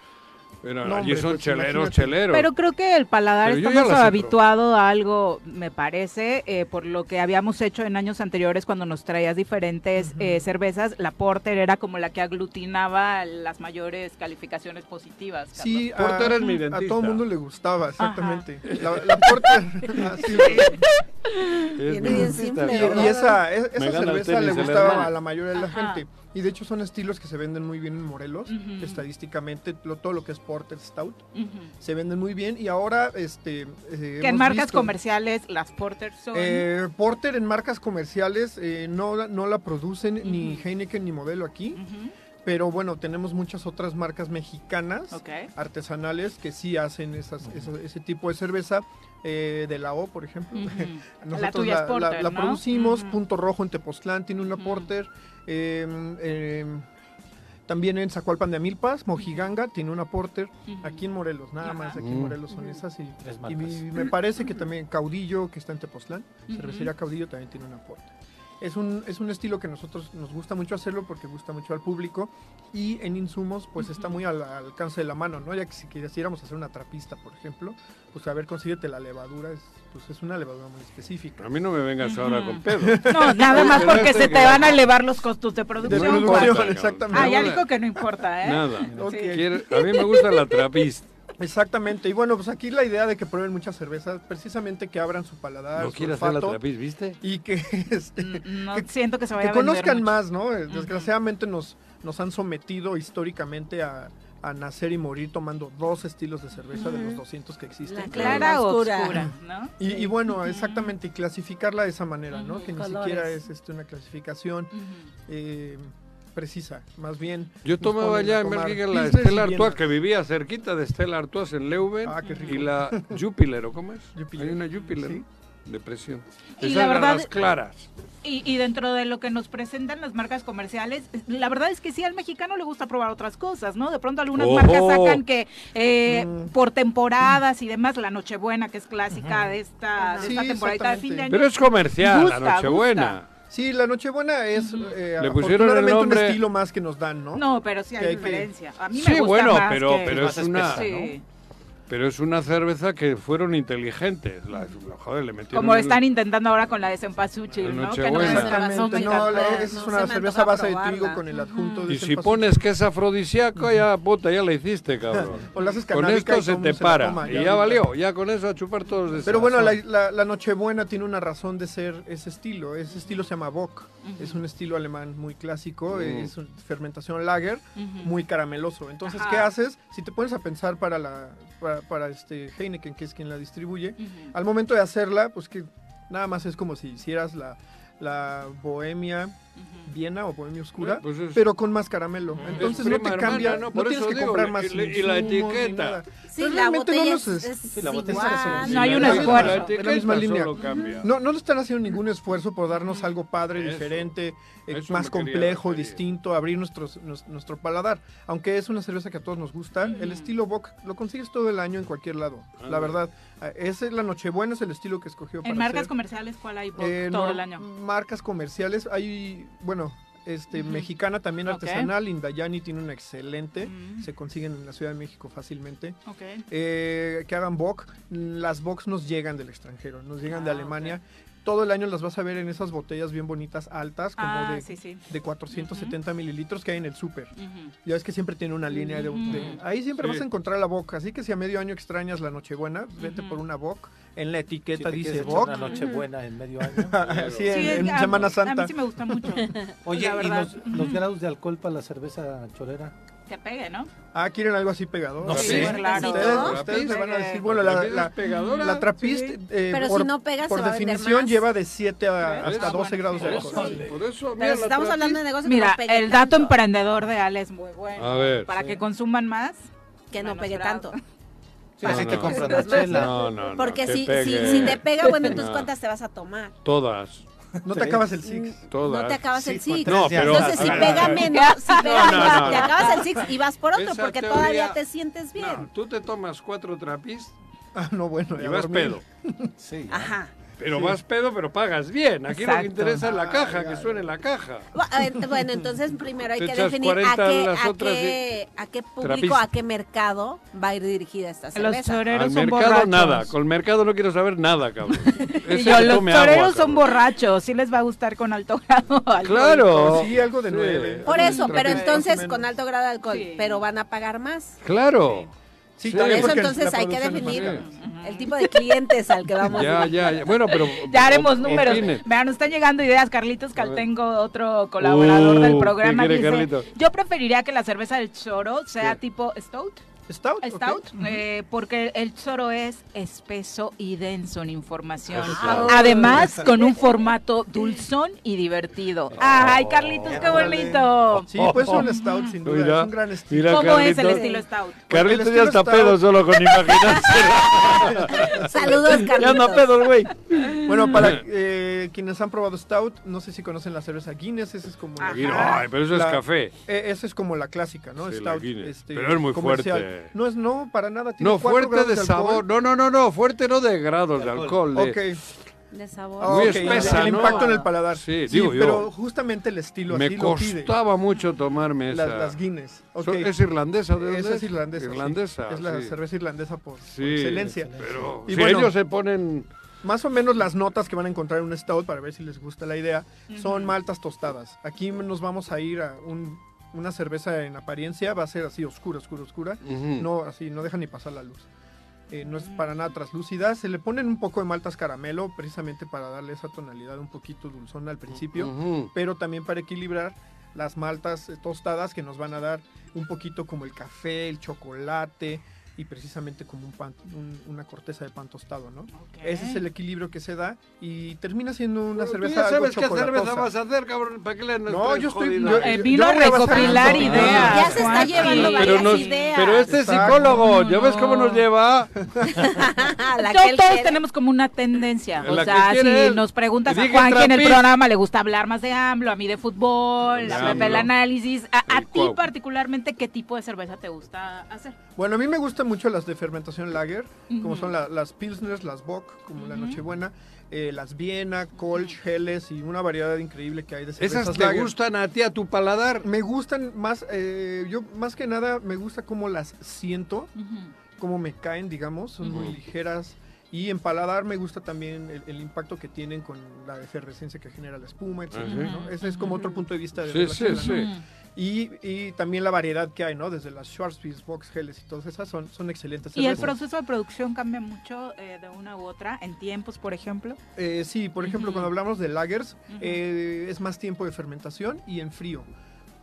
Pero No, allí hombre, son pues, cheleros, imagínate. cheleros. Pero creo que el paladar Pero yo ya estamos las entro. habituado a algo, me parece, eh, por lo que habíamos hecho en años anteriores cuando nos traías diferentes eh, cervezas. La Porter era como la que aglutinaba las mayores calificaciones positivas. Carlos. Sí, a, a todo el mundo le gustaba, exactamente. La, la puerta. así, Viene mi bien dentista, simple, Y- ¿verdad? y, esa, es- esa Me gana el cerveza tenis le de la gustaba hermana. a la mayoría de la Ajá. gente. Y de hecho son estilos que se venden muy bien en Morelos, Ujú. estadísticamente, lo- todo lo que es Porter Stout. Ujú. Se venden muy bien y ahora este eh, Que en hemos marcas visto- comerciales las Porter son... eh, Porter en marcas comerciales eh, no, la- no la producen ni Heineken ni modelo aquí. Pero bueno, tenemos muchas otras marcas mexicanas, Ok. artesanales, que sí hacen esas, eso- ese tipo de cerveza. eh, de la O, por ejemplo. Ujú. Nosotros La tuya es Porter, la ¿no? producimos. Punto Rojo en Tepoztlán tiene una Porter. eh, eh, también en Zacualpan de Amilpas, Mojiganga tiene una Porter. Aquí en Morelos, nada más. Aquí en Mm. Morelos son esas. Y, Tres y marcas. mi- me parece que también Caudillo, que está en Tepoztlán, Ujú. Cervecería Caudillo también tiene un aporte. Es un, es un estilo que nosotros nos gusta mucho hacerlo porque gusta mucho al público y en insumos pues está muy al, al alcance de la mano, ¿no? Ya que si quisiéramos hacer una trapista, por ejemplo, pues a ver, consíguete la levadura, es, pues es una levadura muy específica. A mí no me vengas ahora con pedo. No, nada más porque este se te van a elevar los costos de producción. producción, Carlos. cabrón. exactamente. Ah, ya dijo que no importa, ¿eh? Nada. Ok. Quiero- a mí me gusta la trapista. Exactamente, y bueno, pues aquí la idea de que prueben muchas cervezas, precisamente que abran su paladar, No su quiero hacer la olfato, trapista, ¿viste? y que este, Mm, No siento que se vaya que a vender conozcan mucho. más, ¿no? Eh, Desgraciadamente nos, nos han sometido históricamente a, a nacer y morir tomando dos estilos de cerveza de los Ujú. 200 que existen. La clara o oscura, ¿no? Y, y bueno, exactamente, y clasificarla de esa manera, ¿no? Ujú, Que ni colores. siquiera es este, una clasificación eh, precisa, más bien. Yo nos tomaba ponen a allá en tomar Bélgica la pilsners y Ah, Estela Artois, vienas. que vivía cerquita de Estela Artois en Leuven. Y la Jupiler, ¿o ¿cómo es? Hay una Jupiler. Depresión. Y Esas la eran verdad- las claras. Y, y dentro de lo que nos presentan las marcas comerciales, la verdad es que sí, al mexicano le gusta probar otras cosas, ¿no? De pronto algunas Ojo. Mm. marcas sacan que eh, por temporadas y demás, la Nochebuena, que es clásica de esta, de Sí, esta temporadita de fin de año. Pero es comercial, la Gusta, Nochebuena. Sí, la Nochebuena es eh, Le pusieron el afortunadamente nombre- un estilo más que nos dan, ¿no? No, pero sí hay Que que- diferencia. A mí me Sí, gusta bueno, más pero, que- pero es una... Sí. Pero es una cerveza que fueron inteligentes. La, la- joder, le metieron Como el- están intentando ahora con la de Cempasúchil, ¿no? Que no Nochebuena. es la sopa y No, café. la- esa es una cerveza a base de trigo con el adjunto de Y si cempasúchil. pones que es afrodisíaco, ya puta, ya la hiciste, cabrón. O la haces con canábica esto y se todo te el mundo se la para. toma, y ya ya ahorita. valió, ya con eso a chupar todos de Pero bueno, la, sazón. la- la Nochebuena tiene una razón de ser ese estilo. Ese estilo se llama Bock. Ujú. Es un estilo alemán muy clásico. eh, Mm. Es un- fermentación lager, Ujú. muy carameloso. Entonces, Ajá. ¿qué haces? Si te pones a pensar para la para, para, este Heineken, que es quien la distribuye, al momento de hacerla, pues que nada más es como si hicieras la, la Bohemia. Viena o Bohemia Oscura, Pues es- pero con más caramelo. Es Entonces no prima te hermana, cambia, ¿no? no, Por tienes eso que digo, comprar y más. le- y la insumos ni etiqueta. nada. Sí, Entonces, la realmente botella nos es- es- es Sí, la botella es igual. No hay un la- esfuerzo. la- la- La la misma etiqueta línea. solo cambia. No, no le están haciendo ningún esfuerzo por darnos algo padre, Eso. diferente, eh, Eso más me quería complejo, referir. distinto, abrir nuestros, nos- nuestro paladar. Aunque es una cerveza que a todos nos gusta, el estilo Bock lo consigues todo el año en cualquier lado. Ah. la verdad, eh, esa es la Nochebuena, es el estilo que escogió para En marcas hacer. comerciales, ¿cuál hay Bock, Eh, todo no, el año? Marcas comerciales, hay, bueno, este, Ujú. mexicana también Ok. Mm. artesanal, Indayani tiene una excelente, se consiguen en la Ciudad de México fácilmente. Ok. Eh, que hagan box, las box nos llegan del extranjero, nos llegan de Ah, Alemania. Todo el año las vas a ver en esas botellas bien bonitas, altas, como Ah, de, sí, sí. de 470 mililitros que hay en el súper. Ujú. Ya ves que siempre tiene una línea de, Ujú. de- Ahí siempre Sí. vas a encontrar la boca. Así que si a medio año extrañas la Nochebuena, vete por una boca. En la etiqueta Si te dice quieres echar boc. una Nochebuena en medio año. sí, en, Sí, es en que a- Semana A Santa. mí sí me gusta mucho. Oye, La ¿y verdad. los, los grados de alcohol para la cerveza chorera? Que pegue, ¿no? Pues Ah, quieren algo así pegador. No Sí, sé. claro. Ustedes, ¿No? ustedes me van a Porque decir, bueno, la, la la, pegadora, la trapist, sí. eh, Pero por, si no pega, se por va a vender definición más. lleva de 7 a, ¿Crees? hasta Ah, 12 bueno, grados de por eso. alcohol. Por eso, Pero si estamos hablando de negocios Mira, que no el dato emprendedor de Ale es muy bueno. A ver. Para Sí. que consuman más. Que no pegue tanto. Sí, Ah, sí te compran la chela. No, no, no, Porque que si, pegue. si, si te pega, bueno, entonces No. ¿cuántas te vas a tomar? Todas. No te acabas el six. Todas. No te acabas el six. No, pero... Entonces, si a ver, pega a ver. menos, si No, pega no, menos, no, te no. acabas el six y vas por otro, Esa porque teoría- todavía te sientes bien. No, tú te tomas cuatro trapis Ah, no, bueno. y ya vas dormí. pedo. Sí. Ajá. Pero Sí. vas pedo, pero pagas bien. Aquí lo que Exacto. interesa es la Ah, caja, ya, que suene la caja. Bu- eh, Bueno, entonces primero hay Te que echas definir 40 a qué, las a otras qué- a qué público, Trapista. a qué mercado va a ir dirigida esta cerveza. Al mercado nada, con el mercado no quiero saber nada, cabrón. Y Ese yo, que los tome agua, toreros cabrón. son borrachos, sí les va a gustar con alto grado. Claro. Sí, algo de Sí. nueve. Por eso, pero Trapista. entonces con alto grado de alcohol, pero van a pagar más. Claro. Sí, Por también eso porque entonces la hay que producción es más definir cara. el tipo de clientes al que vamos. Ya, ya, ya. Bueno, pero. Ya haremos op- números. opinen. Vean, nos están llegando ideas. Carlitos Caltengo, otro colaborador Uh, del programa, ¿qué quiere dice, Carlitos? yo preferiría que la cerveza del choro sea tipo stout. Stout, Stout, eh, porque el choro es espeso y denso en información. Eso claro. Además, con un formato dulzón y divertido. Ay, Carlitos, qué bonito. Oh. Sí, pues un stout sin duda, Mira, es un gran estilo. mira, ¿Cómo es el Carlitos. estilo stout? Carlitos El ya estilo está stout. pedo solo con imaginarse. Saludos, Ya anda Carlitos. pedo, güey. Bueno, para eh, quienes han probado Stout, no sé si conocen la cerveza Guinness, esa es como... la- Guinness, ay, pero eso es café. eh, esa es como la clásica, ¿no? Sí, la Stout. Guinness, este, pero es muy fuerte. No es, no, para nada. Tiene No, cuatro fuerte grados de alcohol. sabor. No, no, no, no. Fuerte no de grados de alcohol. eh. de- Ok. De sabor. Ah, Muy ok, espesa, El ¿no? impacto en el paladar. Sí, digo yo. Pero justamente el estilo Me así lo pide. costaba mucho tomarme esa. Las, las Guinness. ok. ah. So- Es irlandesa, ¿de dónde Esa es irlandesa. sí. Irlandesa. Es la sí. cerveza irlandesa por, por Sí, excelencia. pero Y si bueno, ellos se ponen... Más o menos las notas que van a encontrar en un stout, para ver si les gusta la idea, son maltas tostadas. Aquí nos vamos a ir a un- una cerveza en apariencia, va a ser así oscura, oscura, oscura. Ujú. No, así, no deja ni pasar la luz. Eh, no es para nada traslúcida. Se le ponen un poco de maltas caramelo, precisamente para darle esa tonalidad un poquito dulzona al principio, Ujú. pero también para equilibrar las maltas eh, tostadas que nos van a dar un poquito como el café, el chocolate y precisamente como un pan, un- una corteza de pan tostado, ¿no? Ese es el equilibrio que se da y termina siendo una Tú cerveza ya algo sabes qué cerveza chocolatosa. vas a hacer, cabrón. ¿Para qué le nos No, traes yo estoy- jodida? yo- Eh, yo vino voy a ¿eh? recopilar bastante. ideas, Ya se está Juanqui. llevando pero varias nos- ideas. Pero este es Exacto. psicólogo, ¿ya No, ves cómo nos lleva? Ah, La Yo- que él todos quiere. tenemos como una tendencia. La O que sea, quiere si él. nos preguntas Que a diga Juan que en el Trapis. programa le gusta hablar más de AMLO, a mí de fútbol, De a Pepe el AMLO. análisis. A, a El ti cuau. particularmente, ¿qué tipo de cerveza te gusta hacer? Bueno, a mí me gustan mucho las de fermentación lager, como Ujú. son la- las Pilsners, las Bock, como la Nochebuena, eh, las Viena, Kolsch, Helles y una variedad increíble que hay de cervezas ¿Esas te lager. gustan a ti, a tu paladar? Me gustan más, eh, yo más que nada me gusta cómo las siento, cómo me caen, digamos, son muy Ujú. ligeras. Y en paladar me gusta también el, el impacto que tienen con la efervescencia que genera la espuma, etc. Ajá. Ese es como otro punto de vista de Sí, la sí, chela, sí. ¿no? Y, y también la variedad que hay, ¿no? Desde las Schwarzbier, Box Helles y todas esas son, son excelentes. ¿Y el cervezas. proceso de producción cambia mucho eh, de una u otra? ¿En tiempos, por ejemplo? Eh, sí, por ejemplo, Ujú. cuando hablamos de lagers, Ujú. eh, es más tiempo de fermentación y en frío.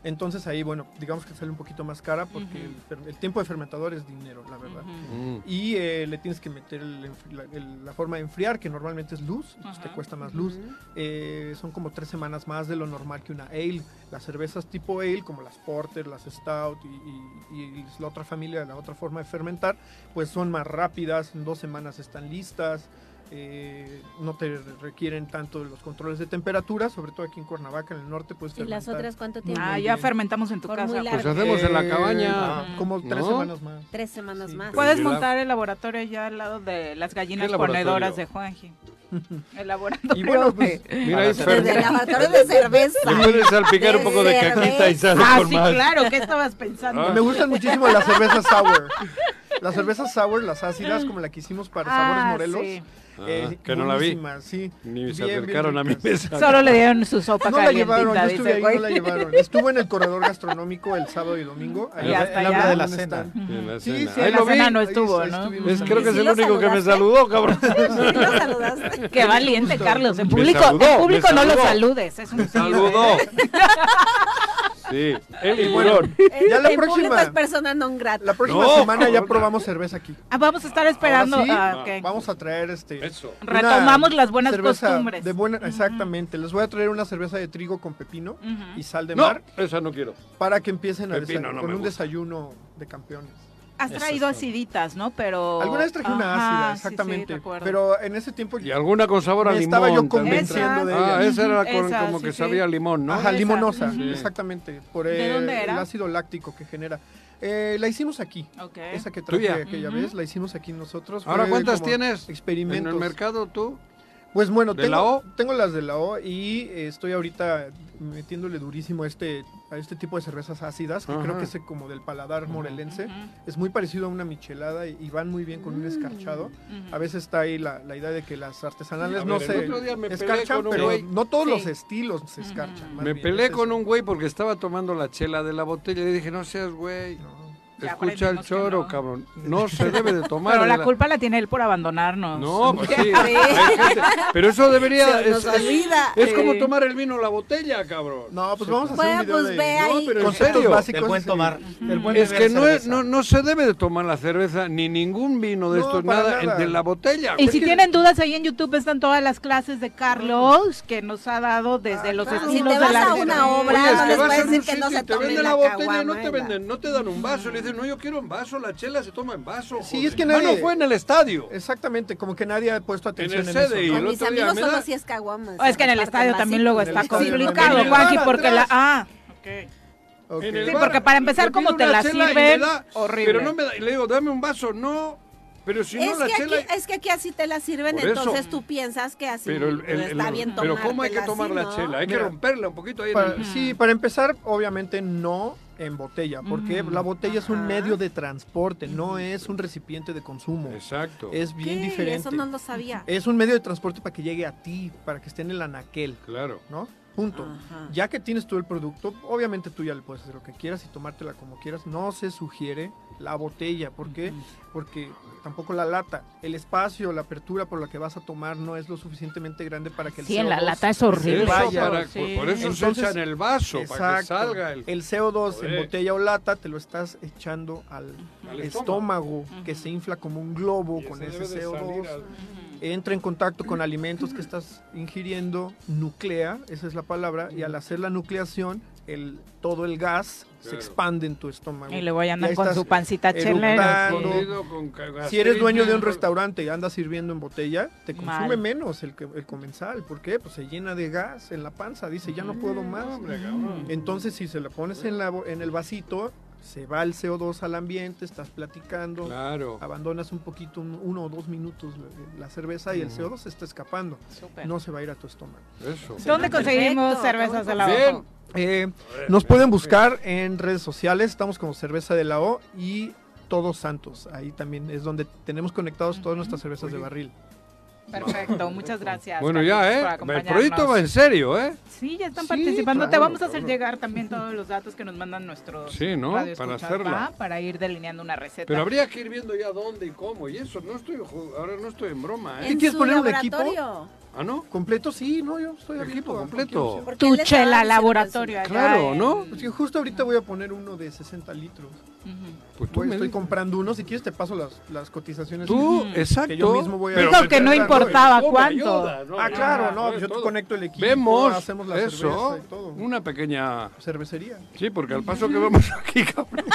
Entonces ahí, bueno, digamos que sale un poquito más cara porque el fer- el, tiempo de fermentador es dinero, la verdad. Ujú. Mm. Y eh, le tienes que meter el enfri- la, el- la forma de enfriar, que normalmente es luz, entonces te Ajá. cuesta más luz. Ujú. Eh, son como tres semanas más de lo normal que una ale. Las cervezas tipo ale, como las porter, las stout y, y- y la otra familia, la otra forma de fermentar, pues son más rápidas, en dos semanas están listas. eh, no te requieren tanto los controles de temperatura, sobre todo aquí en Cuernavaca, en el norte, pues ¿Y las otras cuánto tiempo? Ah, ya fermentamos en tu casa. Ah, Pues hacemos en la cabaña. como tres Ah, ¿No? semanas más. pues, Tres semanas más. Puedes Pero yo la- montar el laboratorio ya al lado de las gallinas ¿Qué laboratorio? ponedoras de Juanji. El laboratorio. Y bueno, pues, de- mira, ahí Fer- Desde el laboratorio de cerveza. Le puedes salpicar un poco de caquita y sale Ah, con sí, más. Ah. claro, ¿qué estabas pensando? Me gustan muchísimo las cervezas sour. Las cervezas sour, las ácidas, como la que hicimos para Sabores Ah, Morelos. sí. eh, Ah, que no la vi. buenísimas, Sí. Ni se Bien, bien acercaron a mi ricas. mesa. Solo le dieron su sopa No la calientita, llevaron, yo dice estuve ahí, güey. no la llevaron. Estuve en el corredor gastronómico el sábado y domingo. Ahí Él en habla la de la donde cena. están. De la Sí, cena. sí, Ahí en la lo vi. cena no estuvo, ahí ¿no? estuvimos Es, creo también. que es el único que me saludó, cabrón. Qué valiente, Carlos. En Me público, saludó, en me público no lo saludó. saludes. Es un Saludó. Sí, él y Burón. Ya la Eh, El público es próxima, persona non grata. la próxima No, semana ya cabrona. probamos cerveza aquí. Ah, vamos a estar esperando. Ahora sí, ah, ok. Vamos a traer este. una Retomamos las buenas cerveza costumbres. De buena, Exactamente. Les voy a traer una cerveza de trigo con pepino Ujú. y sal de No, mar esa no quiero. para que empiecen a Pepino desay- no con me un gusta. desayuno de campeones. Has traído aciditas, ¿no? Pero. Alguna vez traje una Ajá, ácida, sí, sí, exactamente. recuerdo. pero en ese tiempo Y alguna con sabor a Me limón. estaba yo también. convenciendo de Ah, ella. esa era con- Esa, como sí, que sí. sabía a limón, ¿no? Ajá, limonosa, Sí. exactamente. Por ¿De el, dónde era? el ácido láctico que genera. Eh, la hicimos aquí. Ok. Esa que traje Tuya. aquella Ujú. vez, la hicimos aquí nosotros. Ahora, Fue ¿cuántas como tienes? Experimentos. ¿En el mercado tú? Pues bueno, ¿De tengo, la O? tengo las de la O y eh, estoy ahorita metiéndole durísimo a este, a este tipo de cervezas ácidas, que creo Ajá. que es este, como del paladar morelense. Es muy parecido a una michelada y, y van muy bien con un escarchado. A veces está ahí la, la idea de que las artesanales A no ver, se el otro día me peleé escarchan, con un pero güey. no todos Sí. los estilos se escarchan. más Me bien, peleé es con un güey porque estaba tomando la chela de la botella y le dije, no seas güey. Ya Escucha el aprendimos que choro, no. cabrón. No se debe de tomar. Pero de la, la- culpa la tiene él por abandonarnos. No, pues sí. hay gente- Pero eso debería. Se nos es, es- olvida. es como Sí. tomar el vino la botella, cabrón. No, pues vamos a hacer Bueno, un video pues de- ve No, ahí. pero en conceptos serio. básicos Del buen sí. tomar, del buen es beber que no, es- cerveza. no, no se debe de tomar la cerveza ni ningún vino de No, estos, para nada, en- nada. de la botella. Y güey. si tienen dudas, ahí en YouTube están todas las clases de Carlos que nos ha dado Ah, desde los claro. estilos Si te de vas la a una obra, Oye, es no que les vas puedes a un decir que no sitio y se te tomen venden la la botella y no te caguama. venden, no te dan un vaso. Le dicen, no, yo quiero un vaso, la chela se toma en vaso. Sí, es que joder". nadie... Ah, no, fue en el estadio. Exactamente, como que nadie ha puesto atención en, el eso. CDI, ¿no? el Mis amigos solo así es caguamas. Oh, es que en el Reparten estadio también luego vasitos. está En el estadio complicado, también. Juanqui, En el porque bar la... atrás. Ah, Ok. En el Sí, bar, porque para empezar, yo como pido te una la chela y me sirven, da- horrible. Pero no me da, y le digo, dame un vaso, no. Pero si es, no, la que chela. aquí, es que aquí así te la sirven, Por eso. entonces tú piensas que así Pero, el- el- está el- bien pero ¿cómo hay que tomártela tomar así, la ¿no? chela? Hay que Mira. romperla un poquito ahí. en Para- el- Sí, para empezar, obviamente no en botella, porque Mm. la botella es un medio de transporte, no es un recipiente de consumo. Exacto. Es bien ¿Qué? diferente. Eso no lo sabía. Es un medio de transporte para que llegue a ti, para que esté en el anaquel. Claro. ¿No? Punto. Ajá. Ya que tienes tú el producto, obviamente tú ya le puedes hacer lo que quieras y tomártela como quieras. No se sugiere la botella. ¿Por qué? Porque tampoco la lata. El espacio, la apertura por la que vas a tomar no es lo suficientemente grande para que el Sí, en la CO2 lata es se horrible. vaya. Eso para- Sí. por eso se echa en el vaso, para que salga el- CO2 Joder. en botella o lata te lo estás echando al, Al estómago, que se infla como un globo con ese debe ese de CO2 salir al- entra en contacto con alimentos que estás ingiriendo, nuclea, esa es la palabra, y al hacer la nucleación, el, todo el gas se Claro. expande en tu estómago. Y luego ya andan ahí con estás su pancita chelera, eructando. sí. Con ca- Si eres dueño de un gastritis, restaurante y andas sirviendo en botella, te consume Mal. menos el, que- el comensal. ¿Por qué? Pues se llena de gas en la panza, dice, ya no puedo más. Mm. Entonces, si se la pones en, la, bo- en el vasito, se va el CO2 al ambiente, estás platicando, Claro. abandonas un poquito, un- uno o dos minutos la, la cerveza y el Ujú. CO2 se está escapando. Súper. No se va a ir a tu estómago. Eso. ¿Dónde conseguimos cervezas de la O? Eh, nos pueden buscar en redes sociales, estamos como Cerveza de la O y Todos Santos. Ahí también es donde tenemos conectados todas nuestras cervezas de barril. Perfecto, muchas gracias. Bueno, ya, Carlitos, por ¿eh? El acompañarnos. proyecto va en serio, ¿eh? Sí, ya están Sí, participando. Te claro, vamos a hacer cabrón. llegar también todos los datos que nos mandan nuestros Sí, ¿no? Para radioescuchas, hacerla. ¿va? Para ir delineando una receta. Pero habría que ir viendo ya dónde y cómo. Y eso, no estoy, ju- ahora no estoy en broma, ¿eh? En quieres su poner un laboratorio. ¿Ah, no? Completo, sí, no, yo estoy Equipo completo. Tu chela laboratorio. allá Claro, en- ¿no? Pues yo justo ahorita voy a poner uno de 60 litros. Pues tú Voy- me estoy dices. comprando uno, si quieres te paso las, las cotizaciones. Tú, que- exacto. Que yo mismo voy a Pero Dijo que no importaba Tú me cuánto. ayudas, ¿no? Ah, claro, no, pues yo te todo. conecto el equipo, Vemos hacemos la eso, cerveza y todo. una pequeña... Cervecería. Sí, porque al paso que vamos aquí, cabrón,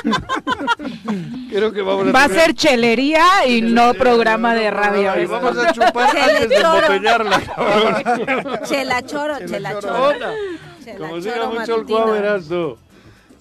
creo que vamos a... Va a tener- ser chelería y no programa de radio. Y vamos a chupar Chela antes de choro. embotellarla, cabrón. Chela choro, chela Otra. choro. Como choro siga mucho el matutino. cuá, verás tú.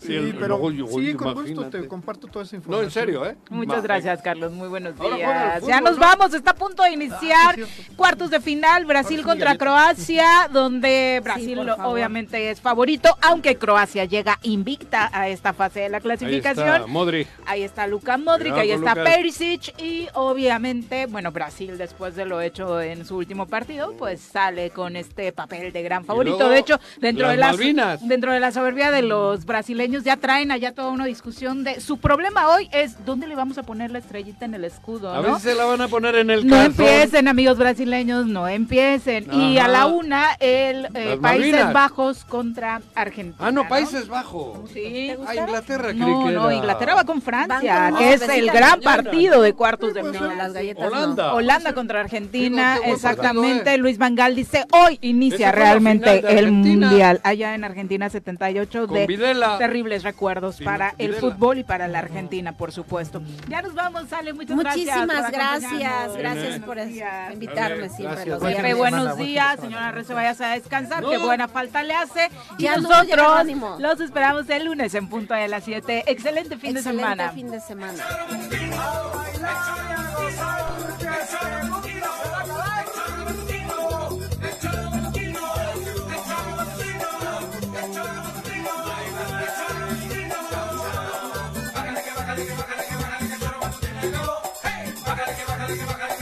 Sí, el- pero oye, oye, sí, con gusto imagínate. te comparto toda No, esa información. en serio, ¿eh? Muchas gracias, Carlos. Muy buenos Ahora días. juega el ya fútbol, nos ¿no? Ah, vamos. Está a punto de iniciar cuartos de final, Brasil contra Croacia, donde Brasil por favor. obviamente es favorito, aunque Croacia llega invicta a esta fase de la Ahí está, clasificación. Modric. Ahí está Luka Modric, Cuidado ahí con está Lucas. Perisic y obviamente, bueno, Brasil después de lo hecho en su último partido, pues sale con este papel de gran favorito. luego, de hecho, dentro las de las Malvinas. dentro de la soberbia de los brasileños ya traen allá toda una discusión de su problema hoy es dónde le vamos a poner la estrellita en el escudo, A ¿no? veces se la van a poner en el No calzón. empiecen, amigos brasileños, no empiecen. Y a Ajá. la una, el eh, Las Países Malvinas. Bajos contra Argentina. Ah, no, Países Bajos. Sí. Ah, Inglaterra, creí No, que no, era- Inglaterra va con Francia, Van con que es las el galletitas gran de mañana, partido de cuartos de No, final. las galletas Holanda. no. Holanda contra Argentina, Sí, pues, no, qué buen exactamente. partido, Luis Vangal dice, hoy inicia Esa fue la realmente final de el Argentina. Mundial. Allá en Argentina 78 Con de Videla. terribles recuerdos Sí, para el Videla. fútbol y para la Argentina, por supuesto. Ya nos vamos, Ale, muchas Muchísimas gracias. por gracias, acompañarnos. gracias por invitarme siempre. los Pepe, viernes. Pues, buenos días, señora Rezo, vayas a descansar, No. qué buena falta le hace. Y Ya no, ya no nosotros ánimo. los esperamos el lunes en punto de las 7. Excelente este fin de Excelente semana. fin de semana. Bailar, a gozar, que se bájale, que bájale.